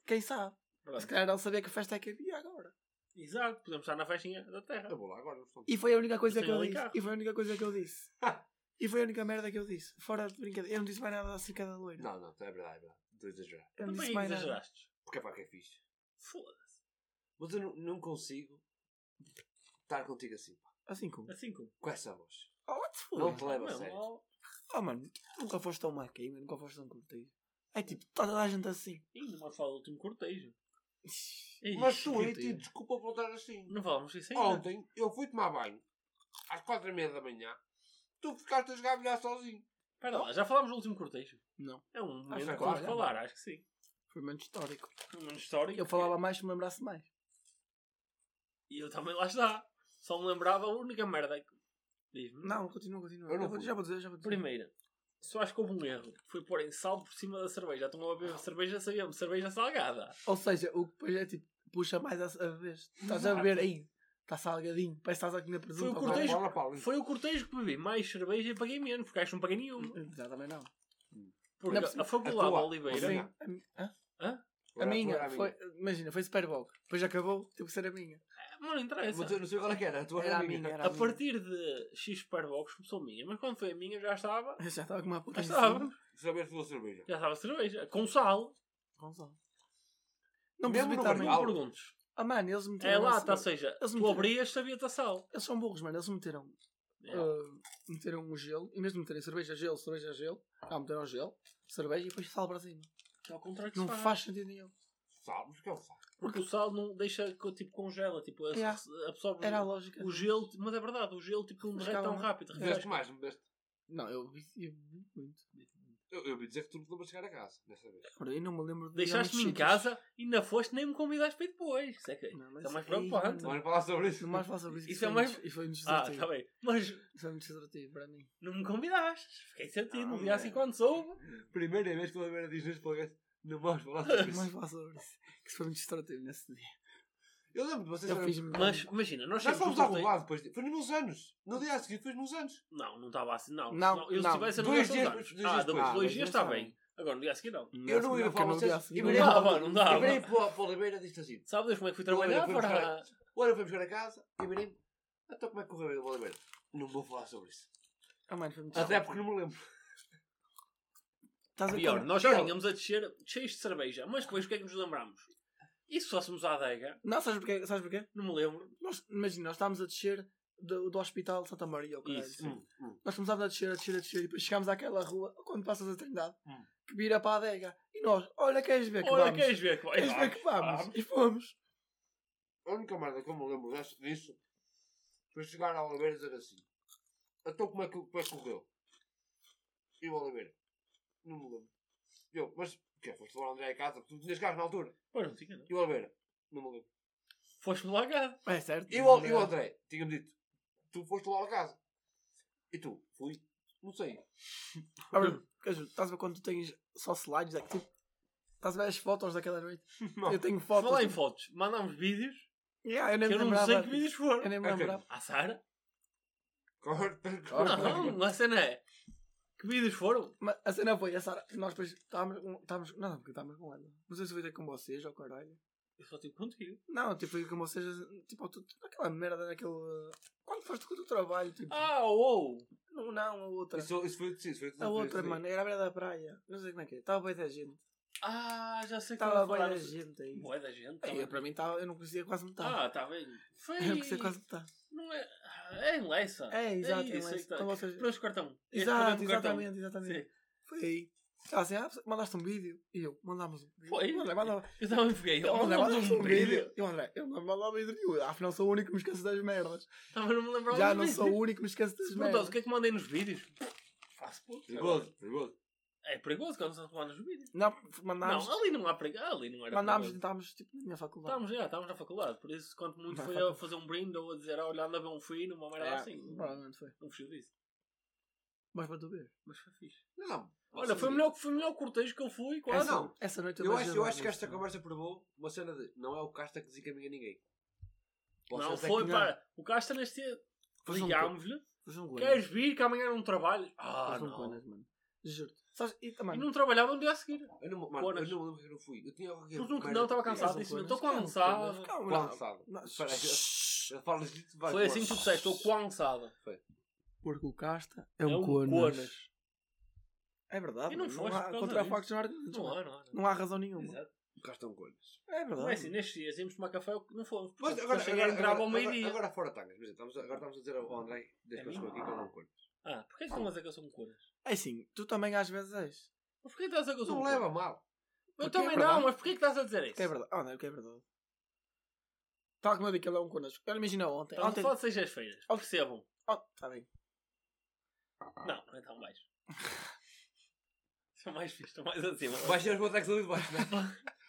Speaker 2: Quem sabe?
Speaker 4: Pronto.
Speaker 2: Se calhar não sabia que festa é que havia agora.
Speaker 4: Exato, podemos estar na festinha da terra.
Speaker 3: Eu vou lá agora. não estou-
Speaker 2: E foi a única coisa
Speaker 4: Mas
Speaker 2: que
Speaker 4: tem
Speaker 2: eu
Speaker 4: ali
Speaker 2: disse.
Speaker 4: carro.
Speaker 2: E foi a única coisa que eu disse.
Speaker 3: Ah.
Speaker 2: E foi a única merda que eu disse. Fora de brincadeira. Eu não disse mais nada acerca da loira.
Speaker 3: Não, não, é verdade, é verdade. Estou a exagerar.
Speaker 2: Eu não
Speaker 4: Também
Speaker 2: disse mais nada.
Speaker 4: exageraste.
Speaker 3: Porque é para que é fixe.
Speaker 4: Foda-se.
Speaker 3: Mas eu não, não consigo estar contigo assim, pá.
Speaker 2: Assim como.
Speaker 4: Assim como.
Speaker 3: Com essa voz.
Speaker 2: Oh, what the fuck?
Speaker 3: Não te leva a
Speaker 4: Não,
Speaker 3: sério.
Speaker 4: ó,
Speaker 2: Oh, mano, tu nunca foste tão maca aí, mano. Nunca foste tão curteiro. É tipo, tá toda a gente assim.
Speaker 4: ainda não fala do último cortejo.
Speaker 3: Mas
Speaker 4: Ixi,
Speaker 3: tu aí,
Speaker 4: cortejo.
Speaker 3: tens desculpa por estar assim.
Speaker 4: Não falamos disso ainda.
Speaker 3: Ontem eu fui tomar banho às quatro e meia da manhã. Tu ficaste a jogar bilhar sozinho.
Speaker 4: Espera lá, já falámos do último cortejo?
Speaker 2: Não.
Speaker 4: É um
Speaker 3: Acho
Speaker 4: momento
Speaker 3: que
Speaker 4: que vamos
Speaker 3: claro.
Speaker 4: falar, acho que sim.
Speaker 2: Foi muito histórico.
Speaker 4: Um momento histórico.
Speaker 2: Eu falava mais se me lembrasse mais.
Speaker 4: E eu também lá está. Só me lembrava a única merda que... Diz-me.
Speaker 2: Não, continua, continua.
Speaker 3: Eu não
Speaker 2: Eu vou-
Speaker 3: fui.
Speaker 2: já vou dizer, já vou dizer.
Speaker 4: Primeira, só acho que houve um erro. Foi porem sal por cima da cerveja. Então a beber cerveja, sabíamos, cerveja salgada.
Speaker 2: Ou seja, o que depois é tipo, puxa mais a, a vez. Estás a ver aí. Está salgadinho. Parece que estás a comer presunto.
Speaker 4: Foi o
Speaker 2: ou
Speaker 4: cortejo.
Speaker 3: Fala, Paulo.
Speaker 4: Foi o cortejo que bebi mais cerveja e paguei menos, porque acho que não paguei nenhuma.
Speaker 2: qualquer- Já também não.
Speaker 4: Porque
Speaker 2: Não é possível.
Speaker 4: a faculdade
Speaker 3: A tua.
Speaker 4: Oliveira.
Speaker 3: Sim.
Speaker 2: A, mi- hã?
Speaker 3: Agora
Speaker 2: a minha,
Speaker 3: tua,
Speaker 2: foi, imagina, foi Super Bowl. Depois acabou, teve que ser a minha.
Speaker 4: Mas não interessa.
Speaker 3: Mas eu não sei qual é que era. A tua
Speaker 2: Era a minha, era
Speaker 4: A
Speaker 2: a minha.
Speaker 4: partir de X Superbox começou a minha, mas quando foi a minha já estava.
Speaker 2: Eu já estava com uma puta
Speaker 4: Já
Speaker 2: em
Speaker 4: estava.
Speaker 2: cima.
Speaker 3: Saber se tua cerveja.
Speaker 4: Já estava cerveja. Com sal.
Speaker 2: Gonçalo. Não
Speaker 3: Mesmo
Speaker 2: percebi
Speaker 3: no
Speaker 2: também.
Speaker 3: Real?
Speaker 4: Não me perguntes.
Speaker 2: Ah, mano, eles meteram.
Speaker 4: É lá,
Speaker 2: esse-
Speaker 4: tá, ou seja,
Speaker 2: Eles
Speaker 4: tu
Speaker 2: meteram-
Speaker 4: abrias, sabia-te a sal.
Speaker 2: Eles são burros, mano. Eles meteram.
Speaker 4: É.
Speaker 2: ah, meteram o gelo. Em vez de meterem cerveja, gelo, cerveja, gelo. Não, meteram gelo, cerveja e depois sal para cima.
Speaker 4: Que é o contrário que
Speaker 2: Não
Speaker 4: se faz.
Speaker 2: faz sentido nenhum.
Speaker 3: Sabes que é o saco.
Speaker 4: Porque o sal não deixa, que, tipo, congela, tipo, a-
Speaker 2: Yeah.
Speaker 4: absorve
Speaker 2: Era a lógica.
Speaker 4: o gelo, tipo, mas é verdade, o gelo tipo, não
Speaker 2: Mas
Speaker 4: derrete tão
Speaker 2: calma.
Speaker 4: rápido.
Speaker 3: Bebeste
Speaker 4: Refresca.
Speaker 3: mais, não bebeste?
Speaker 2: Não, eu vi, eu vi muito.
Speaker 3: Eu, eu ouvi dizer que tu não te lembras de chegar a casa, dessa vez.
Speaker 2: Ora, eu não me lembro de.
Speaker 4: Deixaste-me em
Speaker 2: ir a muitos
Speaker 4: casa e ainda foste nem me convidaste para ir depois. Isso é que
Speaker 2: sítios. Não, mas
Speaker 4: isso é mais
Speaker 2: aí, mano,
Speaker 4: preocupante.
Speaker 3: Não vamos falar sobre isso.
Speaker 2: Não mais falo sobre isso.
Speaker 4: Isso
Speaker 2: Isso,
Speaker 4: é mais-
Speaker 2: E foi muito
Speaker 4: Ah,
Speaker 2: desastrativo.
Speaker 4: está bem. Mas
Speaker 2: Isso foi muito desastrativo para mim.
Speaker 4: não me convidaste. Fiquei sentido, não
Speaker 3: Ah,
Speaker 4: vi assim
Speaker 3: é.
Speaker 4: quando soube.
Speaker 3: Primeira vez que a Oliveira diz neste podcast, não vamos falar sobre
Speaker 2: Não mais
Speaker 3: isso.
Speaker 2: falo sobre isso. Que isso foi muito desastrativo nesse dia.
Speaker 3: Eu lembro de vocês.
Speaker 2: Eu
Speaker 3: eram-
Speaker 2: fiz
Speaker 4: Mas imagina, nós
Speaker 3: Já
Speaker 4: saímos do
Speaker 3: fomos algum
Speaker 4: cortejo-
Speaker 3: lado depois. de- Foi nos meus anos. No dia a seguir, foi nos meus anos.
Speaker 4: Não, não estava assim. Não,
Speaker 2: Não,
Speaker 4: não, eu se
Speaker 2: não.
Speaker 4: tivesse
Speaker 3: Dois dias
Speaker 4: dois dias.
Speaker 3: depois- dois
Speaker 4: Ah,
Speaker 3: dias
Speaker 4: dois,
Speaker 3: depois.
Speaker 2: Ah,
Speaker 4: dois
Speaker 2: dois
Speaker 4: dias
Speaker 2: dias
Speaker 4: está
Speaker 2: tá
Speaker 4: bem.
Speaker 2: bem.
Speaker 4: Agora no dia a seguir não.
Speaker 3: Eu não ia
Speaker 2: porque eu
Speaker 3: falar
Speaker 2: não vi a
Speaker 3: vocês.
Speaker 2: seguir.
Speaker 4: Não dava, não dava.
Speaker 3: Eu virei para o Oliveira e disse assim:
Speaker 4: Sabe Deus como é que fui
Speaker 3: Olha,
Speaker 4: trabalhar
Speaker 3: fomos
Speaker 4: para.
Speaker 3: Olha, vamos chegar a casa e virei Então como é que correu bem o Oliveira? Não vou falar sobre isso.
Speaker 2: Ah, mano, foi muito
Speaker 3: Até
Speaker 2: desastrativo.
Speaker 3: porque não me lembro.
Speaker 2: Estás a
Speaker 4: Pior,
Speaker 2: ver?
Speaker 4: nós já vínhamos a descer cheios de cerveja, mas depois o que é que nos lembramos? E se fôssemos à adega?
Speaker 2: Não, sabes porquê? Sabes porquê?
Speaker 4: Não me lembro.
Speaker 2: Nós, imagina, nós estávamos a descer do, do hospital de Santa Maria, ou caralho.
Speaker 4: Isso.
Speaker 3: Hum, hum.
Speaker 2: Nós começámos a descer, a descer, a descer, e depois chegámos àquela rua, quando passas a Trindade,
Speaker 3: Hum.
Speaker 2: que vira para a adega. E nós, olha, queres ver que
Speaker 4: Olha,
Speaker 2: vamos?
Speaker 4: queres ver que vai? Ah,
Speaker 2: Queres ver que vamos? E fomos.
Speaker 3: A única merda que eu me lembro desse- disso foi chegar ao Oliveira e dizer assim: Então como é que, como é que correu? E o Oliveira? Não me lembro. E Eu, mas o quê? Foste levar o André a casa? Tu tinhas carro na altura.
Speaker 4: Pois não tinha, não.
Speaker 3: E o Oliveira? Não me lembro.
Speaker 4: Foste-me largado.
Speaker 2: É certo.
Speaker 3: E o, e o André? Tinha-me dito: Tu foste lá a casa. E tu? Fui? Não sei.
Speaker 2: Ora, queres ver, Estás a ver quando tu tens só slides, é que tipo. Estás a ver as fotos daquela noite?
Speaker 3: Não.
Speaker 2: Eu tenho
Speaker 4: Fotos.
Speaker 2: fotos.
Speaker 4: Falar em fotos, mandámos vídeos
Speaker 2: Yeah, eu nem
Speaker 4: que
Speaker 2: me
Speaker 4: eu não sei
Speaker 2: lembrava.
Speaker 4: que vídeos
Speaker 2: Eu
Speaker 4: foram.
Speaker 2: nem me
Speaker 3: Ok.
Speaker 2: lembrava.
Speaker 4: À Sara?
Speaker 3: Corta, corta.
Speaker 2: Ah,
Speaker 4: Não, não, a cena é. Que vídeos foram?
Speaker 2: Mas a cena foi essa. Nós depois estávamos. com- estávamos não, porque estávamos com ela. Não sei se foi ter com vocês ou caralho.
Speaker 4: Eu só tive contigo.
Speaker 2: Não, tipo, foi com vocês. Tipo, tu, tu- aquela merda naquele. uh, Quando foste com o teu trabalho, tipo.
Speaker 4: Ah, ou!
Speaker 2: Não, não, a outra.
Speaker 3: Isso, isso foi preciso. Foi
Speaker 4: é
Speaker 2: A
Speaker 3: preciso,
Speaker 2: outra,
Speaker 3: foi preciso.
Speaker 2: mano, era a beira da praia. Não sei como é que é. Estava bem da gente.
Speaker 4: Ah, já sei que
Speaker 2: Estava
Speaker 4: estava a
Speaker 2: bem
Speaker 4: falar.
Speaker 2: da gente aí.
Speaker 4: Boa da gente.
Speaker 2: Aí, para mim, tá. É tava, eu não conhecia quase metade.
Speaker 4: Ah, está bem. Foi.
Speaker 2: eu não conhecia quase metade.
Speaker 4: Não é. É em Leça.
Speaker 2: É, exato.
Speaker 4: isso
Speaker 2: É,
Speaker 4: aí que tá-
Speaker 2: então, vocês...
Speaker 4: Pronto, cartão. Este
Speaker 2: Exato,
Speaker 4: programa de cartão.
Speaker 2: exatamente, exatamente.
Speaker 4: Sim.
Speaker 2: Foi aí. Estava assim, ah, mandaste um vídeo. E eu, mandámos um.
Speaker 4: Foi.
Speaker 2: Mandei, mandava-
Speaker 4: Eu também peguei.
Speaker 2: Eu
Speaker 4: Oh,
Speaker 2: André,
Speaker 4: não,
Speaker 2: mandas
Speaker 4: não,
Speaker 2: um vídeo. Eu André, eu não mando vídeo nenhum. Afinal sou o único que me esquece das merdas.
Speaker 4: Também não me lembrava
Speaker 2: Já
Speaker 4: dos
Speaker 2: não
Speaker 4: vídeos.
Speaker 2: sou o único que me esquece das
Speaker 4: um Se perguntas o
Speaker 2: merdas.
Speaker 4: que é que mandei nos vídeos? Faço puto.
Speaker 3: Perigoso, perigoso.
Speaker 4: É perigoso quando se manda nos vídeos.
Speaker 2: Não,
Speaker 4: Não,
Speaker 2: mandámos,
Speaker 4: ali é não há perigo. Ali não era
Speaker 2: mandámos,
Speaker 4: perigoso.
Speaker 2: estávamos tipo na minha faculdade.
Speaker 4: Estávamos, já, estávamos na faculdade, por isso, quanto muito
Speaker 2: Na
Speaker 4: foi a
Speaker 2: faculdade.
Speaker 4: fazer um brinde ou a dizer, ah, olha, anda bem um fino, uma merda
Speaker 2: É,
Speaker 4: assim. Não
Speaker 2: Provavelmente foi.
Speaker 4: fugiu disso,
Speaker 2: Mas para tu ver.
Speaker 4: mas foi fixe.
Speaker 3: Não.
Speaker 4: Olha, foi o melhor, foi o melhor cortejo que eu
Speaker 3: Ah,
Speaker 4: fui,
Speaker 2: É,
Speaker 4: quase.
Speaker 3: não.
Speaker 2: Essa noite eu
Speaker 3: Eu
Speaker 2: beijei
Speaker 3: acho, eu
Speaker 2: uma
Speaker 3: acho que
Speaker 2: vez,
Speaker 3: esta
Speaker 2: não.
Speaker 3: conversa provou uma cena de não é o Casta que desencaminha ninguém.
Speaker 4: Não,
Speaker 3: Vocês é
Speaker 4: foi
Speaker 3: que-
Speaker 4: para. O Casta neste dia.
Speaker 2: Foi um
Speaker 4: Ligámos-lhe.
Speaker 2: Foi um
Speaker 4: Queres
Speaker 2: conas.
Speaker 4: vir que amanhã não trabalhas? Ah,
Speaker 2: Foi um
Speaker 4: não.
Speaker 2: conas, mano. Juro. Sabes, e
Speaker 4: E
Speaker 2: também.
Speaker 4: não trabalhava no dia a seguir.
Speaker 3: Eu não, mano,
Speaker 4: Conas.
Speaker 3: eu não me lembro que eu não fui. Eu tinha qualquer
Speaker 4: Porque não-
Speaker 3: merda
Speaker 4: não, estava
Speaker 3: que eu um
Speaker 4: cansado.
Speaker 3: fiz.
Speaker 4: disse, eu tô
Speaker 2: Calma,
Speaker 4: cansado.
Speaker 2: é um conas, calma, não.
Speaker 3: Cansado.
Speaker 2: Não,
Speaker 3: Espera aí. Eu falo disso, vai,
Speaker 4: Foi
Speaker 3: bora.
Speaker 4: assim que tu disseste, estou coansada.
Speaker 2: Porque o Casta é um conas. É verdade.
Speaker 4: E não
Speaker 2: mano.
Speaker 4: foste
Speaker 2: há
Speaker 4: por causa
Speaker 2: contra
Speaker 4: disso.
Speaker 2: factos não há argumentos,
Speaker 4: Não é.
Speaker 2: mano.
Speaker 4: há, não há.
Speaker 2: Não é. há razão nenhuma.
Speaker 4: Exato.
Speaker 3: Cá estão um coisas.
Speaker 2: É verdade.
Speaker 4: Não é assim, nestes dias íamos tomar café, não fomos.
Speaker 3: Mas
Speaker 4: Porque
Speaker 3: agora,
Speaker 4: só cheguei a
Speaker 3: agora,
Speaker 4: entrar
Speaker 3: agora,
Speaker 4: ao
Speaker 3: agora,
Speaker 4: meio-dia.
Speaker 3: agora fora tangas. Por exemplo, estamos a- agora estamos a dizer ao André, desde que eu estou aqui, que eu não colho.
Speaker 4: Ah, porquê que tu não a que eu sou um curas?
Speaker 2: É assim, tu também às vezes és.
Speaker 4: Mas porquê que estás a dizer que eu sou
Speaker 3: Não
Speaker 4: um
Speaker 3: leva
Speaker 4: curas?
Speaker 3: a mal.
Speaker 4: Eu
Speaker 2: Porque é
Speaker 4: também não,
Speaker 2: verdade.
Speaker 4: mas porquê que estás a dizer isso?
Speaker 2: Que é verdade. Ah, não, que é verdade. Tal como eu digo, ele é um connosco. Eu imagino ontem.
Speaker 4: Estamos
Speaker 2: ontem...
Speaker 4: a falar Então, de sextas-feiras.
Speaker 2: Ontem-
Speaker 4: Percebam.
Speaker 2: Oh, tá bem.
Speaker 4: Não, então baixo. Estou mais fixe, estou mais acima.
Speaker 3: Baixei os botecos ali de baixo, não é?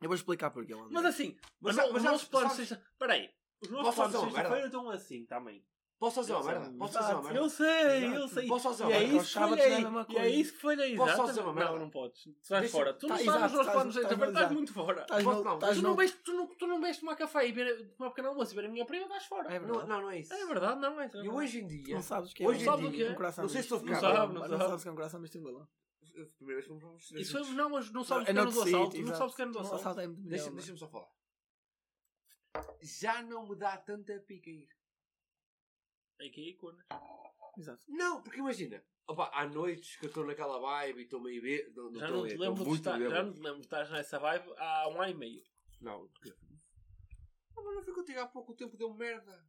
Speaker 2: Eu vou explicar porquê, André.
Speaker 4: Mas assim,
Speaker 3: Mas
Speaker 4: mas,
Speaker 3: sabe-
Speaker 4: os
Speaker 3: mas
Speaker 4: nossos
Speaker 3: sabes-
Speaker 4: planos
Speaker 3: sabes-
Speaker 4: sexta. Peraí. Os nossos
Speaker 3: Posso
Speaker 4: planos
Speaker 3: fazer uma
Speaker 4: sexta-feira estão assim também.
Speaker 3: Posso fazer uma
Speaker 4: Exato,
Speaker 3: merda? Posso fazer uma merda?
Speaker 4: Eu sei,
Speaker 3: Exato.
Speaker 4: eu sei.
Speaker 3: Posso fazer
Speaker 4: E
Speaker 3: uma
Speaker 4: é
Speaker 2: merda?
Speaker 4: isso que
Speaker 2: Aos sábados
Speaker 4: falhei.
Speaker 2: é a mesma
Speaker 4: E é
Speaker 2: coisa.
Speaker 4: isso que falhei.
Speaker 3: Posso
Speaker 4: exatamente.
Speaker 3: fazer uma merda?
Speaker 4: Não, não podes. Tu estás
Speaker 3: Deixa-
Speaker 4: fora. Tu não
Speaker 2: tá,
Speaker 4: estás nos
Speaker 2: exato,
Speaker 4: nossos
Speaker 2: estás-
Speaker 4: planos sexta-feira,
Speaker 2: estás-
Speaker 4: estás
Speaker 2: exato.
Speaker 4: muito fora.
Speaker 2: Estás
Speaker 3: Posso
Speaker 2: no-
Speaker 3: não?
Speaker 2: estás
Speaker 4: Tu não
Speaker 2: no-
Speaker 4: vais tu não, tu não vais tomar café e ver, tomar pequeno almoço e ver a minha prima, estás fora.
Speaker 2: É
Speaker 4: É
Speaker 2: verdade.
Speaker 3: Não, não, não é isso.
Speaker 4: verdade, não é?
Speaker 3: Eu hoje em dia.
Speaker 2: Não sabes o que é.
Speaker 3: Hoje
Speaker 2: um-
Speaker 3: em
Speaker 4: Sabes o
Speaker 2: um
Speaker 4: que é?
Speaker 2: coração
Speaker 3: Não sei se
Speaker 2: misto.
Speaker 3: estou a
Speaker 2: Não
Speaker 3: ficar
Speaker 2: sabes,
Speaker 4: bem.
Speaker 2: mas
Speaker 4: Não
Speaker 2: não
Speaker 4: sabe.
Speaker 2: sabes que é um coração misto em balão.
Speaker 3: Eu- Primeira vez fomos para os
Speaker 4: Isso foi, não, mas não sabes
Speaker 2: É
Speaker 4: o que é
Speaker 2: noutro
Speaker 4: no assalto.
Speaker 2: sítio,
Speaker 4: Não
Speaker 2: exato.
Speaker 4: sabes o que é no
Speaker 2: No
Speaker 4: assalto.
Speaker 2: assalto é muito melhor.
Speaker 3: Deixa-
Speaker 2: mano.
Speaker 3: Deixa-me só falar. Já não me dá tanta pica ir.
Speaker 4: Aqui é ícone.
Speaker 2: Exato.
Speaker 3: Não, porque imagina. Opa, há noites que eu estou naquela vibe e estou meio bê. Não, não
Speaker 4: Já
Speaker 3: estou
Speaker 4: não
Speaker 3: bê,
Speaker 4: te
Speaker 3: estou
Speaker 4: lembro de
Speaker 3: muito
Speaker 4: estar,
Speaker 3: bêbado.
Speaker 4: já não te lembro de estar nessa vibe há um ano e meio.
Speaker 3: Não, porque. Ah, mas não foi contigo há pouco tempo, deu merda.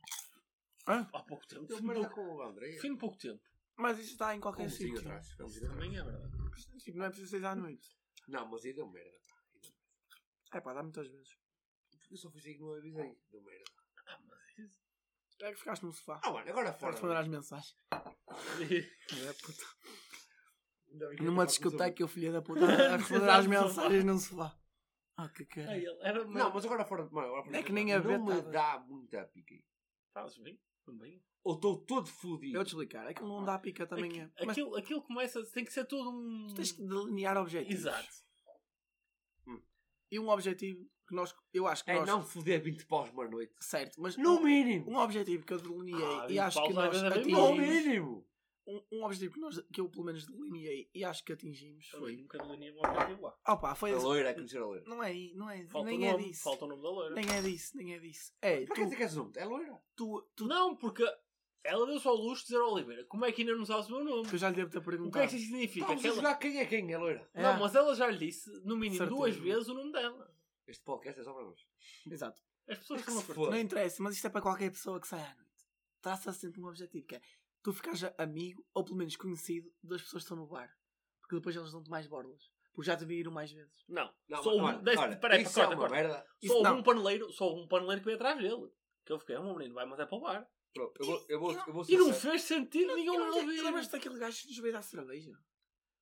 Speaker 4: Há pouco tempo.
Speaker 3: Deu
Speaker 4: Fim de
Speaker 3: merda
Speaker 4: pouco,
Speaker 3: com o André.
Speaker 4: fim de pouco tempo.
Speaker 2: Mas isso está em
Speaker 3: Com um
Speaker 2: qualquer
Speaker 3: vizinho
Speaker 2: sítio.
Speaker 3: atrás. com um
Speaker 4: Isso
Speaker 3: vizinho atrás.
Speaker 4: também é verdade.
Speaker 2: Tipo, não é preciso ser à noite.
Speaker 3: Não, mas aí deu merda. pá.
Speaker 2: É pá, dá muitas vezes.
Speaker 3: Porque eu só fui assim que não avisei. Deu merda.
Speaker 2: É que ficaste no sofá.
Speaker 3: Ah, mano, agora
Speaker 2: Para
Speaker 3: fora.
Speaker 2: responder às mensagens. Filha da puta.
Speaker 3: Ainda bem que
Speaker 2: Numa
Speaker 3: eu tava com os
Speaker 2: discoteca, o filho da puta a responder às
Speaker 4: Exato, no sofá.
Speaker 2: mensagens no sofá. Ah, que
Speaker 4: Ai,
Speaker 2: caralho.
Speaker 4: ele era
Speaker 3: amigos. Não, mas agora fora de mãe. agora fora
Speaker 2: É
Speaker 3: de
Speaker 2: que
Speaker 3: mãe.
Speaker 2: nem a ver
Speaker 3: Não me
Speaker 2: tava.
Speaker 3: dá muita pica aí.
Speaker 4: Estás bem? Tudo bem?
Speaker 3: Ou estou todo
Speaker 2: Eu
Speaker 3: fodido.
Speaker 2: te explicar, é que não dá pica também é.
Speaker 4: Aqui-
Speaker 2: Mas
Speaker 4: aquilo, aquilo começa, tem que ser todo um.
Speaker 2: tu tens que delinear objetivos.
Speaker 4: Exato.
Speaker 2: E um objetivo que nós. Eu acho que
Speaker 3: É
Speaker 2: nós.
Speaker 3: não foder 20 paus uma noite.
Speaker 2: Certo, mas.
Speaker 3: No
Speaker 2: um,
Speaker 3: mínimo.
Speaker 2: um objetivo que eu delineei
Speaker 4: Ah,
Speaker 2: e acho que
Speaker 4: vinte paus
Speaker 2: nós
Speaker 4: vai dar bem
Speaker 3: No
Speaker 4: Sim.
Speaker 2: atingimos.
Speaker 3: mínimo.
Speaker 2: Um, um objetivo que, nós, que eu pelo menos delineei e acho que atingimos
Speaker 4: Foi.
Speaker 2: foi.
Speaker 4: Nunca delineei um objetivo lá.
Speaker 2: Opa,
Speaker 3: A
Speaker 2: foi.
Speaker 3: É
Speaker 2: assim.
Speaker 3: loira, a conhecer a loira.
Speaker 2: Não é, não é,
Speaker 4: Falta
Speaker 2: nem
Speaker 4: o
Speaker 2: é
Speaker 4: nome.
Speaker 2: disso.
Speaker 4: Falta o nome da loira.
Speaker 2: Nem é disso, nem é disso. É,
Speaker 3: Para que é
Speaker 2: tu,
Speaker 3: que queres o nome? É loira.
Speaker 2: tu, tu,
Speaker 4: Não, porque ela deu só ao luxo de dizer ao Oliveira como é que ainda não sabes o meu nome.
Speaker 2: que eu já lhe devo ter
Speaker 4: O que é
Speaker 2: perguntado.
Speaker 4: que isso significa?
Speaker 3: Vamos
Speaker 4: Que
Speaker 3: a
Speaker 4: ela-
Speaker 3: jogar quem é quem, é loira.
Speaker 2: É,
Speaker 4: Não, mas ela já lhe disse, no mínimo
Speaker 2: Certeza.
Speaker 4: duas vezes, o nome dela.
Speaker 3: Este podcast é só para nós.
Speaker 2: Exato.
Speaker 4: As
Speaker 2: É
Speaker 4: pessoas
Speaker 3: Que
Speaker 4: estão a
Speaker 3: se
Speaker 4: curtir.
Speaker 3: foda.
Speaker 2: Não interessa, mas isto é para qualquer pessoa que sai à noite. Traça sempre um objetivo, que é tu ficares amigo, ou pelo menos conhecido, das pessoas que estão no bar. Porque depois eles dão-te mais borlas. Porque já te viram mais vezes.
Speaker 4: Não,
Speaker 3: Não,
Speaker 4: só
Speaker 3: mas,
Speaker 4: um.
Speaker 3: olha,
Speaker 4: desse-
Speaker 3: olha,
Speaker 4: Peraí,
Speaker 3: isso é
Speaker 4: corta,
Speaker 3: uma
Speaker 4: corta.
Speaker 3: merda.
Speaker 2: Isso
Speaker 4: Só houve
Speaker 2: não.
Speaker 4: um paneleiro, só houve um paneleiro que veio atrás dele. Que eu fiquei, ah, meu menino, vai-me até para o bar.
Speaker 3: Pronto, eu vou, eu vou, eu vou ser
Speaker 4: E não
Speaker 2: é-
Speaker 3: sincero.
Speaker 4: fez sentido
Speaker 2: Eu
Speaker 4: nenhum
Speaker 2: não
Speaker 4: ele
Speaker 2: sei, Lembras-te
Speaker 4: vir.
Speaker 2: daquele gajo que nos veio dar cerveja?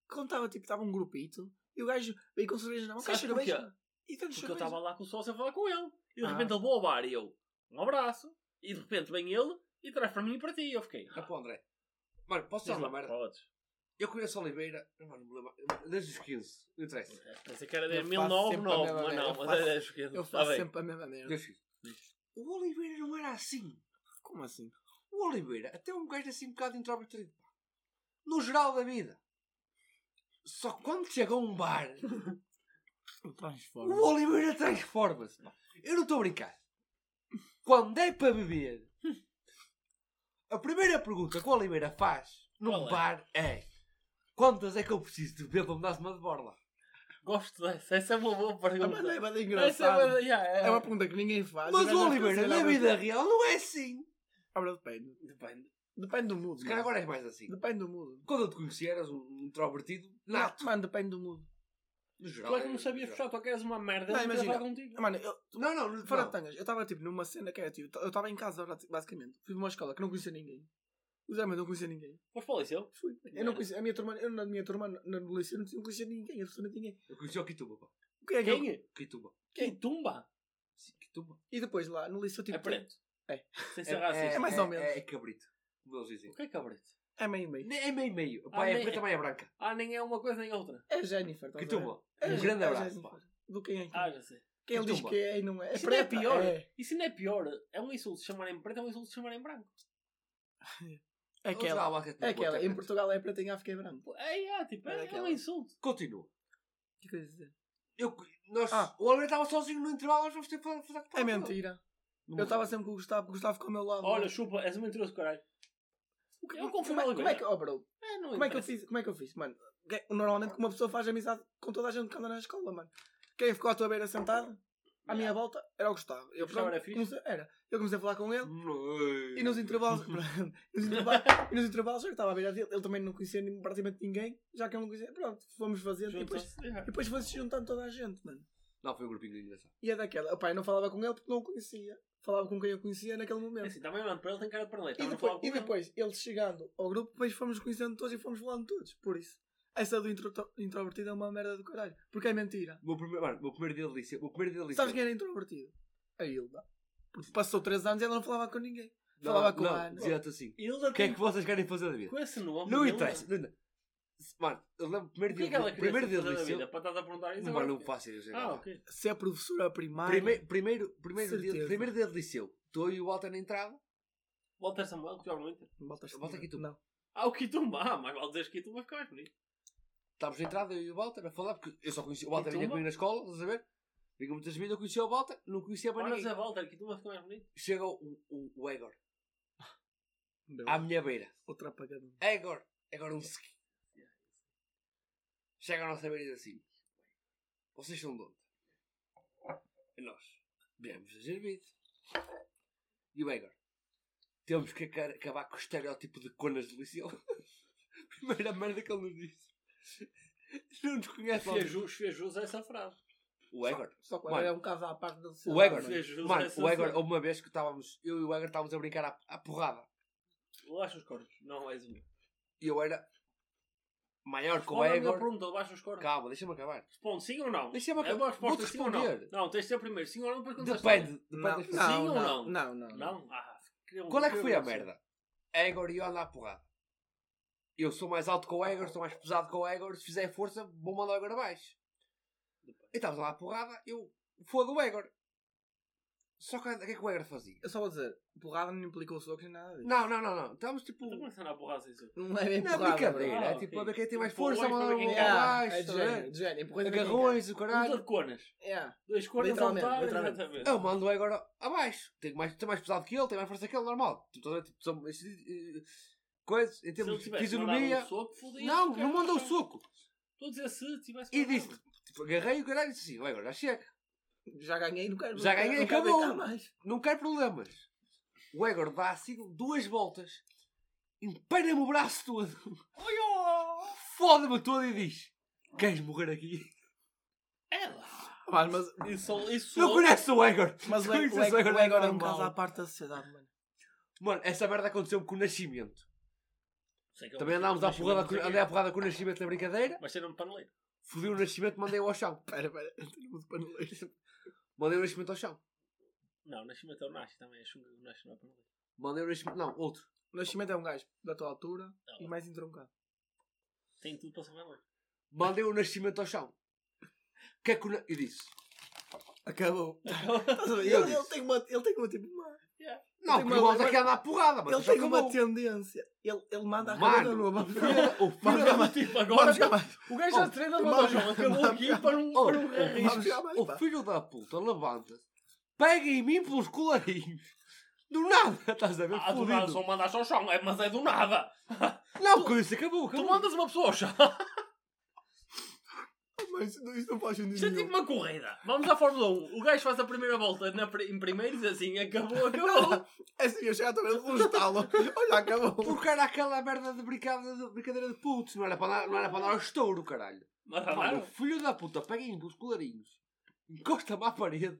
Speaker 2: Quando estava tipo, estava um grupito, e o gajo veio com cerveja na mão, quer
Speaker 4: Sabes porquê?
Speaker 2: cerveja? E deu-nos
Speaker 4: Porque eu
Speaker 2: cerveja.
Speaker 4: estava lá com o sócio a falar com ele. E de
Speaker 2: Ah.
Speaker 4: repente ele vou ao bar e eu, um abraço. E de repente vem ele e traz para mim e para ti. E eu fiquei,
Speaker 3: Ah, pô, André. Mano, posso dizer
Speaker 4: diz
Speaker 3: uma
Speaker 4: lá,
Speaker 3: merda?
Speaker 4: podes.
Speaker 3: Eu conheço a Oliveira. Não, mano, me lembro- Desde os 15. Não interessa.
Speaker 4: Pensei que era de
Speaker 2: Eu faço
Speaker 4: 1909,
Speaker 2: sempre a mesma
Speaker 4: mas não,
Speaker 2: merda. Eu
Speaker 4: mas era
Speaker 2: faço-
Speaker 4: 10
Speaker 2: Eu
Speaker 4: segundos. Está
Speaker 2: faço
Speaker 4: bem.
Speaker 2: sempre a mesma merda.
Speaker 3: Desde os 15. O Oliveira não era assim.
Speaker 2: Como assim?
Speaker 3: O Oliveira até é um gajo assim um bocado introvertido. pá. No geral da vida. Só que quando chega a um bar,
Speaker 2: Eu transformo.
Speaker 3: o Oliveira transforma-se. pá. Eu não estou a brincar. Quando é para beber, a primeira pergunta que o Oliveira faz num
Speaker 4: Qual é?
Speaker 3: bar é Quantas é que eu preciso de beber para me dar uma de borla?
Speaker 4: Gosto dessa, essa é uma boa pergunta.
Speaker 2: Ah, mas não é bada
Speaker 4: essa é
Speaker 2: engraçada.
Speaker 4: uma, yeah, é,
Speaker 2: É uma pergunta que ninguém faz.
Speaker 3: Mas
Speaker 2: gajo
Speaker 3: o
Speaker 2: vai
Speaker 3: Oliveira
Speaker 2: fazer
Speaker 3: na
Speaker 2: obra-
Speaker 3: vida real não é assim.
Speaker 2: Obra depende.
Speaker 4: Depende.
Speaker 2: Depende do mundo.
Speaker 3: Se calhar
Speaker 2: mano.
Speaker 3: agora és mais assim.
Speaker 2: Depende do mundo.
Speaker 3: Quando eu te conheci eras um introvertido nato.
Speaker 2: Mano, depende do mundo.
Speaker 3: No geral.
Speaker 4: Tu é que não
Speaker 3: eras-
Speaker 4: sabias
Speaker 3: no
Speaker 4: fechar, tu é que eras uma merda.
Speaker 2: Não,
Speaker 4: Não,
Speaker 2: imagina.
Speaker 4: imagina. Contigo.
Speaker 2: Mano, eu,
Speaker 3: geral. Não, não, não.
Speaker 2: fora de
Speaker 3: não.
Speaker 2: tangas, eu estava tipo numa cena que era tipo, eu estava em casa basicamente. Fui para uma escola que não conhecia ninguém. O Zé, mas não conhecia ninguém.
Speaker 4: Mas falei isso, eu?
Speaker 2: Fui. Eu não conhecia, a minha turma, eu na minha turma, na na adolescência, eu não conhecia ninguém, absolutamente ninguém.
Speaker 3: Eu conheci o Kituba, pá.
Speaker 2: O que é que eu-
Speaker 4: Quem?
Speaker 3: Kituba.
Speaker 4: Quem? Tumba?
Speaker 3: Sim, Kituba.
Speaker 2: E depois lá, no liceu, tipo.
Speaker 4: é preto.
Speaker 2: É.
Speaker 4: Sem ser racista.
Speaker 2: é mais ou menos.
Speaker 3: É, é cabrito, como eles dizem.
Speaker 4: O que é cabrito?
Speaker 2: É meio meio.
Speaker 3: É meio meio.
Speaker 4: Ah,
Speaker 3: Pá, é
Speaker 4: meio-
Speaker 3: preta, mãe é branca.
Speaker 4: Ah, nem é uma coisa nem outra.
Speaker 2: É Jennifer, estás a ver?
Speaker 3: Kituba.
Speaker 2: É
Speaker 3: Um
Speaker 2: Je-
Speaker 3: grande
Speaker 2: é
Speaker 3: abraço,
Speaker 2: Jennifer.
Speaker 3: pá.
Speaker 2: Do quem é que?
Speaker 4: Ah, já sei.
Speaker 2: quem ele diz
Speaker 3: Kituba.
Speaker 2: que é e não é? É
Speaker 4: Isso não é
Speaker 2: preta,
Speaker 4: pior.
Speaker 2: É,
Speaker 4: Isso não é pior. É um insulto chamarem preto, é um insulto chamarem branco.
Speaker 2: é
Speaker 3: Vamos jogar
Speaker 2: aquela.
Speaker 3: ao basquete no
Speaker 2: É
Speaker 3: Porto,
Speaker 2: aquela.
Speaker 3: é
Speaker 2: Em
Speaker 3: preto.
Speaker 2: Portugal é preta, em África é branco.
Speaker 4: É, é, tipo,
Speaker 2: É
Speaker 4: é, é
Speaker 2: daquela.
Speaker 4: um insulto.
Speaker 3: Continua.
Speaker 2: O que é que eu ia dizer?
Speaker 3: Eu, nós,
Speaker 2: Ah.
Speaker 3: O Oliveira estava sozinho no intervalo, nós vamos ter que fazer fazer-
Speaker 2: É mentira.
Speaker 3: Não
Speaker 2: Eu
Speaker 3: vou-
Speaker 2: estava sempre com o Gustavo, o Gustavo ficou ao meu lado.
Speaker 4: Olha, chupa, és um mentiroso, caralho.
Speaker 2: O que-
Speaker 4: eu confio
Speaker 2: como é-
Speaker 4: na
Speaker 2: Como é
Speaker 4: Oliveira.
Speaker 2: que, oh bro,
Speaker 4: É, não
Speaker 2: como é que eu
Speaker 4: interessa.
Speaker 2: fiz? Como é que eu fiz? Mano, Quem- Normalmente que uma pessoa faz amizade com toda a gente que anda na escola, mano. Quem ficou à tua beira sentado, à minha volta, era o Gustavo. Eu,
Speaker 4: Gustavo
Speaker 2: pronto,
Speaker 4: era fixe?
Speaker 2: comecei- era. Eu comecei a falar com ele
Speaker 3: Não. é
Speaker 2: e nos intervalos. nos intervalos e nos intervalos eu estava à beira dele. Ele também não conhecia nem- praticamente ninguém, já que eu não conhecia. Pronto, fomos fazendo. E depois,
Speaker 4: Juntam-se. Yeah.
Speaker 2: e depois foi-se juntando toda a gente, mano.
Speaker 3: Não, foi um grupinho engraçado.
Speaker 2: E é daquela. Opá, eu não falava com ele porque não o conhecia. Falava com quem eu conhecia naquele
Speaker 4: É
Speaker 2: momento.
Speaker 4: assim, também, mano, para ele tem cara de parleiro.
Speaker 2: E
Speaker 4: Estava a
Speaker 2: depois,
Speaker 4: falar com
Speaker 2: e
Speaker 4: ele.
Speaker 2: depois, ele chegando ao grupo, depois fomos conhecendo todos e fomos falando todos. Por isso, essa do intro introvertido é uma merda do caralho. Porque é mentira.
Speaker 3: O meu primeiro, mano, o meu primeiro dia de liceu. O meu primeiro dia de liceu.
Speaker 2: Sabes quem é era introvertido? A Hilda. Porque passou 3 anos e ela não falava com ninguém.
Speaker 3: Não,
Speaker 2: Falava com
Speaker 3: não,
Speaker 2: a Ana.
Speaker 3: Dizia-te assim.
Speaker 4: Hilda
Speaker 3: O que é
Speaker 4: tem-
Speaker 3: que vocês querem fazer da vida?
Speaker 4: Com esse
Speaker 2: é
Speaker 4: nome.
Speaker 3: Não
Speaker 4: Hilda.
Speaker 2: tá,
Speaker 3: interessa. não, não. Mano, eu lembro o
Speaker 4: O
Speaker 3: primeiro
Speaker 4: que é que
Speaker 3: dia,
Speaker 4: ela
Speaker 3: o
Speaker 4: queria
Speaker 3: primeiro dia
Speaker 4: fazer
Speaker 3: de
Speaker 4: da
Speaker 3: liceu.
Speaker 4: vida? Para estar a perguntar
Speaker 2: Um
Speaker 4: isso
Speaker 3: Mano,
Speaker 4: agora.
Speaker 3: não faço ideia.
Speaker 4: Ah,
Speaker 3: agora.
Speaker 4: ok.
Speaker 2: Se é professora primária.
Speaker 3: Primeiro, primeiro, primeiro, dia,
Speaker 2: Certeza.
Speaker 3: primeiro dia de liceu. Tu e o Walter na entrada.
Speaker 4: Walter Samuel, que joga no Inter.
Speaker 2: Volta,
Speaker 3: Volta aqui tu.
Speaker 2: Não.
Speaker 4: Ah, o Kitumba. Ah, mais vale dizeres Kitumba que mais bonito.
Speaker 3: Estávamos na entrada eu e o Walter a falar, porque eu só conhecia. O Walter
Speaker 4: Então,
Speaker 3: vinha
Speaker 4: vá.
Speaker 3: comigo na escola, estás a ver? Vinha muitas vezes, eu conhecia o Walter, não conhecia mais
Speaker 4: Olha,
Speaker 3: ninguém.
Speaker 4: Zé Walter, Kitumba fica mais bonito.
Speaker 3: Chega o, o, o Egor,
Speaker 2: Deu.
Speaker 3: à minha beira.
Speaker 2: Ah, Outra apagada.
Speaker 3: Egor, Egor um ski. Chega à nossa beira e diz assim: Vocês são de onde? E nós viemos a Gervide. E o Egor, temos que aca- acabar com o estereótipo de conas de liceu. Primeira merda que ele nos disse. Não nos conhece
Speaker 4: Fez
Speaker 3: logo.
Speaker 4: jus, fez jus a essa frase.
Speaker 3: O Egor.
Speaker 2: Só que
Speaker 3: Mano,
Speaker 2: é um bocado à parte da
Speaker 3: O Egor,
Speaker 4: Fez jus a
Speaker 3: mano,
Speaker 4: essa
Speaker 3: o Egor,
Speaker 4: frase.
Speaker 3: houve uma vez que estávamos, eu e o Egor estávamos a brincar à, à porrada.
Speaker 4: Baixa os cornos. Não, és um. o meu.
Speaker 3: E eu era maior que o
Speaker 4: Qual é a minha
Speaker 3: Egor.
Speaker 4: pergunta? Baixa os cornos.
Speaker 3: Calma, deixa-me acabar.
Speaker 4: Responde sim ou não?
Speaker 3: Deixa-me
Speaker 4: É
Speaker 3: acabar.
Speaker 4: uma resposta
Speaker 3: Vou-te
Speaker 4: sim ou não?
Speaker 3: responder.
Speaker 4: Não, tens de ser primeiro sim ou não, depois contas
Speaker 3: Depende, depende
Speaker 2: Não,
Speaker 3: das pessoas.
Speaker 4: Sim
Speaker 2: não,
Speaker 4: ou
Speaker 2: não,
Speaker 4: não?
Speaker 2: não, não, não.
Speaker 4: Não? Ah, queria um-
Speaker 3: Qual é que
Speaker 4: queria
Speaker 3: foi a
Speaker 4: um-
Speaker 3: merda? Egor e eu andar à porrada. Eu sou mais alto que o Egor, sou mais pesado que o Egor. Se fizer força, vou mandar o Egor abaixo. E estávamos lá à porrada, eu foda o Egor. Só que o que é que o Egor fazia?
Speaker 2: Eu só vou dizer, porrada não implicou socos nem nada disso.
Speaker 3: Não, não, não, não. Estávamos tipo.
Speaker 4: Estou começando Então a porrada sem isso.
Speaker 2: Não é bem
Speaker 3: Na
Speaker 2: porrada.
Speaker 3: brincadeira,
Speaker 4: Ah,
Speaker 3: é
Speaker 4: ok.
Speaker 3: tipo a ver quem tem mais
Speaker 4: Tipo, o
Speaker 3: força,
Speaker 4: Egor
Speaker 3: manda o
Speaker 4: quem
Speaker 3: Egor
Speaker 4: ganha.
Speaker 2: Yeah,
Speaker 3: abaixo. tá né?
Speaker 2: é de
Speaker 3: estás a ver?
Speaker 2: género, de género. Empurra
Speaker 3: Agarrões, o
Speaker 4: Pergunta
Speaker 3: caralho. É
Speaker 4: de cornas.
Speaker 2: Yeah.
Speaker 4: Dois cornas a
Speaker 2: Literalmente,
Speaker 4: lutar,
Speaker 2: literalmente.
Speaker 4: exatamente.
Speaker 3: Eu mando o Egor abaixo. Tenho mais, tenho mais pesado que ele, tenho mais força que ele, normal. Tipo, estás a ver? Tipo, são esses, eh, coisas em
Speaker 4: Se ele
Speaker 3: termos de
Speaker 4: tivesse
Speaker 3: fisionomia.
Speaker 4: mandado um soco, fodia-se,
Speaker 3: Não,
Speaker 4: cara,
Speaker 3: não mandou o
Speaker 4: cara.
Speaker 3: soco.
Speaker 4: Estou a dizer se tivesse.
Speaker 3: E
Speaker 4: mandado. um-
Speaker 3: disse, tipo, agarrei o caralho e disse assim, "Vai, agora já chega.
Speaker 2: Já ganhei, não quero.
Speaker 3: Já
Speaker 2: não quero-
Speaker 3: ganhei,
Speaker 2: não quero
Speaker 3: acabou.
Speaker 2: deitar mais.
Speaker 3: Não quero problemas. O Egor dá assim duas voltas, empana-me o braço todo,
Speaker 4: Oi, ó!
Speaker 3: foda-me todo e diz, queres morrer aqui?
Speaker 4: É lá!
Speaker 2: Mano, mas,
Speaker 4: Isso, isso
Speaker 3: Não conheces o Egor!
Speaker 2: mas o
Speaker 3: Não
Speaker 2: ego, o
Speaker 3: conheces
Speaker 2: ego, o
Speaker 3: não é
Speaker 2: ego era um
Speaker 3: normal.
Speaker 2: caso à parte da sociedade, mano.
Speaker 3: Mano, essa merda aconteceu com o Nascimento.
Speaker 4: Sei que é um-
Speaker 3: Também andámos à
Speaker 4: mas-
Speaker 3: porrada,
Speaker 4: mas-
Speaker 3: com, andei à porrada com o Nascimento na brincadeira,
Speaker 4: Mas era um paneleiro.
Speaker 3: fodi o Nascimento, mandei-o ao chão.
Speaker 2: Pera, pera, tenho de paneleiro.
Speaker 3: Mandei o Nascimento ao chão.
Speaker 4: Não, o Nascimento é o Nash também. Acho que o Nash não é paneleiro.
Speaker 3: Mandei o Nascimento, não, outro.
Speaker 2: O Nascimento é um gajo da tua altura
Speaker 4: Não.
Speaker 2: e mais entroncado.
Speaker 4: Tem tudo para ser paneleiro.
Speaker 3: Mandei o Nascimento ao chão. O que é que o... Na- Eu disse,
Speaker 2: Acabou. Estás a ver?
Speaker 3: Eu
Speaker 2: Ele, ele
Speaker 3: disse.
Speaker 2: tem uma, ele tem uma tipo uma.
Speaker 3: não,
Speaker 2: tenho
Speaker 3: porque o
Speaker 2: uma-
Speaker 3: Walter quer andar à porrada, mas
Speaker 2: Ele
Speaker 3: já
Speaker 2: tem uma
Speaker 3: acabou.
Speaker 2: tendência. Ele, ele manda a
Speaker 3: Mano.
Speaker 2: cara nua. Vamos
Speaker 3: Filha da- O filho da-
Speaker 4: Mas, tipo, agora.
Speaker 2: ficar mais.
Speaker 4: O gajo já treina, mas o João acabou aqui para um
Speaker 3: Oh,
Speaker 4: para um
Speaker 2: vamos
Speaker 4: risco.
Speaker 2: ficar mais.
Speaker 3: O
Speaker 2: pá.
Speaker 3: filho da puta levanta-se, pega em mim pelos colarinhos. Do nada, estás a ver?
Speaker 4: Ah, do
Speaker 3: Fudido.
Speaker 4: nada, só mandaste ao chão, é, mas é do nada.
Speaker 3: Não, com isso acabou.
Speaker 4: Tu
Speaker 3: acabou.
Speaker 4: mandas uma pessoa ao chão.
Speaker 2: Mas isso isso não faz
Speaker 4: Isto é
Speaker 2: sentido
Speaker 4: tipo
Speaker 2: nenhum.
Speaker 4: uma corrida. Vamos à Fórmula 1. O gajo faz a primeira volta na pri- em primeiro e diz assim: acabou, acabou.
Speaker 2: É assim, eu chego também com um estalo. Olha, acabou.
Speaker 3: Porque era aquela merda de brincadeira de, brincadeira de putos, não era para andar, não era para andar ao estouro, caralho.
Speaker 4: Mas
Speaker 3: Mano, o
Speaker 4: andaram.
Speaker 3: filho da puta pega em mim pelos colarinhos, encosta-me à parede.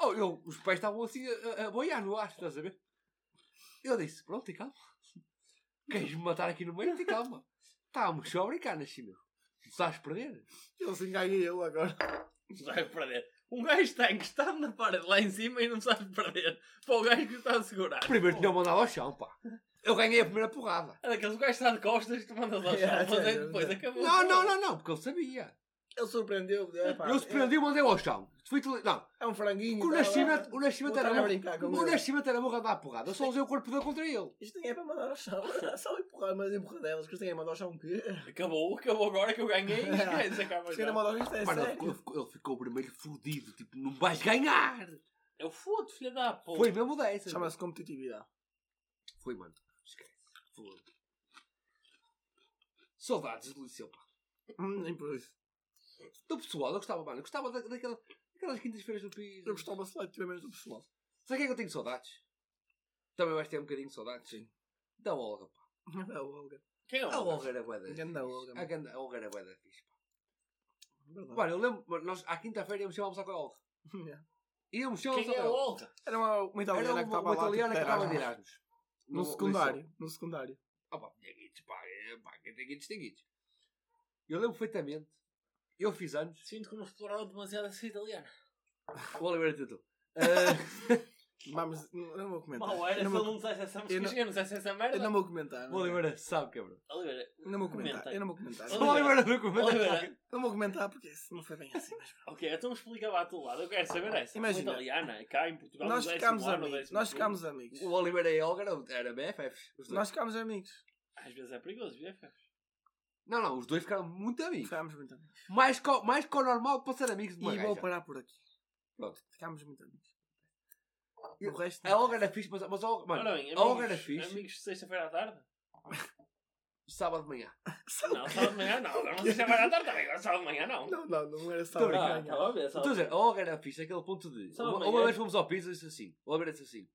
Speaker 3: Oh, eu, os pés estavam assim a, a- a boiar no ar, estás a ver? Eu disse: pronto, e calma. Queres me matar aqui no meio? E calma. Estávamos só a brincar, Nascimento. Estás a perder?
Speaker 2: Ele se engaia ele agora.
Speaker 4: Sabe perder. Um gajo tem que estar na parede lá em cima e não sabe perder. Para o gajo que está a segurar.
Speaker 3: Primeiro tinha um mandado ao chão, pá. Eu ganhei a primeira porrada.
Speaker 4: É daqueles o gajo está de costas, tu mandas ao chão,
Speaker 2: Yeah,
Speaker 4: mas aí
Speaker 2: yeah,
Speaker 4: depois
Speaker 2: yeah.
Speaker 4: acabou.
Speaker 3: Não, não, não, não, porque eu sabia.
Speaker 2: Ele surpreendeu. é pá,
Speaker 3: eu se prendi e mandei ao chão. Fui tele- Não,
Speaker 2: É, é um franguinho.
Speaker 3: o
Speaker 2: tá lá.
Speaker 3: Nascimento, o Nascimento
Speaker 2: Vou estar
Speaker 3: era
Speaker 2: a
Speaker 3: burro.
Speaker 2: brincar com
Speaker 3: O
Speaker 2: ele.
Speaker 3: Nascimento era burro a andar a porrada. Eu só usei o corpo dele contra ele.
Speaker 2: Isto nem é para mandar ao chão. Só empurrar, mas empurrar delas. Que isto nem é mandar ao chão o quê?
Speaker 4: Acabou, acabou agora que eu ganhei e esquece, acaba
Speaker 2: Isto nem é
Speaker 4: já.
Speaker 2: mandar ao chão. Isto é
Speaker 3: Mano, ele ficou,
Speaker 2: sério.
Speaker 3: ele ficou- ele ficou vermelho fudido. Tipo, não vais ganhar.
Speaker 4: Eu fodo, filha da porra.
Speaker 3: Foi mesmo dessa.
Speaker 2: Chama-se competitividade.
Speaker 3: Foi, mano. Esquece. Foda. Saudades do liceu, pá.
Speaker 2: Hum, Nem por isso.
Speaker 3: Do pessoal, eu gostava, mano. Eu gostava da, daquela, daquelas quintas-feiras do piso.
Speaker 2: Eu gostava seletivamente do pessoal.
Speaker 3: Sabe o que é que eu tenho saudades? Também vais ter um bocadinho de saudades? Sim. Da Olga, pá.
Speaker 2: É o Olga.
Speaker 4: Quem é o
Speaker 3: A
Speaker 4: Olga?
Speaker 3: Olga era bué da fixe.
Speaker 2: Ganda Olga.
Speaker 3: A ganda- a Olga era bué da fixe, pá.
Speaker 2: mano. Verdade.
Speaker 3: Mano, eu lembro, mano, nós à quinta-feira íamos sempre almoçar com a Olga.
Speaker 2: Yeah.
Speaker 3: Íamos sempre
Speaker 4: Quem
Speaker 3: almoçar
Speaker 4: é
Speaker 3: com
Speaker 4: a
Speaker 3: a Olga.
Speaker 4: Olga?
Speaker 2: Era uma, uma
Speaker 3: Era um
Speaker 2: italiana que
Speaker 3: uma,
Speaker 2: estava
Speaker 3: uma
Speaker 2: lá.
Speaker 3: italiana
Speaker 2: tipo,
Speaker 3: que estava de
Speaker 2: Erasmus.
Speaker 3: Erasmus.
Speaker 2: No secundário. No secundário.
Speaker 3: Ah pá, tinha guites, pá. é, pá, Quem tem guites, tem guites. Eu lembro perfeitamente. Eu fiz anos.
Speaker 4: Sinto que não exploraram demasiado essa italiana.
Speaker 3: O é Oliveira tentou. Ah,
Speaker 2: Vamos, não não vou comentar.
Speaker 4: Mal era se
Speaker 2: Eu
Speaker 4: ele
Speaker 2: não vou-
Speaker 4: não dissesse essa música.
Speaker 2: Eu não-
Speaker 4: Eu não dissesse essa merda.
Speaker 2: eu não vou comentar.
Speaker 3: o Oliveira sabe, cabrão.
Speaker 4: Oliveira,
Speaker 2: Não vou
Speaker 4: comenta.
Speaker 2: comentar. Eu não vou comentar.
Speaker 3: O é Oliveira não comenta.
Speaker 4: Oliveira.
Speaker 2: Não vou comentar porque isso não foi bem assim. Mas...
Speaker 4: Ok, então explicava a teu lado. Eu quero saber essa.
Speaker 2: Imagina.
Speaker 4: Uma italiana, cá em Portugal,
Speaker 2: Nós
Speaker 4: no décimo
Speaker 2: ficámos
Speaker 4: ano, no
Speaker 2: amigos.
Speaker 4: décimo
Speaker 2: Nós
Speaker 4: segundo.
Speaker 2: ficámos amigos.
Speaker 3: O Oliveira e a Olga eram- era BFFs. os dois.
Speaker 2: Nós ficámos amigos.
Speaker 4: Às vezes é perigoso, viu?
Speaker 3: Não, não, os dois ficaram muito amigos.
Speaker 2: Ficámos muito amigos.
Speaker 3: Mais que o mais que o normal para ser amigos de uma
Speaker 2: E
Speaker 3: gaja.
Speaker 2: vou parar por aqui.
Speaker 3: Pronto.
Speaker 2: Ficámos muito amigos.
Speaker 3: E-
Speaker 2: O resto.
Speaker 3: A Olga era fixe, mas, mas a Olga, mano,
Speaker 4: Ora bem,
Speaker 3: a Olga era
Speaker 4: amigos-
Speaker 3: fixe,
Speaker 4: Amigos de sexta-feira à tarde?
Speaker 3: sábado de manhã.
Speaker 4: Não, sábado de manhã não. Agora não sexta-feira à tarde, agora sábado de manhã não.
Speaker 2: Não, não, não era só
Speaker 3: Tô
Speaker 4: Ah,
Speaker 2: brincar.
Speaker 4: estava a ver,
Speaker 3: Estou a
Speaker 4: sábado.
Speaker 3: dizer, a Olga era fixe, aquele ponto de.
Speaker 4: Sábado de
Speaker 3: Uma,
Speaker 4: manhã.
Speaker 3: uma vez fomos ao piso e disse assim: o Oliveira disse assim: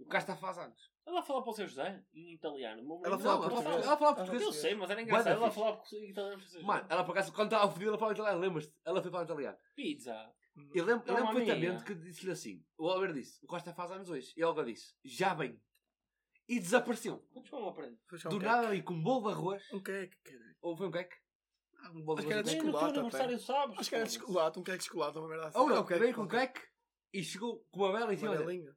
Speaker 3: o Casta faz anos.
Speaker 4: Ela falava para o seu José, em italiano. Meu
Speaker 2: Ela
Speaker 4: marido-
Speaker 2: falava
Speaker 3: Não, ela
Speaker 2: português.
Speaker 3: falava, ela falava
Speaker 2: Ela-
Speaker 4: Eu
Speaker 3: português.
Speaker 4: sei, mas era engraçado.
Speaker 3: Guarda
Speaker 4: Ela
Speaker 3: fixe.
Speaker 4: falava com italiano para o seu
Speaker 3: Mano, ela por acaso, quando estava fodida, ela falava italiano, lembras-te? Ela foi falar italiano.
Speaker 4: Pizza.
Speaker 3: Eu lembro, eu
Speaker 4: É
Speaker 3: lembro
Speaker 4: uma
Speaker 3: perfeitamente
Speaker 4: amiga.
Speaker 3: que disse-lhe assim: o Oliveira disse: o Costa faz anos hoje. E a Olga disse: já vem. E desapareceu.
Speaker 4: Quantos como aprende?
Speaker 2: Foi só um
Speaker 3: Do
Speaker 2: cake.
Speaker 3: nada, e com um bolo de arroz.
Speaker 2: Um cake, caralho.
Speaker 3: Ou foi um cake? Ah, Um bolo de
Speaker 2: Acho que
Speaker 3: arroz.
Speaker 2: era
Speaker 3: um cake.
Speaker 4: Nem no teu
Speaker 2: Descolado, até.
Speaker 4: aniversário sabes.
Speaker 2: Acho que era
Speaker 4: foda-se.
Speaker 2: descolado, um cake descolado, uma merda assim.
Speaker 3: Ou
Speaker 2: Era
Speaker 3: não,
Speaker 2: um cake,
Speaker 3: veio com
Speaker 2: qualquer.
Speaker 3: crack e chegou com uma vela em cima.
Speaker 2: Uma
Speaker 3: dele.
Speaker 2: belinha.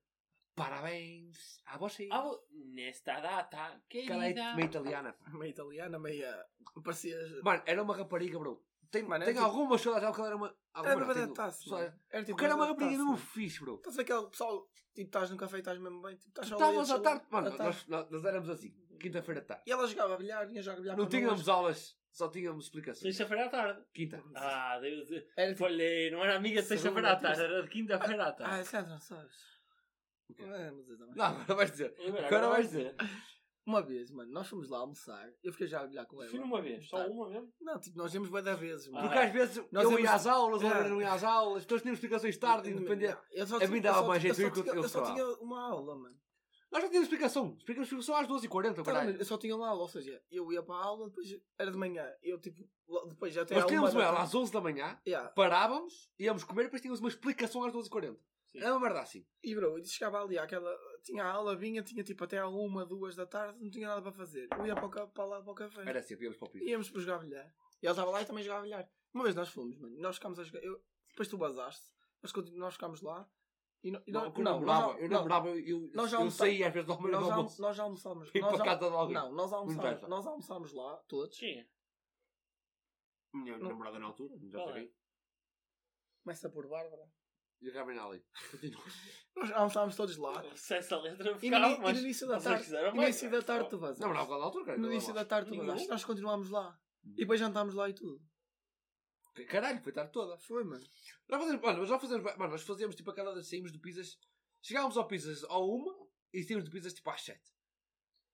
Speaker 3: Parabéns à você.
Speaker 4: Ah, bo- Nesta data,
Speaker 3: Aquela é
Speaker 4: querida.
Speaker 3: meio italiana. pá.
Speaker 2: Meio italiana, meia. Parecia.
Speaker 3: Mano, era uma rapariga, bro. Tem,
Speaker 2: Mano, é
Speaker 3: tem
Speaker 2: tipo-
Speaker 3: algumas saudades, algo que ela era uma.
Speaker 2: Era
Speaker 3: Alguma,
Speaker 2: uma
Speaker 3: tenho-
Speaker 2: da taça.
Speaker 3: saudades.
Speaker 2: mano. Era tipo
Speaker 3: Porque é- era uma
Speaker 2: bebida de
Speaker 3: rapariga
Speaker 2: taça,
Speaker 3: mesmo
Speaker 2: mano.
Speaker 3: fixe, bro.
Speaker 2: Estás a ver aquele pessoal, tipo, estás num café e estás mesmo bem, tipo, estás só ali
Speaker 3: Estávamos à
Speaker 2: chill.
Speaker 3: tarde. Mano,
Speaker 2: À tarde.
Speaker 3: nós, nós- nós éramos assim, quinta-feira à tarde.
Speaker 2: E ela jogava bilhar, vinha jogar bilhar
Speaker 3: Não
Speaker 2: connosco.
Speaker 3: tínhamos aulas, só tínhamos explicações.
Speaker 4: Sexta-feira à tarde.
Speaker 3: Quinta.
Speaker 4: Ah, Deus.
Speaker 2: Era tipo,
Speaker 4: Falei, não era amiga de sexta-feira à tarde, era de quinta-feira à
Speaker 2: ah,
Speaker 4: tarde.
Speaker 2: isso é não sabes.
Speaker 3: tá. O quê?
Speaker 2: Não é, mas eu também.
Speaker 3: Não, agora vais dizer.
Speaker 4: Oliveira,
Speaker 3: Ah, Agora
Speaker 4: agora
Speaker 3: vais
Speaker 4: vai
Speaker 3: dizer.
Speaker 2: Uma vez, mano, nós fomos lá almoçar, eu fiquei a jogar bilhar com ela.
Speaker 4: Fui numa vez, só
Speaker 2: Tá.
Speaker 4: uma mesmo.
Speaker 2: Não, tipo, nós íamos bué da vezes, mano.
Speaker 3: Porque às vezes
Speaker 2: Nós
Speaker 3: eu
Speaker 2: íamos-
Speaker 3: ia às aulas,
Speaker 2: É.
Speaker 3: ou eu não ia às aulas, todos tínhamos explicações tarde e dependia.
Speaker 2: Eu só
Speaker 3: A mim
Speaker 2: tinha-
Speaker 3: dava
Speaker 2: eu só
Speaker 3: mais
Speaker 2: tinha-
Speaker 3: jeito
Speaker 2: eu só
Speaker 3: do que eu-
Speaker 2: tinha-
Speaker 3: eu
Speaker 2: Eu só
Speaker 3: estava.
Speaker 2: tinha uma aula, mano.
Speaker 3: Nós já tínhamos explicação. Explicamos explicação às 12h40,
Speaker 2: Tá,
Speaker 3: caralho.
Speaker 2: mas eu só tinha uma aula, ou seja, eu ia para a aula, depois era de manhã, eu tipo, lo- depois já até à
Speaker 3: Nós
Speaker 2: uma
Speaker 3: tínhamos
Speaker 2: da
Speaker 3: uma aula
Speaker 2: tarde.
Speaker 3: às 11 da manhã,
Speaker 2: Yeah.
Speaker 3: parávamos, íamos comer e depois tínhamos uma explicação às 12h40.
Speaker 4: Sim.
Speaker 3: Era uma merda assim.
Speaker 2: E bro, eu chegava ali àquela. Tinha a aula, vinha, tinha tipo até à uma, duas da tarde, não tinha nada para fazer. Eu ia para, o ca- para lá para o café.
Speaker 3: Era assim, íamos para o piso.
Speaker 2: Íamos para jogar bilhar. E ela estava lá e também jogava bilhar. Uma vez nós fomos, mano. Nós ficámos a jogar. Eu, depois tu basaste, nós, continu- nós ficámos lá. E, no, e
Speaker 3: Não,
Speaker 2: nós-
Speaker 3: eu
Speaker 2: não,
Speaker 3: namorava,
Speaker 2: nós já-
Speaker 3: eu
Speaker 2: não,
Speaker 3: namorava, eu, eu,
Speaker 2: nós já
Speaker 3: eu
Speaker 2: almoça-
Speaker 3: saía às vezes do
Speaker 2: nós já,
Speaker 3: almoço.
Speaker 2: nós já almoçámos.
Speaker 3: E
Speaker 2: Nós
Speaker 3: para
Speaker 2: já-
Speaker 3: casa de alguém.
Speaker 2: não, nós almoçámos,
Speaker 3: interessa.
Speaker 2: nós almoçámos lá, todos.
Speaker 4: Sim.
Speaker 3: Minha
Speaker 2: não.
Speaker 3: namorada na altura, já
Speaker 4: Qual é?
Speaker 3: sabia.
Speaker 2: Começa por Bárbara.
Speaker 3: E a Gabriela ali. Continua.
Speaker 2: Nós almoçámos todos lá.
Speaker 4: Se essa letra
Speaker 2: E no,
Speaker 4: ficava,
Speaker 2: e
Speaker 4: mas...
Speaker 2: no início da
Speaker 4: vocês
Speaker 2: tarde.
Speaker 4: quiseram
Speaker 2: e No
Speaker 4: mais,
Speaker 2: início da
Speaker 4: mas-
Speaker 2: tarde tu vazaste.
Speaker 3: Namorava com ela na altura, cara.
Speaker 2: No
Speaker 3: ela
Speaker 2: início
Speaker 3: lá.
Speaker 2: da tarde tu
Speaker 4: Nenhum.
Speaker 2: vazaste. Nós continuámos lá.
Speaker 3: Hum.
Speaker 2: E depois jantámos lá e tudo.
Speaker 3: Caralho, foi tarde toda.
Speaker 2: Foi, mano.
Speaker 3: Nós fazemos, mano, nós já fazemos, mano, nós fazíamos tipo aquela de saímos do Pizzas. Chegávamos ao Pizzas ao 1 e saímos do Pizzas tipo às 7.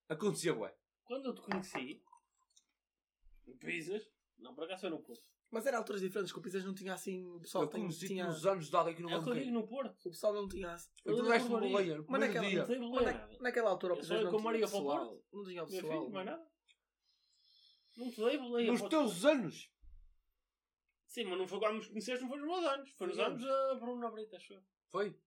Speaker 3: Acontecia, ué.
Speaker 4: Quando eu te conheci, no Pisas, não, por acaso foi no Porto.
Speaker 2: Mas era alturas diferentes, que o Pisas não tinha assim. O pessoal
Speaker 3: Eu
Speaker 2: tem-
Speaker 3: conheci
Speaker 2: tinha.
Speaker 3: nos anos de alguém que não
Speaker 4: É o que eu digo
Speaker 3: lembro.
Speaker 4: no Porto.
Speaker 2: O pessoal não tinha.
Speaker 3: Eu
Speaker 4: Eu
Speaker 3: tu
Speaker 4: não
Speaker 3: deste
Speaker 4: lembro
Speaker 3: uma
Speaker 4: disso.
Speaker 3: boleia no
Speaker 2: Mas
Speaker 3: primeiro
Speaker 2: naquela-
Speaker 3: dia. é
Speaker 4: Não tem
Speaker 2: Mas
Speaker 4: problema.
Speaker 2: na- naquela altura o
Speaker 4: Eu
Speaker 2: Pisas
Speaker 4: saí
Speaker 2: não,
Speaker 4: com a
Speaker 2: tinha
Speaker 4: Maria para o
Speaker 2: pessoal.
Speaker 4: Porto.
Speaker 2: Não tinha
Speaker 4: Meu
Speaker 2: pessoal.
Speaker 4: filho, mais nada. Não te dei boleia.
Speaker 3: Nos
Speaker 4: pode-
Speaker 3: teus anos.
Speaker 4: Sim, mas não foi quando nos conheceste, não foi nos meus anos. Foi nos
Speaker 3: Sim.
Speaker 4: anos a Bruna Brito, acho eu.
Speaker 3: Foi?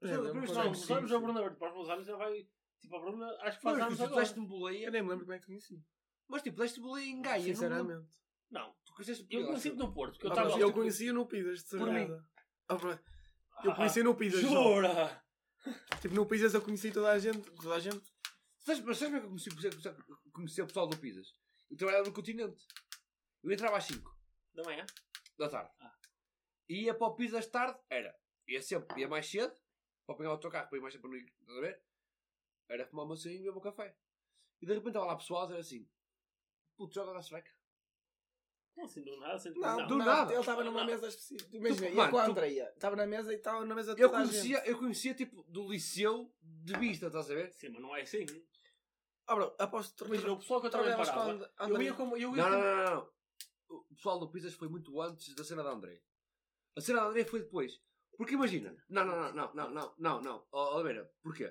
Speaker 2: Eu nem lembro
Speaker 3: Mas
Speaker 2: como
Speaker 4: Não,
Speaker 2: é
Speaker 3: não,
Speaker 2: que
Speaker 4: nos
Speaker 2: sim,
Speaker 4: anos a
Speaker 2: sim.
Speaker 4: Bruna Brito. Para os meus anos já vai... Tipo, a Bruna, acho que faz
Speaker 3: Mas
Speaker 4: anos
Speaker 3: tu
Speaker 4: agora.
Speaker 3: deste-me boleia.
Speaker 2: Eu nem me lembro como é que conheci.
Speaker 3: Mas tipo, deste boleia em Gaia. Sinceramente.
Speaker 2: Sinceramente.
Speaker 4: Não,
Speaker 3: Tu conheceste
Speaker 4: eu conheci-te
Speaker 3: não.
Speaker 4: no Porto. que Eu
Speaker 2: Ah,
Speaker 4: estava...
Speaker 2: mas Eu conheci no Pisas, de
Speaker 3: Por mim.
Speaker 2: certeza. Ah, pá, Eu conheci no Pisas. só.
Speaker 4: Ah, Jura!
Speaker 2: Tipo, no Pisas eu conheci toda a gente. Toda a gente.
Speaker 3: Sabes, mas sabes como é que eu conheci, conheci- conheci o pessoal do Pizzas? Eu trabalhava no continente. Eu entrava às 5
Speaker 4: Da manhã?
Speaker 3: da tarde.
Speaker 4: Ah.
Speaker 3: E ia para o Pizzas tarde, era. Ia sempre, ia mais cedo, para pegar o autocarro, para ir mais cedo para não ir, estás a ver? Era fumar uma sainha e beber um café. E de repente estava lá pessoal, era assim. Puto, joga lá Shrek.
Speaker 4: Não, assim, do nada, assim,
Speaker 2: Não,
Speaker 3: do
Speaker 2: não,
Speaker 3: nada.
Speaker 2: Ele estava numa
Speaker 4: Não.
Speaker 2: mesa específica. Imagina,
Speaker 3: mano,
Speaker 2: ia com a
Speaker 3: tu-
Speaker 2: Andreia. Estava na mesa e estava na mesa de
Speaker 3: Eu
Speaker 2: toda a gente.
Speaker 3: conhecia, eu conhecia tipo do liceu de vista, estás a ver?
Speaker 4: Sim, mas não é assim.
Speaker 2: Ah, bro, aposto que
Speaker 4: Imagina, o pessoal que eu trabalhava parava. Eu ia como. Eu ia
Speaker 3: Não, não,
Speaker 4: como-
Speaker 3: não, não. O pessoal do Pizzas foi muito antes da cena da André. A cena da André foi depois. Porque imagina. Não, não, não, não, não, não, não, não. Ó, Oliveira, porquê?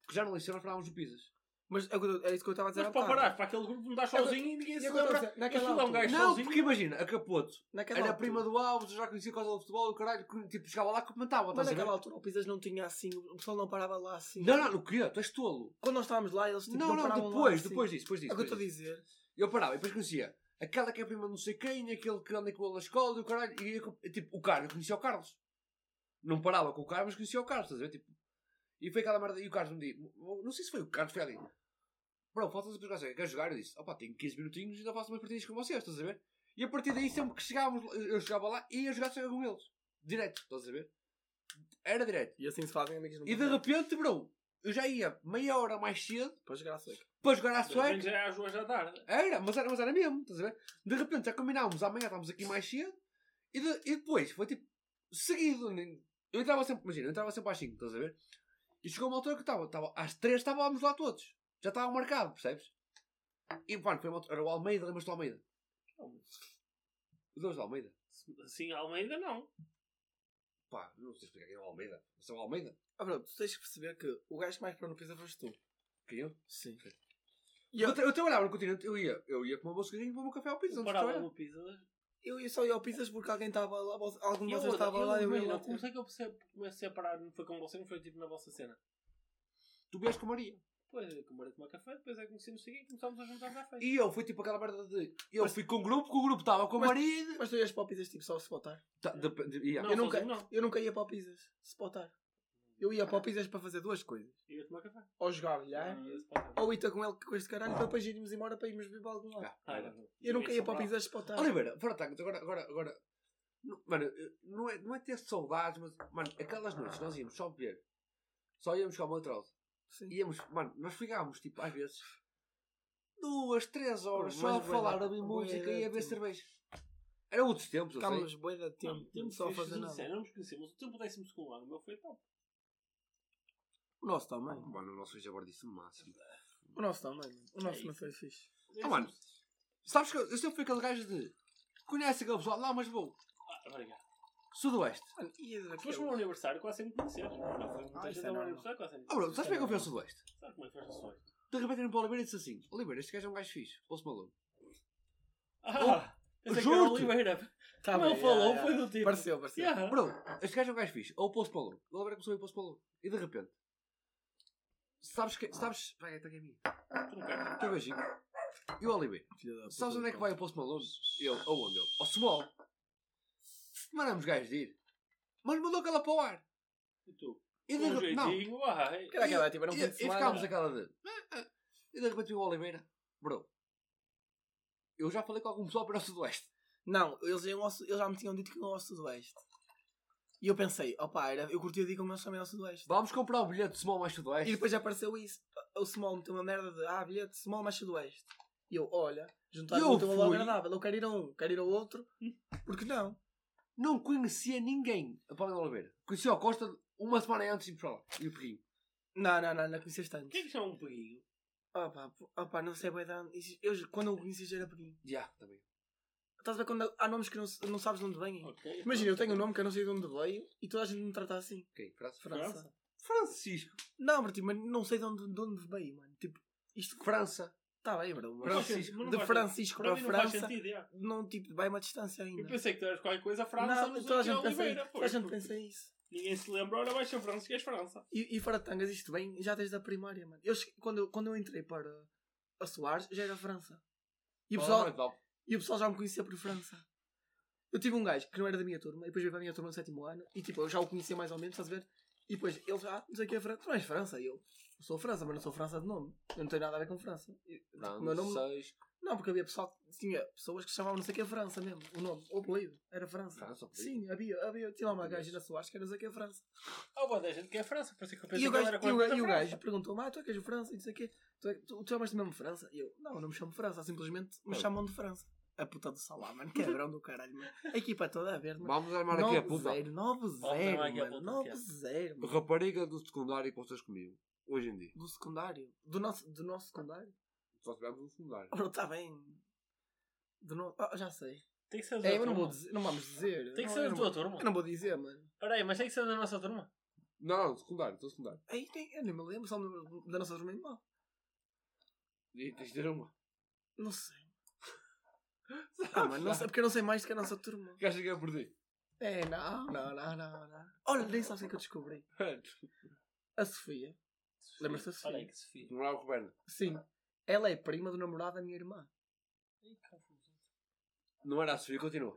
Speaker 3: Porque já no liceu nós falávamos do Pizzas.
Speaker 2: Mas é o que eu- é isso que eu estava a dizer.
Speaker 4: Mas
Speaker 2: há
Speaker 4: para
Speaker 2: bocado.
Speaker 4: parar, para aquele grupo
Speaker 2: É,
Speaker 4: mudar sozinho e ninguém se
Speaker 2: eu vou
Speaker 4: lembra.
Speaker 2: dizer,
Speaker 4: Mas
Speaker 2: naquela
Speaker 4: tu dá um
Speaker 2: altura-
Speaker 4: gajo
Speaker 3: Não,
Speaker 4: sozinho.
Speaker 3: porque imagina, a Capoto
Speaker 2: Naquela
Speaker 3: era a
Speaker 2: altura.
Speaker 3: é prima do Alves, eu já conhecia quase do futebol, o caralho, que, tipo, chegava lá e comentava,
Speaker 2: Mas
Speaker 3: estás a ver?
Speaker 2: naquela altura o Pisas não tinha assim, o pessoal não parava lá assim.
Speaker 3: né? Não, não, no quê? Tu és tolo.
Speaker 2: Quando nós estávamos lá, eles tipo,
Speaker 3: não, não,
Speaker 2: paravam lá
Speaker 3: depois,
Speaker 2: assim.
Speaker 3: depois disso,
Speaker 2: É
Speaker 3: depois disso.
Speaker 2: o que eu
Speaker 3: depois
Speaker 2: estou a
Speaker 3: disso.
Speaker 2: dizer.
Speaker 3: Eu parava e depois conhecia aquela que é a prima de não sei quem, aquele que anda com ele na escola e o caralho. E, eu- tipo, o Carlos, eu conhecia o Carlos. Não parava com o Carlos, mas conhecia o Carlos, estás a ver? Tipo, e foi aquela merda. E o Carlos me disse, não sei se foi o Carlos, foi ali. Bro, falta-se a pergunta, quer jogar? Eu disse, opá, tenho 15 minutinhos e ainda faço umas partidas com vocês, estás a ver? E a partir daí, sempre que chegávamos, lá- eu chegava lá e ia jogar só com eles. Direto, estás a ver? Era direto.
Speaker 2: E assim se fazem amigos no
Speaker 3: E de repente, bro, eu já ia meia hora mais cedo
Speaker 2: Para jogar a seca.
Speaker 3: para jogar à
Speaker 4: De
Speaker 3: sueca.
Speaker 4: repente já é às duas da tarde.
Speaker 3: Era, É, mas era, mas era mesmo, estás a ver? De repente já combinámos, amanhã estávamos aqui mais cedo e, de- e depois foi tipo seguido. nem- Eu entrava sempre, imagina, eu entrava sempre às 5, estás a ver? E chegou uma altura que estava, estava às 3 estávamos lá todos, já estava marcado, percebes? E mano, foi uma, altura- era o Almeida, lembras-te do Almeida? O Deus do Almeida?
Speaker 4: Assim, Almeida não.
Speaker 3: Pá, não sei explicar quem é o Almeida, mas é o Almeida?
Speaker 2: Ah, bro, tu tens que perceber que o gajo que mais parou no Pisa foste tu.
Speaker 3: Quem eu?
Speaker 2: Sim.
Speaker 3: E eu, tra- eu trabalhava no continente, eu ia, eu ia comer um bosquinho e comer um café ao piso, antes de
Speaker 4: Parava
Speaker 3: trabalhar.
Speaker 4: no pizza.
Speaker 2: Eu ia só ia ao Pisas porque alguém estava lá, voce- algum de
Speaker 4: Eu,
Speaker 2: vocês estava
Speaker 4: eu,
Speaker 2: lá e eu ia
Speaker 4: imagina,
Speaker 2: lá.
Speaker 4: como é que eu percebo- comecei a parar? Não foi com você, não foi tipo na vossa cena.
Speaker 3: Tu vieste com a Maria.
Speaker 4: Depois eu comecei a tomar café, depois é que comecei no seguinte e começámos a juntar café.
Speaker 3: E eu fui tipo aquela merda de. Eu fui com o grupo, com o grupo estava com a
Speaker 2: Mas-
Speaker 3: Maria.
Speaker 2: Mas tu ias para o Pisas tipo só se botar.
Speaker 3: Tá, dep- de- yeah.
Speaker 4: Não,
Speaker 2: eu
Speaker 4: sozinho
Speaker 2: nunca-
Speaker 4: não.
Speaker 2: Eu nunca ia para o Pisas se botar. Eu ia para o Pisas para fazer duas coisas.
Speaker 4: Ia tomar café.
Speaker 2: Ou jogar bilhar,
Speaker 3: Hum.
Speaker 4: Ah, esse pode ser.
Speaker 2: ou ir ter com ele com este caralho para depois irmos embora para irmos beber para algum lado.
Speaker 3: Ah,
Speaker 4: Ah, era.
Speaker 2: Eu nunca ia para o
Speaker 4: Sobral.
Speaker 2: Pisas se botar.
Speaker 3: Oliveira, fora de tacos, agora, agora, agora. Não- Mano, eu- não é, não é ter saudades, mas. Mano, aquelas noites nós íamos só beber. Só íamos com o Matrosa.
Speaker 2: Sim.
Speaker 3: Íamos, mano, nós ficávamos, tipo, às vezes. Duas, três horas
Speaker 2: Mas
Speaker 3: só a
Speaker 2: bué
Speaker 3: falar,
Speaker 2: da-
Speaker 3: a ouvir
Speaker 2: bué
Speaker 3: música
Speaker 2: da
Speaker 3: e a
Speaker 2: tempo.
Speaker 3: beber cerveja. Era outros tempos, eu sei.
Speaker 2: Ficámos bué de
Speaker 4: Não,
Speaker 2: tempo,
Speaker 4: temos
Speaker 2: só a fazer
Speaker 4: nada.
Speaker 2: nada.
Speaker 4: Não nos conhecemos. O tempo do 12 segundo ano, o meu foi top.
Speaker 2: O nosso também.
Speaker 3: Ah, Mano, o nosso fez abordice no máximo.
Speaker 2: O nosso também. mano. O nosso
Speaker 4: É
Speaker 2: não foi fixe.
Speaker 3: Ah, mano, sabes que eu, eu sempre fui aquele gajo de. Conhece aquele pessoal? Não, mas vou.
Speaker 4: Ah, obrigado.
Speaker 3: Sudoeste.
Speaker 2: Mano, ia dizer
Speaker 4: Se foste no
Speaker 2: aquilo.
Speaker 4: meu aniversário, quase sempre conheces. Não, foi
Speaker 2: Ah,
Speaker 4: muita
Speaker 2: isso
Speaker 4: gente
Speaker 2: é
Speaker 4: ao meu
Speaker 2: normal.
Speaker 4: aniversário, quase sempre
Speaker 3: Ah, bro, sabes como é que eu fui ao Sudoeste?
Speaker 4: Sabe como é que faz a sua?
Speaker 3: De repente olhei para o Oliveira e disse assim: Oliveira, este gajo é um gajo fixe, ouço maluco.
Speaker 2: Oh,
Speaker 4: Ah, pensei que era
Speaker 3: juro-te.
Speaker 4: Oliveira.
Speaker 2: Tá
Speaker 4: Como
Speaker 2: bem,
Speaker 4: ele
Speaker 2: já,
Speaker 4: falou,
Speaker 2: já.
Speaker 4: foi do tipo.
Speaker 2: Pareceu, pareceu.
Speaker 4: Yeah.
Speaker 3: Bro, este gajo é um gajo fixe, ou posto para o louco. O Oliveira começou a ir posto para o louco. E de repente, sabes que. Sabes. Vai, está aqui a mim.
Speaker 4: Tu não queres.
Speaker 3: Teu beijinho. E o Oliveira,
Speaker 2: Filha da puta
Speaker 3: sabes onde é
Speaker 2: do
Speaker 3: que vai o Post Malone? Eu, aonde eu? Ao Small. Mandamos gajos de ir. Mas mandou aquela para o ar.
Speaker 4: E tu?
Speaker 3: E de
Speaker 4: Um
Speaker 3: repente. Não. E,
Speaker 4: jeitinho, é. vai.
Speaker 2: cão. Era aquela, tipo, era um
Speaker 3: e,
Speaker 2: fim de
Speaker 3: e
Speaker 2: semana.
Speaker 3: ficámos aquela de. "Ah, ah." E de repente o Oliveira, bro, eu já falei com algum pessoal para o Sudoeste.
Speaker 2: Não, eles, iam ao su- eles já me tinham dito que iam ao Sudoeste. E eu pensei, opá, era, eu curti o dia como eles também ao Sudoeste.
Speaker 3: Vamos comprar o bilhete de Small mais Sudoeste.
Speaker 2: E depois apareceu isso. O Small meteu uma merda de, ah, bilhete, Small mais Sudoeste. E eu, olha, juntar
Speaker 3: Eu
Speaker 2: muito uma logo
Speaker 3: fui.
Speaker 2: agradável. Eu quero ir a um, quero ir ao outro. Porque não?
Speaker 3: Não conhecia ninguém a Paula de Oliveira. Conhecia o Costa uma semana antes de ir para lá. E o Perrinho.
Speaker 2: Não, não, não, não conheceste
Speaker 4: O que é
Speaker 2: tanto.
Speaker 4: que chama um peguinho?
Speaker 2: Opa, pô, opa, não sei é bem de onde. Eu, quando eu o conheci já era pequeno.
Speaker 3: Já, também.
Speaker 2: Estás a ver quando há nomes que não, se- não sabes de onde vêm?
Speaker 4: Ok. então
Speaker 2: Imagina, eu tenho um nome que eu não sei de onde veio e toda a gente me trata assim.
Speaker 3: Ok, Francisco.
Speaker 2: França.
Speaker 4: França.
Speaker 3: Francisco.
Speaker 2: Não, mas tipo, mas não sei de onde, de onde veio, mano. Tipo, isto
Speaker 3: França.
Speaker 2: está bem, bro. mas-
Speaker 4: Não faz sentido,
Speaker 3: Francisco.
Speaker 4: mas não
Speaker 2: de
Speaker 4: faz
Speaker 2: Francisco
Speaker 4: sentido.
Speaker 2: para
Speaker 4: Para mim não faz
Speaker 2: França,
Speaker 4: sentido, é.
Speaker 2: não, tipo, vai uma distância
Speaker 4: Eu
Speaker 2: ainda.
Speaker 4: pensei que tu eras qualquer coisa, França,
Speaker 2: Não,
Speaker 4: mas
Speaker 2: toda a
Speaker 4: aqui é
Speaker 2: gente pensa
Speaker 4: Oliveira.
Speaker 2: isso. Toda a
Speaker 4: pois,
Speaker 2: gente
Speaker 4: porque
Speaker 2: pensa isso.
Speaker 4: Ninguém se lembra, olha, vais ser França, que és França.
Speaker 2: E, e Faratangas, isto vem já desde a primária, mano. Eu, cheguei- quando, eu, quando eu entrei para a Soares, já era França. E
Speaker 4: Oh,
Speaker 2: o pessoal, E o pessoal já me conhecia por França. Eu tive um gajo que não era da minha turma, e depois veio para a minha turma no sétimo ano, e tipo, eu já o conhecia mais ou menos, estás a ver? E depois ele já, não sei o que é França, tu não és França, e eu, eu sou França, mas não sou França de nome, eu não tenho nada a ver com França. E, tipo, o meu nome-
Speaker 3: Francisco.
Speaker 2: Não, porque havia pessoal que tinha pessoas que chamavam não sei o que é França mesmo, o nome, o apelido, era França.
Speaker 3: França, apelido?
Speaker 2: Sim, havia, havia, tinha lá uma
Speaker 3: Meu
Speaker 2: gaja na
Speaker 3: Deus.
Speaker 2: Soares que era não sei o que é França.
Speaker 4: Ah, boa da gente que é França, por isso que eu pensei
Speaker 2: E o
Speaker 4: que ela
Speaker 2: gajo,
Speaker 4: era
Speaker 2: e o gajo,
Speaker 4: qualquer coisa.
Speaker 2: e o
Speaker 4: França.
Speaker 2: gajo perguntou-me, ah, tu é que és de França, e não sei o que tu, é, tu, tu chamas-te mesmo França? E eu, não, não me chamo França, simplesmente me
Speaker 3: Oh.
Speaker 2: chamam de França. A puta do Salá, mano, quebrão do caralho, mano. A equipa é toda a verde, mano.
Speaker 3: Vamos armar
Speaker 4: é
Speaker 3: aqui a puta.
Speaker 2: 9-0, 9-0,
Speaker 4: Vamos armar aqui é. a
Speaker 2: mano.
Speaker 4: puta,
Speaker 2: 9-0, mano.
Speaker 3: Rapariga do secundário que vocês comigo. Hoje em dia.
Speaker 2: Do secundário? Do nosso, do nosso secundário?
Speaker 3: Só tivemos um secundário.
Speaker 2: Ora, está bem. Do no... Ah, já sei.
Speaker 4: Tem que ser da
Speaker 2: É,
Speaker 4: tua
Speaker 2: mas não, vou
Speaker 4: turma.
Speaker 2: dizer, não vamos dizer.
Speaker 4: Tem que
Speaker 2: Não,
Speaker 4: ser
Speaker 2: eu
Speaker 4: da
Speaker 2: não
Speaker 4: tua
Speaker 2: vou-
Speaker 4: turma.
Speaker 2: Eu não vou dizer, mano.
Speaker 4: Peraí, mas tem que ser da nossa turma.
Speaker 3: Não, não, secundário, estou secundário.
Speaker 2: Aí nem, eu nem me lembro, só me lembro da nossa turma animal.
Speaker 3: E tens de ter uma.
Speaker 2: Não sei. Ah, mano, não sei, porque eu não sei mais do que a nossa turma.
Speaker 3: Que achas que eu perdi?
Speaker 2: É, não, não, não, não, não. Olha, nem sabes o que eu descobri.
Speaker 3: É,
Speaker 2: A Sofia. Lembras-te da Sofia?
Speaker 4: Olha aí que se fica.
Speaker 3: Namorava com o Berna.
Speaker 2: Sim. Ela é prima do namorado da minha irmã.
Speaker 3: Não era a Sofia, continua.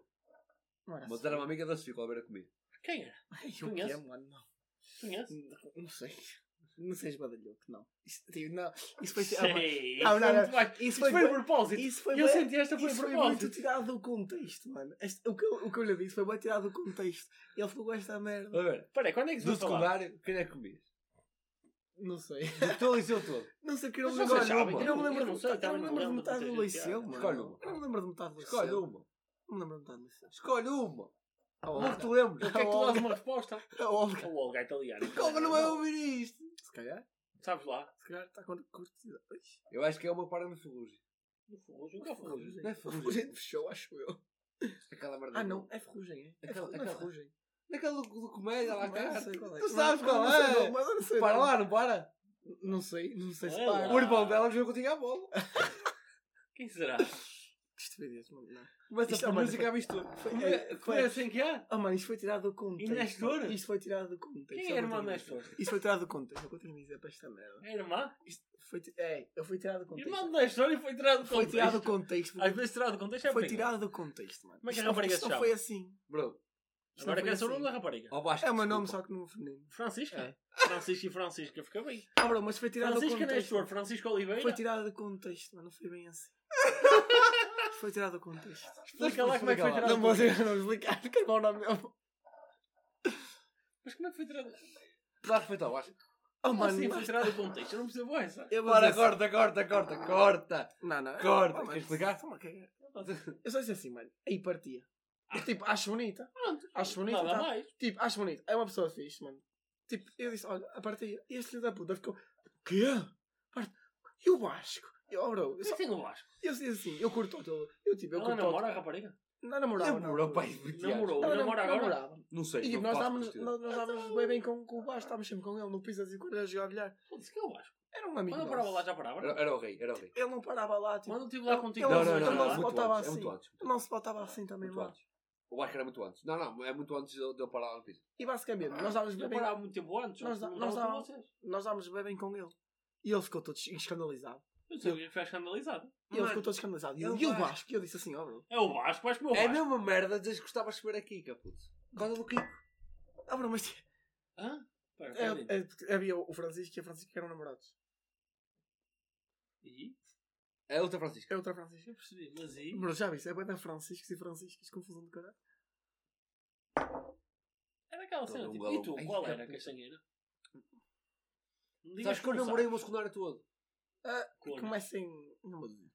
Speaker 2: Não era assim.
Speaker 3: Mas era uma amiga da Sofia que o Alberto comia.
Speaker 4: Quem é? era?
Speaker 2: Ai, eu que
Speaker 4: Conheço.
Speaker 2: é, mano, não.
Speaker 4: Conhece?
Speaker 2: Não- Não sei. Não sejas badalhoco, não. Isso, tipo, não. Isso foi. Ah, mano,
Speaker 4: Sei,
Speaker 2: Ah,
Speaker 4: isso
Speaker 2: não,
Speaker 4: é
Speaker 2: não.
Speaker 4: muito mais-
Speaker 2: Isso
Speaker 4: Isso
Speaker 2: foi.
Speaker 4: foi de
Speaker 2: bué-
Speaker 4: propósito.
Speaker 2: Isso foi.
Speaker 4: Eu
Speaker 2: bué-
Speaker 4: senti esta foi de
Speaker 2: Isso foi muito
Speaker 4: propósito.
Speaker 2: tirado do contexto, mano. Este- o, que eu, o que eu lhe disse foi bem tirado do contexto. Ele falou esta merda.
Speaker 3: A ver,
Speaker 4: Peraí, quando é que se
Speaker 3: do
Speaker 4: vai falar?
Speaker 3: secundário, quem é que comias?
Speaker 2: Não sei.
Speaker 3: Do teu liceu todo.
Speaker 2: Não sei porque eu não
Speaker 4: Mas
Speaker 2: lembro.
Speaker 4: vocês sabem,
Speaker 2: Eu não me
Speaker 4: eu
Speaker 2: lembro
Speaker 4: não
Speaker 2: de
Speaker 4: sei,
Speaker 2: metade- eu não me lembro
Speaker 4: também não
Speaker 2: de
Speaker 4: lembro
Speaker 2: metade
Speaker 4: de
Speaker 2: do
Speaker 4: muita gente,
Speaker 2: liceu,
Speaker 4: já.
Speaker 2: mano.
Speaker 3: Escolhe uma.
Speaker 2: Eu não me lembro de metade do liceu.
Speaker 3: Escolhe uma.
Speaker 2: Não me lembro de metade do liceu.
Speaker 3: Escolhe uma. Uma
Speaker 2: Olga.
Speaker 3: que tu lembras.
Speaker 4: O que é que tu dás uma resposta?
Speaker 2: A Olga.
Speaker 4: É O Olga italiano.
Speaker 3: Como não
Speaker 2: é
Speaker 3: vai ouvir isto?
Speaker 2: Se calhar.
Speaker 4: Sabes lá?
Speaker 2: Se calhar está com curtida.
Speaker 3: Eu acho que é uma para no ferrugem.
Speaker 4: No Ferrugem. O que é o Ferrugem?
Speaker 3: Não é
Speaker 2: Ferrugem
Speaker 3: ferrugem.
Speaker 2: fechou, acho eu.
Speaker 3: Aquela merda.
Speaker 2: Ah, não. É ferrugem, é? É
Speaker 3: Aquela-
Speaker 2: ferrugem. não é
Speaker 3: aquela-
Speaker 2: ferrugem.
Speaker 3: Naquela do, do comédia lá,
Speaker 2: Mas eu
Speaker 3: cara.
Speaker 2: sei qual é.
Speaker 3: Tu
Speaker 2: Mas
Speaker 3: sabes
Speaker 2: eu
Speaker 3: qual
Speaker 2: não sei
Speaker 3: é.
Speaker 2: não, mas eu não sei
Speaker 3: Para
Speaker 2: não. É,
Speaker 3: lá, não para.
Speaker 2: Não sei, não sei se
Speaker 4: Olha
Speaker 2: para.
Speaker 4: lá.
Speaker 3: O irmão dela jogou contigo à bola.
Speaker 4: Quem será?
Speaker 2: Que estupidez, mano. não.
Speaker 3: Mas
Speaker 2: Isto é
Speaker 3: a
Speaker 2: uma-
Speaker 3: música viste tu.
Speaker 4: Como é- Como é assim que há?
Speaker 2: Ah, mano, isto foi tirado do contexto.
Speaker 4: E Nestor?
Speaker 2: Isto foi tirado do contexto.
Speaker 4: Quem
Speaker 2: Eu
Speaker 4: é a irmã
Speaker 2: continuo a
Speaker 4: da
Speaker 2: dizer.
Speaker 4: Nestor?
Speaker 2: Isto foi tirado do contexto. Eu continuo a dizer para esta merda.
Speaker 4: É a irmã?
Speaker 2: Isto foi. ti- É, eu fui tirado do contexto.
Speaker 4: Irmã da Nestor e foi tirado do
Speaker 2: Foi tirado do
Speaker 4: contexto.
Speaker 2: contexto.
Speaker 4: Às vezes tirado do contexto é
Speaker 2: Foi
Speaker 4: brinco.
Speaker 2: tirado do contexto, mano.
Speaker 4: Como é que a
Speaker 2: Isto não-
Speaker 4: rapariga
Speaker 2: isto
Speaker 4: se
Speaker 2: não
Speaker 4: chama?
Speaker 2: foi assim.
Speaker 3: Bro,
Speaker 2: Isto não
Speaker 4: Agora
Speaker 2: foi
Speaker 4: quer saber o
Speaker 2: assim.
Speaker 4: nome da rapariga.
Speaker 3: ao baixo.
Speaker 2: É o meu nome,
Speaker 3: desculpa.
Speaker 2: só que no feminino.
Speaker 4: Francisca?
Speaker 2: É.
Speaker 4: Francisca e Francisca, fica bem.
Speaker 2: Ah, bro, mas foi tirado do
Speaker 4: Francisca
Speaker 2: contexto.
Speaker 4: Nestor, Francisco Oliveira.
Speaker 2: Foi tirado do contexto, mano. Não foi bem assim. Isto foi tirado do contexto.
Speaker 4: Explica lá como é que foi
Speaker 3: Explica lá.
Speaker 4: tirado
Speaker 2: Não
Speaker 4: do
Speaker 2: vou
Speaker 4: contexto.
Speaker 2: dizer, não vou explicar. Que é mau nome mesmo.
Speaker 4: Mas como é que foi tirado?
Speaker 3: Claro que foi ao baixo.
Speaker 2: Oh,
Speaker 4: Como
Speaker 2: mano.
Speaker 4: assim foi
Speaker 2: mas-
Speaker 4: tirado do contexto? Eu não percebo essa.
Speaker 2: Eu vou
Speaker 3: Bora,
Speaker 2: dizer-
Speaker 3: corta, corta, corta, corta.
Speaker 2: Não, não.
Speaker 3: Corta.
Speaker 2: Oh, mano,
Speaker 3: Queres explicar?
Speaker 2: só uma cagada. Eu só disse assim, mano. Aí partia. Eu, tipo, acho bonita.
Speaker 4: Pronto.
Speaker 2: Acho bonita.
Speaker 4: Nada
Speaker 2: tá?
Speaker 4: mais.
Speaker 2: Tipo, acho bonita. É uma pessoa fixe, mano. Tipo, eu disse, olha, a partia. E este filho da puta ficou. Quê? Parte- E o Vasco? Eu, oh, bro, eu,
Speaker 4: Mas
Speaker 2: só,
Speaker 4: tem o Vasco.
Speaker 2: eu disse assim, eu curto o teu. Eu tipo, eu
Speaker 4: Ela
Speaker 2: curto o
Speaker 4: namora a rapariga?
Speaker 2: Não namorava. não.
Speaker 3: Namorou, pai. de 20 anos.
Speaker 4: Namorou.
Speaker 2: Ela
Speaker 4: Namora agora?
Speaker 2: namorava.
Speaker 3: Não sei.
Speaker 2: E tipo,
Speaker 3: não
Speaker 2: nós
Speaker 3: faço
Speaker 2: estávamos
Speaker 3: questão.
Speaker 2: nós, nós estávamos bem bem com, com o Vasco, estávamos sempre com ele no piso assim quando ele jogava bilhar.
Speaker 4: Foda-se, que é o Vasco.
Speaker 2: Era um amigo.
Speaker 4: Quando eu parava
Speaker 2: nosso.
Speaker 4: lá, já parava.
Speaker 3: Era, era o rei, era o rei.
Speaker 2: Ele não parava lá, tipo.
Speaker 4: Quando eu estive lá contigo,
Speaker 2: Ele-
Speaker 3: Não,
Speaker 4: não,
Speaker 3: não,
Speaker 2: ele
Speaker 3: não.
Speaker 2: não
Speaker 3: não,
Speaker 2: se
Speaker 3: muito
Speaker 2: botava
Speaker 3: antes, É
Speaker 2: assim.
Speaker 3: muito antes.
Speaker 2: Ele não se botava assim também
Speaker 3: Muito
Speaker 2: lá.
Speaker 3: antes. O Vasco era muito antes. Não, não, é muito antes de eu de eu parar no piso.
Speaker 2: E basicamente, nós estávamos bem
Speaker 4: Eu
Speaker 2: bem
Speaker 4: parava muito tempo antes.
Speaker 2: Nós-
Speaker 4: Nós
Speaker 2: nós
Speaker 4: estávamos
Speaker 2: dávamos-
Speaker 4: com vocês.
Speaker 2: nós estávamos bem bem com ele. E ele ficou todo escandalizado.
Speaker 4: Eu sabia que foi escandalizado.
Speaker 2: E ele
Speaker 3: Mano,
Speaker 2: ficou todo escandalizado. E eu,
Speaker 3: eu
Speaker 2: e eu
Speaker 3: acho-
Speaker 2: Vasco, e eu disse assim, ó bro.
Speaker 4: É o Vasco, Vasco meu
Speaker 3: É a
Speaker 4: Vasco.
Speaker 3: mesma merda de que gostavas de ver aqui, caputo. Por causa do Kiko.
Speaker 2: Ah, bro, mas
Speaker 4: Hã? Espera,
Speaker 2: é,
Speaker 4: espera aí.
Speaker 2: é porque havia o Francisco e a Francisca que eram namorados.
Speaker 4: E?
Speaker 3: É outra Francisca.
Speaker 2: É outra Francisca.
Speaker 4: Eu percebi, mas e?
Speaker 2: Bro, já viste? É bem da Franciscos e Franciscas, confusão do caralho.
Speaker 4: Era aquela
Speaker 2: é
Speaker 4: cena,
Speaker 3: Todo um
Speaker 4: tipo,
Speaker 3: galão.
Speaker 4: e tu,
Speaker 3: Ai,
Speaker 4: qual
Speaker 3: que
Speaker 4: era a
Speaker 3: puta.
Speaker 4: castanheira? Não digas
Speaker 3: Sabes que eu
Speaker 4: não
Speaker 3: namorei o meu secundário todo.
Speaker 4: Cor.
Speaker 2: Comecem. Não vou dizer.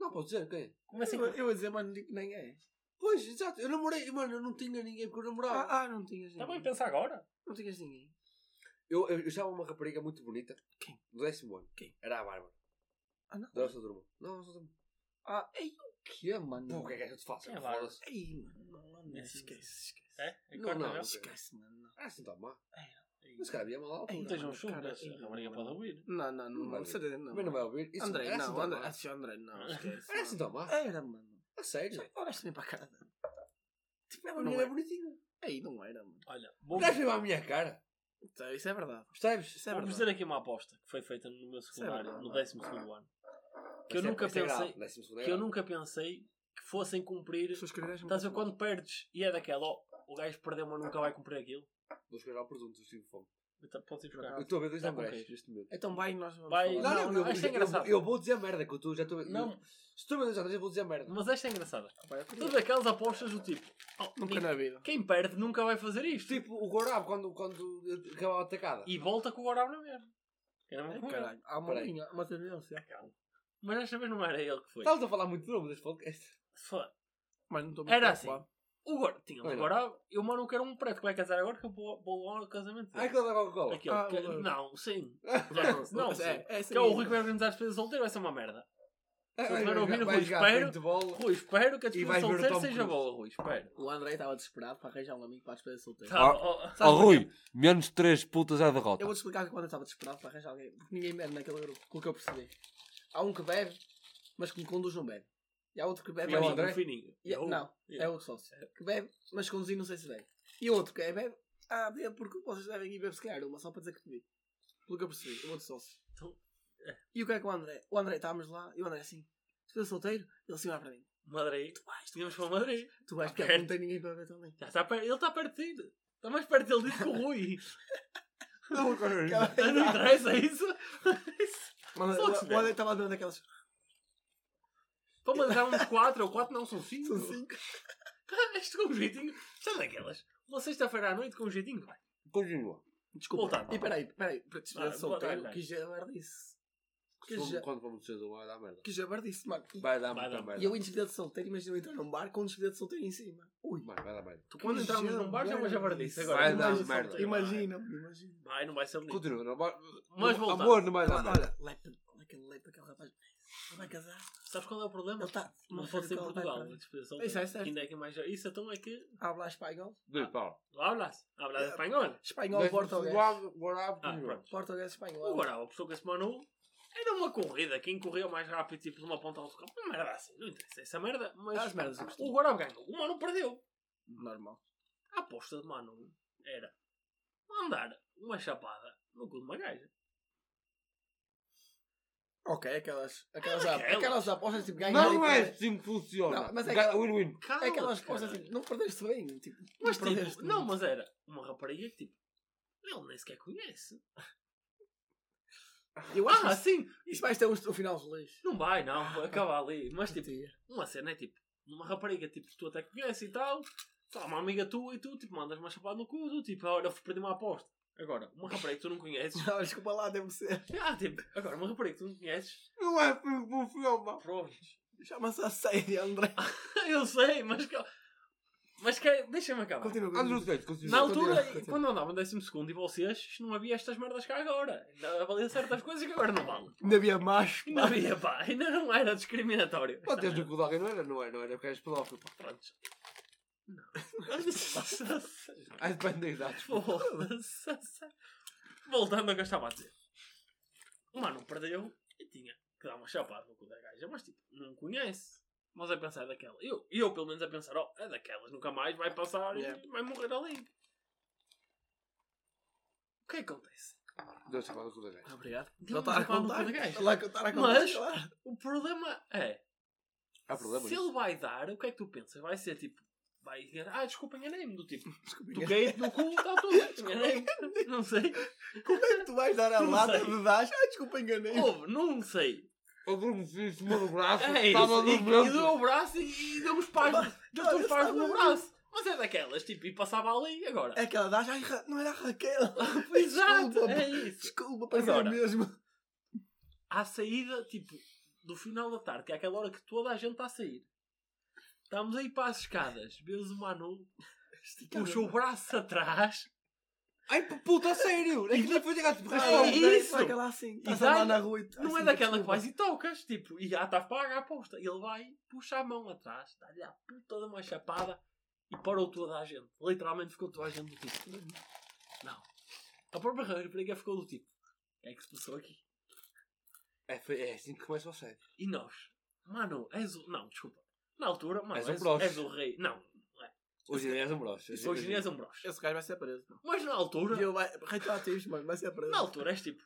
Speaker 3: Não, posso dizer quem é?
Speaker 4: Como assim?
Speaker 2: eu, eu a dizer, mano, digo que nem é.
Speaker 3: Pois, exato. Eu namorei. Mano, eu não tinha ninguém porque eu namorava.
Speaker 2: Ah, ah, não tinhas
Speaker 4: Está bem,
Speaker 2: ninguém.
Speaker 4: pensa agora.
Speaker 2: Não tinhas ninguém.
Speaker 3: Eu, eu, eu estava uma rapariga muito bonita.
Speaker 2: Quem?
Speaker 3: No décimo ano.
Speaker 2: Quem?
Speaker 3: Era a Bárbara.
Speaker 2: Ah, não.
Speaker 3: Da nossa turma. Não, da nossa turma.
Speaker 2: Ah, ei, o que é, mano?
Speaker 3: Pô, o que é que eu te faço?
Speaker 4: Quem é a Bárbara?
Speaker 3: Foda-se.
Speaker 2: Ei, mano, não, não, não,
Speaker 4: É,
Speaker 2: esquece, esquece.
Speaker 4: É? É
Speaker 3: Não,
Speaker 4: corta
Speaker 3: não,
Speaker 4: não.
Speaker 3: não.
Speaker 2: Esquece, mano, não.
Speaker 3: Ah, assim está má.
Speaker 4: Ei,
Speaker 3: Mas cara, havia mal altura.
Speaker 2: Ei,
Speaker 4: Não estejam
Speaker 2: mano, cara,
Speaker 4: chumbas, a rapariga pode ouvir.
Speaker 2: Não, não, não,
Speaker 3: Não vai
Speaker 2: não,
Speaker 3: ver.
Speaker 2: certeza não.
Speaker 3: Mas não vai ouvir. Isso
Speaker 2: André,
Speaker 3: era assim
Speaker 2: não,
Speaker 3: tão
Speaker 2: André,
Speaker 3: má.
Speaker 2: assim, André, não, esquece.
Speaker 3: Era assim
Speaker 2: mano.
Speaker 3: tão má.
Speaker 2: Era, mano.
Speaker 3: A sério.
Speaker 2: Olhaste bem para a cara dela.
Speaker 3: Tipo, a
Speaker 2: não
Speaker 3: menina
Speaker 2: é.
Speaker 3: é bonitinha.
Speaker 2: Aí não era, mano.
Speaker 4: Olha,
Speaker 3: O
Speaker 4: vou-
Speaker 3: gajo veio à minha cara.
Speaker 2: Então, isso é verdade.
Speaker 3: Percebes?
Speaker 2: Isso é
Speaker 4: vou-vos
Speaker 2: verdade.
Speaker 4: fazer aqui uma aposta que foi feita no meu secundário,
Speaker 2: verdade.
Speaker 4: no 12 ano. Que eu
Speaker 3: Isto é-
Speaker 4: nunca
Speaker 3: isto é grave.
Speaker 4: pensei-
Speaker 3: Décimo segundo é
Speaker 4: Que eu
Speaker 3: grave.
Speaker 4: nunca pensei que fossem cumprir.
Speaker 2: As pessoas queridas são
Speaker 4: Estás a ver
Speaker 2: muito
Speaker 4: quando perdes e é daquela, ó, o gajo perdeu, mas nunca vai cumprir aquilo.
Speaker 3: Vou chegar ao presunto, estive com fome.
Speaker 4: Então, Podes ir
Speaker 3: Eu
Speaker 4: buscar.
Speaker 3: estou a ver dois
Speaker 4: Tá com
Speaker 3: Andrés
Speaker 4: queijo.
Speaker 3: neste momento.
Speaker 2: Então vai e nós vamos
Speaker 4: Vai-
Speaker 2: falar.
Speaker 4: Não, não,
Speaker 3: eu,
Speaker 4: isto é
Speaker 3: eu-
Speaker 4: engraçado.
Speaker 3: Eu, vou dizer merda, que eu tô- já estou a
Speaker 4: Não,
Speaker 3: Se estou a ver dois Andrés, eu vou dizer merda.
Speaker 4: mas esta é engraçada.
Speaker 2: Vai, eu
Speaker 4: Todas aquelas apostas do tipo, ó,
Speaker 2: Nunca
Speaker 4: nin-
Speaker 2: na vida.
Speaker 4: quem perde nunca vai fazer isto.
Speaker 3: Tipo o Gorab quando, quando acabava a atacada.
Speaker 4: E volta com o Gorau na merda. Era
Speaker 2: Ai,
Speaker 4: muito
Speaker 2: Caralho, há uma
Speaker 3: Peraí.
Speaker 2: linha, uma tendência.
Speaker 4: Mas desta vez não era ele que foi.
Speaker 3: Tá Estavas a falar muito de novo deste podcast.
Speaker 4: Foda.
Speaker 2: Mas não estou
Speaker 4: Era assim. O Gordo, tinha
Speaker 5: Olha.
Speaker 4: agora. Eu, mano, eu quero um preto que vai casar agora que eu vou, vou lá ao casamento.
Speaker 5: Ah,
Speaker 4: dele.
Speaker 5: aquele da Coca-Cola.
Speaker 4: Aquele
Speaker 2: Ah,
Speaker 4: que-
Speaker 2: o-
Speaker 4: não, sim.
Speaker 2: Não,
Speaker 4: não,
Speaker 2: mas
Speaker 4: sim.
Speaker 2: é, é
Speaker 4: que é o
Speaker 2: mesmo.
Speaker 4: Rui que vai organizar as despesas solteiro, vai ser uma merda.
Speaker 5: Ah,
Speaker 4: Se não ouviram,
Speaker 5: vai
Speaker 4: Rui,
Speaker 5: jogar
Speaker 4: espero.
Speaker 5: paintball.
Speaker 4: Rui, espero que a
Speaker 5: E vais ver
Speaker 4: despesa
Speaker 5: o
Speaker 4: solteira
Speaker 5: Tom
Speaker 4: seja
Speaker 5: Cruise.
Speaker 4: boa, Rui, espero.
Speaker 2: O André estava desesperado para arranjar um amigo para a despesa solteira.
Speaker 4: Tá,
Speaker 5: Ah.
Speaker 4: ó, ó.
Speaker 2: Sabes porquê?
Speaker 5: menos 3 putas à derrota.
Speaker 2: Eu vou-te explicar quando eu estava desesperado para arranjar alguém. Porque ninguém bebe naquele grupo, pelo que eu percebi. Há um que bebe, mas que me conduz não bebe. E há outro que bebe,
Speaker 4: Fininho,
Speaker 2: mas
Speaker 5: o André?
Speaker 4: fininho.
Speaker 2: é E-
Speaker 4: Eu-
Speaker 2: não,
Speaker 4: eu-
Speaker 2: é outro sócio. Que bebe, mas conduzir não sei se bebe. E outro que é bebe, ah, bebe porque vocês devem ir beber se calhar uma só para dizer que bebi. Pelo que eu percebi, o outro sócio.
Speaker 4: Então,
Speaker 2: E o que é que o André? O André estávamos lá e o André assim, estou solteiro, ele assim olha para mim.
Speaker 4: Madrid. Tínhamos para Madrid.
Speaker 2: Tu vais porque
Speaker 4: Ok.
Speaker 2: não tem ninguém para beber também.
Speaker 4: Já está per- Ele está perto de ti. Está mais perto dele disso que o Rui. Não interessa é isso.
Speaker 2: Mas
Speaker 4: Só que se
Speaker 2: o-
Speaker 4: bebe.
Speaker 2: o André estava dando aquelas.
Speaker 4: Para mandar uns 4 ou 4 não, são 5.
Speaker 2: São cinco.
Speaker 4: Isto com um jeitinho. Sabe daquelas? Uma sexta-feira à noite com um jeitinho. vai.
Speaker 5: Continua.
Speaker 2: Desculpa.
Speaker 4: Voltando.
Speaker 2: E peraí, peraí, para te
Speaker 4: Ah,
Speaker 2: dizer solteiro,
Speaker 4: voltando.
Speaker 2: que já é um disse. Que
Speaker 5: Quando-
Speaker 2: já.
Speaker 5: Quando vamos cedo, vai dar merda.
Speaker 2: Que já é um disse, mano. E-
Speaker 5: Vai dar muita
Speaker 4: Vai dar-
Speaker 2: E eu
Speaker 5: merda.
Speaker 2: em despedida de solteiro, imagina eu entrar num bar com um despedida de solteiro em cima. Ui.
Speaker 5: Vai vai dar merda.
Speaker 4: Tu quando
Speaker 2: Que
Speaker 4: entrarmos num bar já vou já
Speaker 2: merda.
Speaker 4: bardice. Agora
Speaker 5: Vai
Speaker 4: Não
Speaker 5: dar
Speaker 4: ser
Speaker 5: merda.
Speaker 4: solteiro, vai.
Speaker 2: Imagina, imagina.
Speaker 4: Vai, não vai ser bonito.
Speaker 5: Continua. Não vai...
Speaker 4: Mas
Speaker 5: Amor,
Speaker 4: voltando.
Speaker 5: não vai dar
Speaker 2: Olha,
Speaker 5: merda.
Speaker 2: olha, lepe, aquele lepe, aquele rapaz. Ele vai casar.
Speaker 4: Sabes qual é o problema?
Speaker 2: Ele tá. está.
Speaker 4: Não pode ser em Portugal. né? a despedição.
Speaker 2: Isso é certo.
Speaker 4: Ainda é que mais. Isso então é que.
Speaker 2: Habla espanhol.
Speaker 5: Dude, Paulo.
Speaker 4: Hablas.
Speaker 2: É.
Speaker 4: Hablas espanhol.
Speaker 2: Espanhol, português.
Speaker 5: Guardava
Speaker 4: Ah, pronto.
Speaker 2: Português, espanhol.
Speaker 4: Agora, a pessoa que esse manu era uma corrida, quem corria mais rápido, tipo de uma ponta ao outro, uma merda assim, não interessa essa merda, mas
Speaker 2: As merdas eu
Speaker 4: o
Speaker 2: costumo.
Speaker 4: Guarab ganhou, o manu perdeu.
Speaker 2: Normal.
Speaker 4: A aposta de manu era mandar uma chapada no cu de uma
Speaker 2: É
Speaker 4: gaja.
Speaker 2: Ok, aquelas. Aquelas,
Speaker 4: Ah, Aquelas.
Speaker 2: aquelas apostas tipo ganhar.
Speaker 5: Não é assim que funciona.
Speaker 2: Não, mas é
Speaker 5: Ga- Win-win.
Speaker 4: Cala,
Speaker 2: É aquelas
Speaker 4: caralho.
Speaker 2: coisas tipo, não perdeste bem. Tipo,
Speaker 4: mas
Speaker 2: perdeste
Speaker 4: tipo, não,
Speaker 2: muito.
Speaker 4: mas era uma rapariga que tipo, ele nem sequer conhece.
Speaker 2: Eu acho
Speaker 4: Ah,
Speaker 2: que
Speaker 4: sim,
Speaker 2: isso vai ter um, um final feliz.
Speaker 4: não vai, não, vai acabar ali, mas tipo,
Speaker 2: Tia.
Speaker 4: uma cena é tipo, numa rapariga, tipo, tu até conheces e tal, sei lá, uma amiga tua e tu, tipo, mandas uma chapada no cu, tu, tipo, olha, perdi uma aposta. Agora, uma rapariga que tu não conheces,
Speaker 2: Não, desculpa lá, deve ser.
Speaker 4: ah, tipo, agora, uma rapariga que tu não conheces,
Speaker 5: Não é assim que funciona.
Speaker 4: provas.
Speaker 2: Chama-se a série, André.
Speaker 4: Eu sei, mas que. Mas que. Deixa-me acabar.
Speaker 2: Continua.
Speaker 5: Antes
Speaker 2: continua.
Speaker 5: do texto, continua.
Speaker 4: Na altura,
Speaker 2: continua, continua.
Speaker 4: quando andava no décimo segundo e vocês, isto não havia estas merdas cá agora. Ainda avalia certas coisas que agora não vale.
Speaker 2: Ainda havia macho.
Speaker 4: Ainda havia, pá, ainda não era discriminatório. é
Speaker 5: Pá, tens no cu de alguém, não era? Não era, não era, porque és pedófilo. pá.
Speaker 4: Prontos.
Speaker 5: Ai, depende da idade.
Speaker 4: Foda-se. Voltando ao que eu estava a dizer. O mano perdeu e tinha que dar uma chapada no cu da gaja, mas tipo, não conhece. Mas a pensar daquela. Eu, eu pelo menos a pensar, oh, é daquelas, nunca mais vai passar
Speaker 2: Yeah.
Speaker 4: e vai morrer ali. O que é que acontece?
Speaker 5: Deus sabe é o cu da
Speaker 4: Ah,
Speaker 5: gaja.
Speaker 2: Obrigado.
Speaker 4: Não está
Speaker 2: é
Speaker 4: a contar.
Speaker 2: Lá contar a contar.
Speaker 4: Mas-
Speaker 2: claro.
Speaker 4: O problema é,
Speaker 5: Há problema
Speaker 4: se
Speaker 5: nisso?
Speaker 4: ele vai dar, o que é que tu pensas? Vai ser tipo, vai enganar- ah, desculpa, enganei-me, do tipo,
Speaker 2: Desculpinha.
Speaker 4: toquei-te no cu, está tudo, enganei-me, não sei.
Speaker 2: Como é que tu vais dar a
Speaker 4: Não
Speaker 2: lata
Speaker 4: sei.
Speaker 2: de das? Ah, desculpa, enganei.
Speaker 4: Houve, não sei.
Speaker 5: Eu dormi em cima do braço,
Speaker 2: Tá
Speaker 4: É
Speaker 5: estava
Speaker 4: isso, e, e
Speaker 5: dormindo.
Speaker 4: deu o braço e, e deu os pais, deu
Speaker 2: Olha,
Speaker 4: os pais no
Speaker 2: estava-
Speaker 4: braço. Mas é daquelas, tipo, e passava ali agora.
Speaker 2: É aquela das, ai, Ra- não era a Raquel.
Speaker 4: Exato,
Speaker 2: desculpa,
Speaker 4: é
Speaker 2: pá.
Speaker 4: isso.
Speaker 2: Desculpa, para ser
Speaker 4: Agora.
Speaker 2: mesmo.
Speaker 4: À saída, tipo, do final da tarde, que é aquela hora que toda a gente está a sair. Estamos aí para as escadas, vês o Manu,
Speaker 2: Tá
Speaker 4: puxa o braço atrás
Speaker 5: Ai, p- puta, a sério! É que nem foi ligado,
Speaker 4: É
Speaker 5: responde.
Speaker 2: Ai,
Speaker 4: isso.
Speaker 2: Aquela assim, estás
Speaker 4: dá-lhe-
Speaker 2: a andar na rua e-
Speaker 4: Não
Speaker 2: assim,
Speaker 4: é daquela que
Speaker 2: desculpa.
Speaker 4: vais e tocas, tipo, e já está paga a aposta. Ele vai, puxa a mão atrás, dá-lhe a puta de uma chapada e parou toda a gente. Literalmente ficou toda a gente do tipo. Não. A própria rapariga ficou do tipo. É que se passou aqui.
Speaker 5: É, foi- é assim que começa o assédio.
Speaker 4: E nós? Mano, és o. Não, desculpa. Na altura, mano,
Speaker 5: És
Speaker 4: és,
Speaker 5: um broche.
Speaker 4: és o rei. Não. não é.
Speaker 5: Hoje em dia és um broche.
Speaker 4: Hoje em dia és um broche.
Speaker 2: Esse gajo vai ser preso. pá.
Speaker 4: Mas na
Speaker 2: E
Speaker 4: altura.
Speaker 2: ele vai. Retroativos, mano, vai ser preso.
Speaker 4: Na altura és tipo.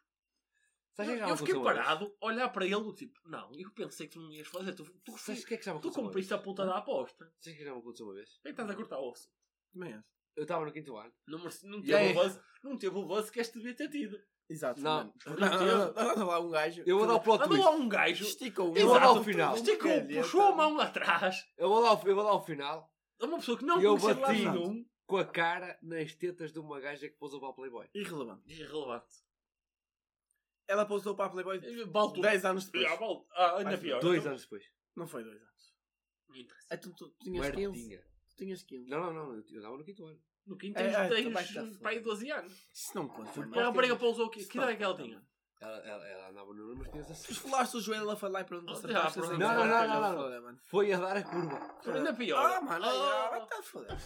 Speaker 5: Sabes o que é que já
Speaker 4: eu
Speaker 5: me
Speaker 4: eu fiquei
Speaker 5: aconteceu uma
Speaker 4: parado, olhar para ele do tipo. Não, eu pensei que tu não ias fazer. Tu, tu,
Speaker 5: vez? Sabes o que é que já me
Speaker 4: tu
Speaker 5: aconteceu uma vez?
Speaker 4: cumpriste a puta da aposta.
Speaker 5: Sabes o que é que já me aconteceu uma vez?
Speaker 4: Quem estás a cortar o osso?
Speaker 2: Também é.
Speaker 5: Eu estava no quinto ano.
Speaker 4: Não, merece- não
Speaker 5: E aí?
Speaker 4: teve o buzz, não teve o buzz que este devia ter tido.
Speaker 2: Exato.
Speaker 5: Não.
Speaker 2: mano. Não, não, não, não, não, lá um gajo.
Speaker 5: Eu vou dar o plot
Speaker 4: Andou
Speaker 5: twist.
Speaker 4: lá um gajo,
Speaker 2: Esticou
Speaker 5: Eu vou dar o
Speaker 4: Exato.
Speaker 5: final.
Speaker 4: esticou,
Speaker 2: é Calheta.
Speaker 4: puxou a mão atrás
Speaker 5: Eu vou dar o- eu vou dar o final.
Speaker 4: a uma pessoa que não
Speaker 5: Eu
Speaker 4: conhecia de lado
Speaker 5: bati.
Speaker 4: nenhum.
Speaker 5: com a cara nas tetas de uma gaja que pôs o Playboy.
Speaker 2: Irrelevante.
Speaker 4: É Irrelevante. É
Speaker 2: Ela postou para a Playboy
Speaker 4: Balto.
Speaker 2: 10 anos depois.
Speaker 4: Ah, Balto. Ah, ainda
Speaker 2: Mas
Speaker 4: pior.
Speaker 5: Dois
Speaker 4: Então,
Speaker 5: anos depois.
Speaker 2: Não foi 2 anos.
Speaker 4: não interessa.
Speaker 2: É, tu, tu tinhas 15.
Speaker 5: Martinha.
Speaker 2: tinhas 15.
Speaker 3: Não, não, não, eu eu dava no quinto ano.
Speaker 4: No quinto
Speaker 2: É, é,
Speaker 4: tens,
Speaker 2: tu vais dar
Speaker 4: tens
Speaker 2: fora.
Speaker 4: pai de 12 anos.
Speaker 2: Isso não conta,
Speaker 4: E a
Speaker 2: mano.
Speaker 4: rapariga pousou o quê?
Speaker 2: Isso
Speaker 4: Que idade
Speaker 2: não
Speaker 4: é que ela
Speaker 2: conta,
Speaker 4: tinha?
Speaker 3: Ela, ela, ela andava no número, mas tinha 16.
Speaker 2: Esfolaste o joelho, ela foi lá e perguntou se
Speaker 4: Ah,
Speaker 2: acertaste.
Speaker 4: pronto.
Speaker 2: assim,
Speaker 3: Não, não,
Speaker 2: cara,
Speaker 3: não, não,
Speaker 2: olha,
Speaker 3: não.
Speaker 2: foda, mano.
Speaker 3: Foi a dar a curva.
Speaker 4: Foi ainda pior.
Speaker 2: Ah, mano,
Speaker 4: Ah.
Speaker 2: vai tá estar a foder.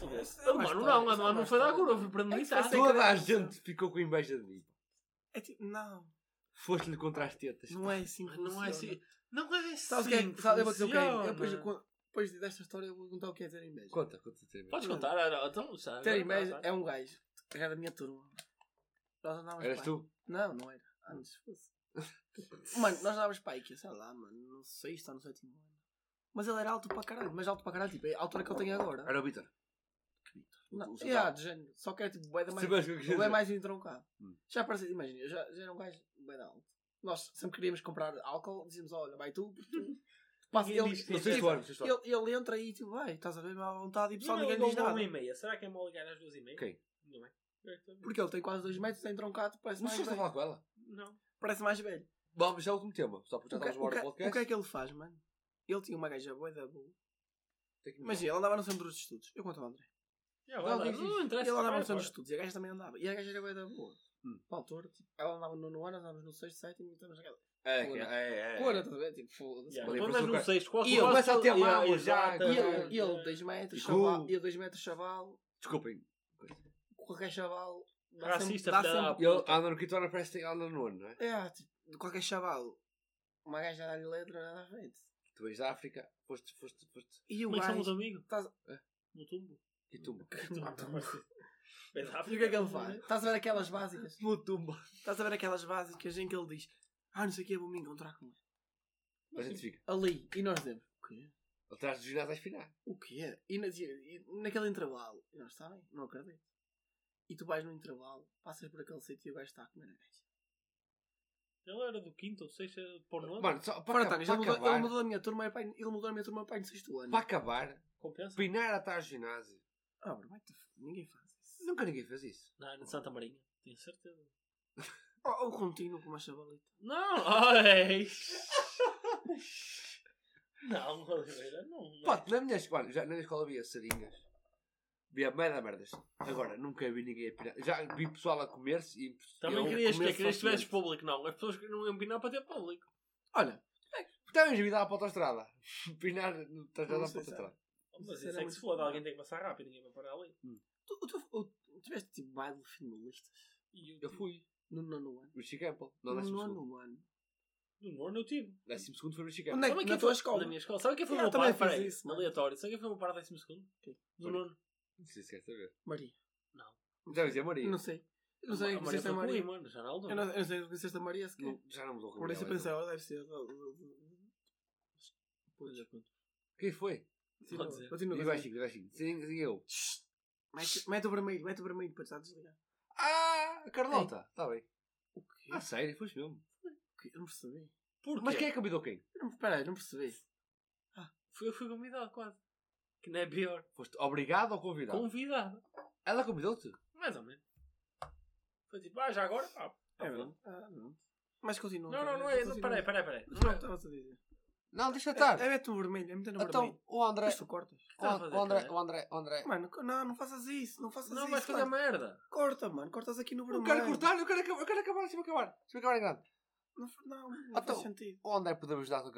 Speaker 4: Mano, não, a não, não foi dar cura, foi para
Speaker 2: É
Speaker 4: tá?
Speaker 2: que
Speaker 4: militar.
Speaker 2: foi
Speaker 3: Toda a gente ficou com inveja de mim.
Speaker 2: É tipo, não,
Speaker 3: Foste-lhe contra as tetas.
Speaker 2: não é assim. que
Speaker 4: Não é
Speaker 2: funciona.
Speaker 4: assim. Não é assim.
Speaker 2: Sabes o que é que. sabe- Eu vou dizer o que é.
Speaker 4: funciona.
Speaker 2: Eu depois, quando- depois desta história, eu vou contar o que é ter inveja.
Speaker 3: Conta, conta. Terry Mays.
Speaker 4: Podes contar, era- então, sabe?
Speaker 2: Ter inveja é um gajo. que Era da minha turma. Nós andávamos
Speaker 3: Eras
Speaker 2: pá-
Speaker 3: tu?
Speaker 2: Não, não era. Antes fosse. mano, nós andávamos para aí, que sei lá, mano, não sei se está no sétimo ano. Mas ele era alto para caralho, mas alto para caralho, tipo, é a altura que ele tem agora.
Speaker 3: Era o Vitor.
Speaker 2: Não,
Speaker 3: o
Speaker 2: é,
Speaker 3: central.
Speaker 2: de género. Só que era tipo bué da mais,
Speaker 3: Sabes o que eu quis
Speaker 2: bué
Speaker 3: dizer?
Speaker 2: mais entroncado.
Speaker 3: Hum.
Speaker 2: Já parecia, imagina, eu já, já era um gajo bué da alto. Nós sempre queríamos comprar álcool, dizíamos, olha, vai tu, porque tu. Passa,
Speaker 4: Ninguém
Speaker 2: ele,
Speaker 4: diz que
Speaker 3: No
Speaker 2: ele, tipo,
Speaker 4: Sim,
Speaker 3: sexto ano, no sexto ano.
Speaker 2: ele, ele entra aí e tipo, vai, estás a ver, à vontade, e o pessoal
Speaker 4: Ninguém
Speaker 2: Tipo, ninguém
Speaker 4: ligou
Speaker 3: um
Speaker 2: diz
Speaker 4: uma
Speaker 2: nada.
Speaker 4: e meia. Será que é mau ligar às duas e meia?
Speaker 3: Quem?
Speaker 4: Minha mãe. Eu também.
Speaker 2: Porque ele tem quase 2 metros, tem troncado, parece
Speaker 3: Não
Speaker 2: mais,
Speaker 3: chegaste a
Speaker 2: velho.
Speaker 3: falar com ela?
Speaker 4: Não.
Speaker 2: parece mais velho.
Speaker 3: Vamos, já é o último tema. Só porque já
Speaker 2: O que,
Speaker 3: estávamos a hora do Hum.
Speaker 2: o que- o que é
Speaker 3: podcast.
Speaker 2: que ele faz, mano? Ele tinha uma gaja boa da boa.
Speaker 3: Tem que me
Speaker 2: Imagina, ele andava no centro dos estudos. Eu conto ao André.
Speaker 4: Já,
Speaker 3: Não,
Speaker 4: vai lá.
Speaker 3: diz, diz.
Speaker 4: Não interessa.
Speaker 2: Ele andava
Speaker 4: vai
Speaker 2: no centro dos
Speaker 4: embora.
Speaker 2: estudos e a gaja também andava. E a gaja era boa da boa.
Speaker 3: Hum.
Speaker 2: Na altura, tipo, ela andava no nono ano, andávamos no sexto, sétimo e estamos naquela.
Speaker 3: É,
Speaker 2: Cura.
Speaker 3: é, é.
Speaker 2: Cora, estás a ver? Tipo, foda-se.
Speaker 4: Já,
Speaker 3: Ali,
Speaker 4: Pelo
Speaker 3: por isso
Speaker 4: menos
Speaker 3: o
Speaker 4: no
Speaker 3: cara-
Speaker 4: sexto. quase-
Speaker 2: E ele
Speaker 4: quase
Speaker 3: começa a ter
Speaker 4: todo-
Speaker 3: lá,
Speaker 4: Yeah,
Speaker 3: já,
Speaker 4: exato.
Speaker 2: E
Speaker 3: Caralho.
Speaker 2: ele,
Speaker 4: um
Speaker 2: ele 2 metros,
Speaker 3: E
Speaker 2: chaval,
Speaker 3: tu?
Speaker 2: eu 2 metros, chaval,
Speaker 3: Desculpem.
Speaker 2: qualquer chaval. dá
Speaker 4: Racista,
Speaker 2: sempre-
Speaker 4: filha da
Speaker 2: dá sempre-
Speaker 3: Ele anda no quinto ano, parece que tem- anda no ano, não é?
Speaker 2: É, tipo, qualquer chaval. Uma gaja dá-lhe letra, nada à frente.
Speaker 3: Tu és da África, foste, foste, foste.
Speaker 2: E o
Speaker 4: Como é que
Speaker 2: gajo.
Speaker 4: são os amigos? É.
Speaker 2: Estás-
Speaker 4: No tumbo.
Speaker 3: Quitumba.
Speaker 2: E o que é que ele faz? Estás a ver aquelas básicas?
Speaker 3: Mutumba.
Speaker 2: Estás a ver aquelas básicas em que ele diz Ah, não sei o que, eu vou me encontrar com ele.
Speaker 3: A gente fica.
Speaker 2: Ali. E nós dizemos O quê?
Speaker 3: Atrás dos ginásios a espinar.
Speaker 2: O quê? E, na, e naquele intervalo. E nós, está bem? Não acredito. E tu vais no intervalo, passas por aquele sítio e o gajo está a comer a gaja.
Speaker 4: Ele era do quinto ou sexto, era do porno.
Speaker 3: Mano, só para,
Speaker 2: Para,
Speaker 3: acabar,
Speaker 2: Tânis,
Speaker 3: para,
Speaker 2: tá, ele, mudou-
Speaker 3: acabar,
Speaker 2: ele mudou a minha turma, pai, ele mudou a minha turma pai no sexto ano.
Speaker 3: para acabar,
Speaker 4: Compensa?
Speaker 3: pinar atrás do ginásio.
Speaker 2: Ah, bro, vai te f- ninguém faz isso.
Speaker 3: Nunca ninguém fez isso.
Speaker 4: Não, era de Santa Marinha. Tenho certeza.
Speaker 2: Ou, ou contínuo com uma chavalita.
Speaker 4: Não, ai. Não, Oliveira, não. é? não.
Speaker 3: Pá, na minha escola, já, na minha escola havia sardinhas. Havia merda merdas. Agora, nunca vi ninguém a pinar. Já vi pessoal a comer-se e.
Speaker 4: Também
Speaker 3: eu
Speaker 2: é
Speaker 4: querias que
Speaker 3: comer
Speaker 4: querias que tivesse
Speaker 3: facilmente.
Speaker 4: público, não. As pessoas que não iam pinar para ter público.
Speaker 2: Olha,
Speaker 3: é, Também já vi dar tá para a autostrada. Pinar no
Speaker 2: Não
Speaker 3: autostrada para a
Speaker 2: sei se
Speaker 3: autostrada.
Speaker 4: Mas
Speaker 2: Isso
Speaker 4: isso
Speaker 2: era
Speaker 4: é que
Speaker 2: muito
Speaker 4: se foda,
Speaker 2: bom.
Speaker 4: alguém tem que passar rápido, ninguém vai parar ali.
Speaker 2: tu, tu, tu tiveste tipo baile finalistas
Speaker 4: E eu, tipo,
Speaker 3: Eu fui.
Speaker 2: no nono ano.
Speaker 3: O Chicampel. Não, é
Speaker 2: No
Speaker 3: décimo segundo.
Speaker 2: nono ano.
Speaker 4: No nono eu tive.
Speaker 3: Décimo segundo foi o
Speaker 2: Onde
Speaker 3: Chicampel.
Speaker 2: é que-
Speaker 4: Sabe
Speaker 2: na
Speaker 4: quem
Speaker 2: tua
Speaker 4: foi-
Speaker 2: escola?
Speaker 4: Na minha escola. Sabe quem foi o
Speaker 2: Eu
Speaker 4: meu
Speaker 2: também
Speaker 4: par?
Speaker 2: fiz
Speaker 4: Peraí,
Speaker 2: isso, mano.
Speaker 4: aleatório. Sabe quem foi o meu par décimo segundo?
Speaker 2: Quem?
Speaker 4: Do nono.
Speaker 3: Não sei se quer saber.
Speaker 2: Maria.
Speaker 3: Já dizia Maria.
Speaker 2: Não sei. Eu não sei
Speaker 4: A
Speaker 2: o que conheceste a
Speaker 4: foi
Speaker 2: Maria.
Speaker 4: comigo, mano. Já na
Speaker 2: Eu
Speaker 4: altura.
Speaker 2: não, eu não sei o que conheceste a Maria sequer.
Speaker 3: Não, já não mudou.
Speaker 2: Por isso eu
Speaker 3: Gabriel, então.
Speaker 2: pensava, deve ser. do- do- do-
Speaker 4: Olha, pronto.
Speaker 3: Quem foi?
Speaker 4: Pode ser.
Speaker 2: Continua, continua.
Speaker 3: Diz
Speaker 2: continua.
Speaker 3: baixinho, diz baixinho. Sim, sim, eu.
Speaker 2: Shhh. Mete mete o vermelho, mete o vermelho para estar desligado.
Speaker 3: Ah, a Carlota. Está bem.
Speaker 2: O quê?
Speaker 3: Ah, sério, foste mesmo.
Speaker 2: O quê? Eu não percebi.
Speaker 4: Porquê?
Speaker 3: Mas quem é que convidou quem?
Speaker 2: Eu não- Espera aí, não percebi.
Speaker 4: Fui, eu fui convidado quase. Que não é pior.
Speaker 3: Foste obrigado ou convidado?
Speaker 4: Convidado.
Speaker 3: Ela convidou-te?
Speaker 4: Mais ou menos. Foi tipo, ah, já agora? Ah,
Speaker 2: É verdade. Ah, não. Mas continua.
Speaker 4: Não, não, não
Speaker 2: continua,
Speaker 4: é. não,
Speaker 2: continua.
Speaker 4: Peraí, peraí, peraí.
Speaker 2: Não,
Speaker 4: Não,
Speaker 2: estava-te a dizer.
Speaker 3: Não, deixa estar.
Speaker 2: É, é mete o vermelho, é meter no vermelho.
Speaker 3: então, o André.
Speaker 2: Mas tu cortas.
Speaker 3: O
Speaker 4: estás a fazer,
Speaker 3: o André,
Speaker 4: cara?
Speaker 3: o André, o André.
Speaker 2: Mano, co- não, não faças isso, não faças
Speaker 4: não
Speaker 2: isso.
Speaker 4: vais fazer
Speaker 2: mano.
Speaker 4: merda.
Speaker 2: Corta, mano, cortas aqui no
Speaker 3: Eu
Speaker 2: vermelho.
Speaker 3: quero cortar, eu quero acabar, eu quero acabar, deixa-me acabar. Deixa-me acabar em grande.
Speaker 2: Não, fa- não, não
Speaker 3: Então-
Speaker 2: faz sentido.
Speaker 3: O André podemos dar com a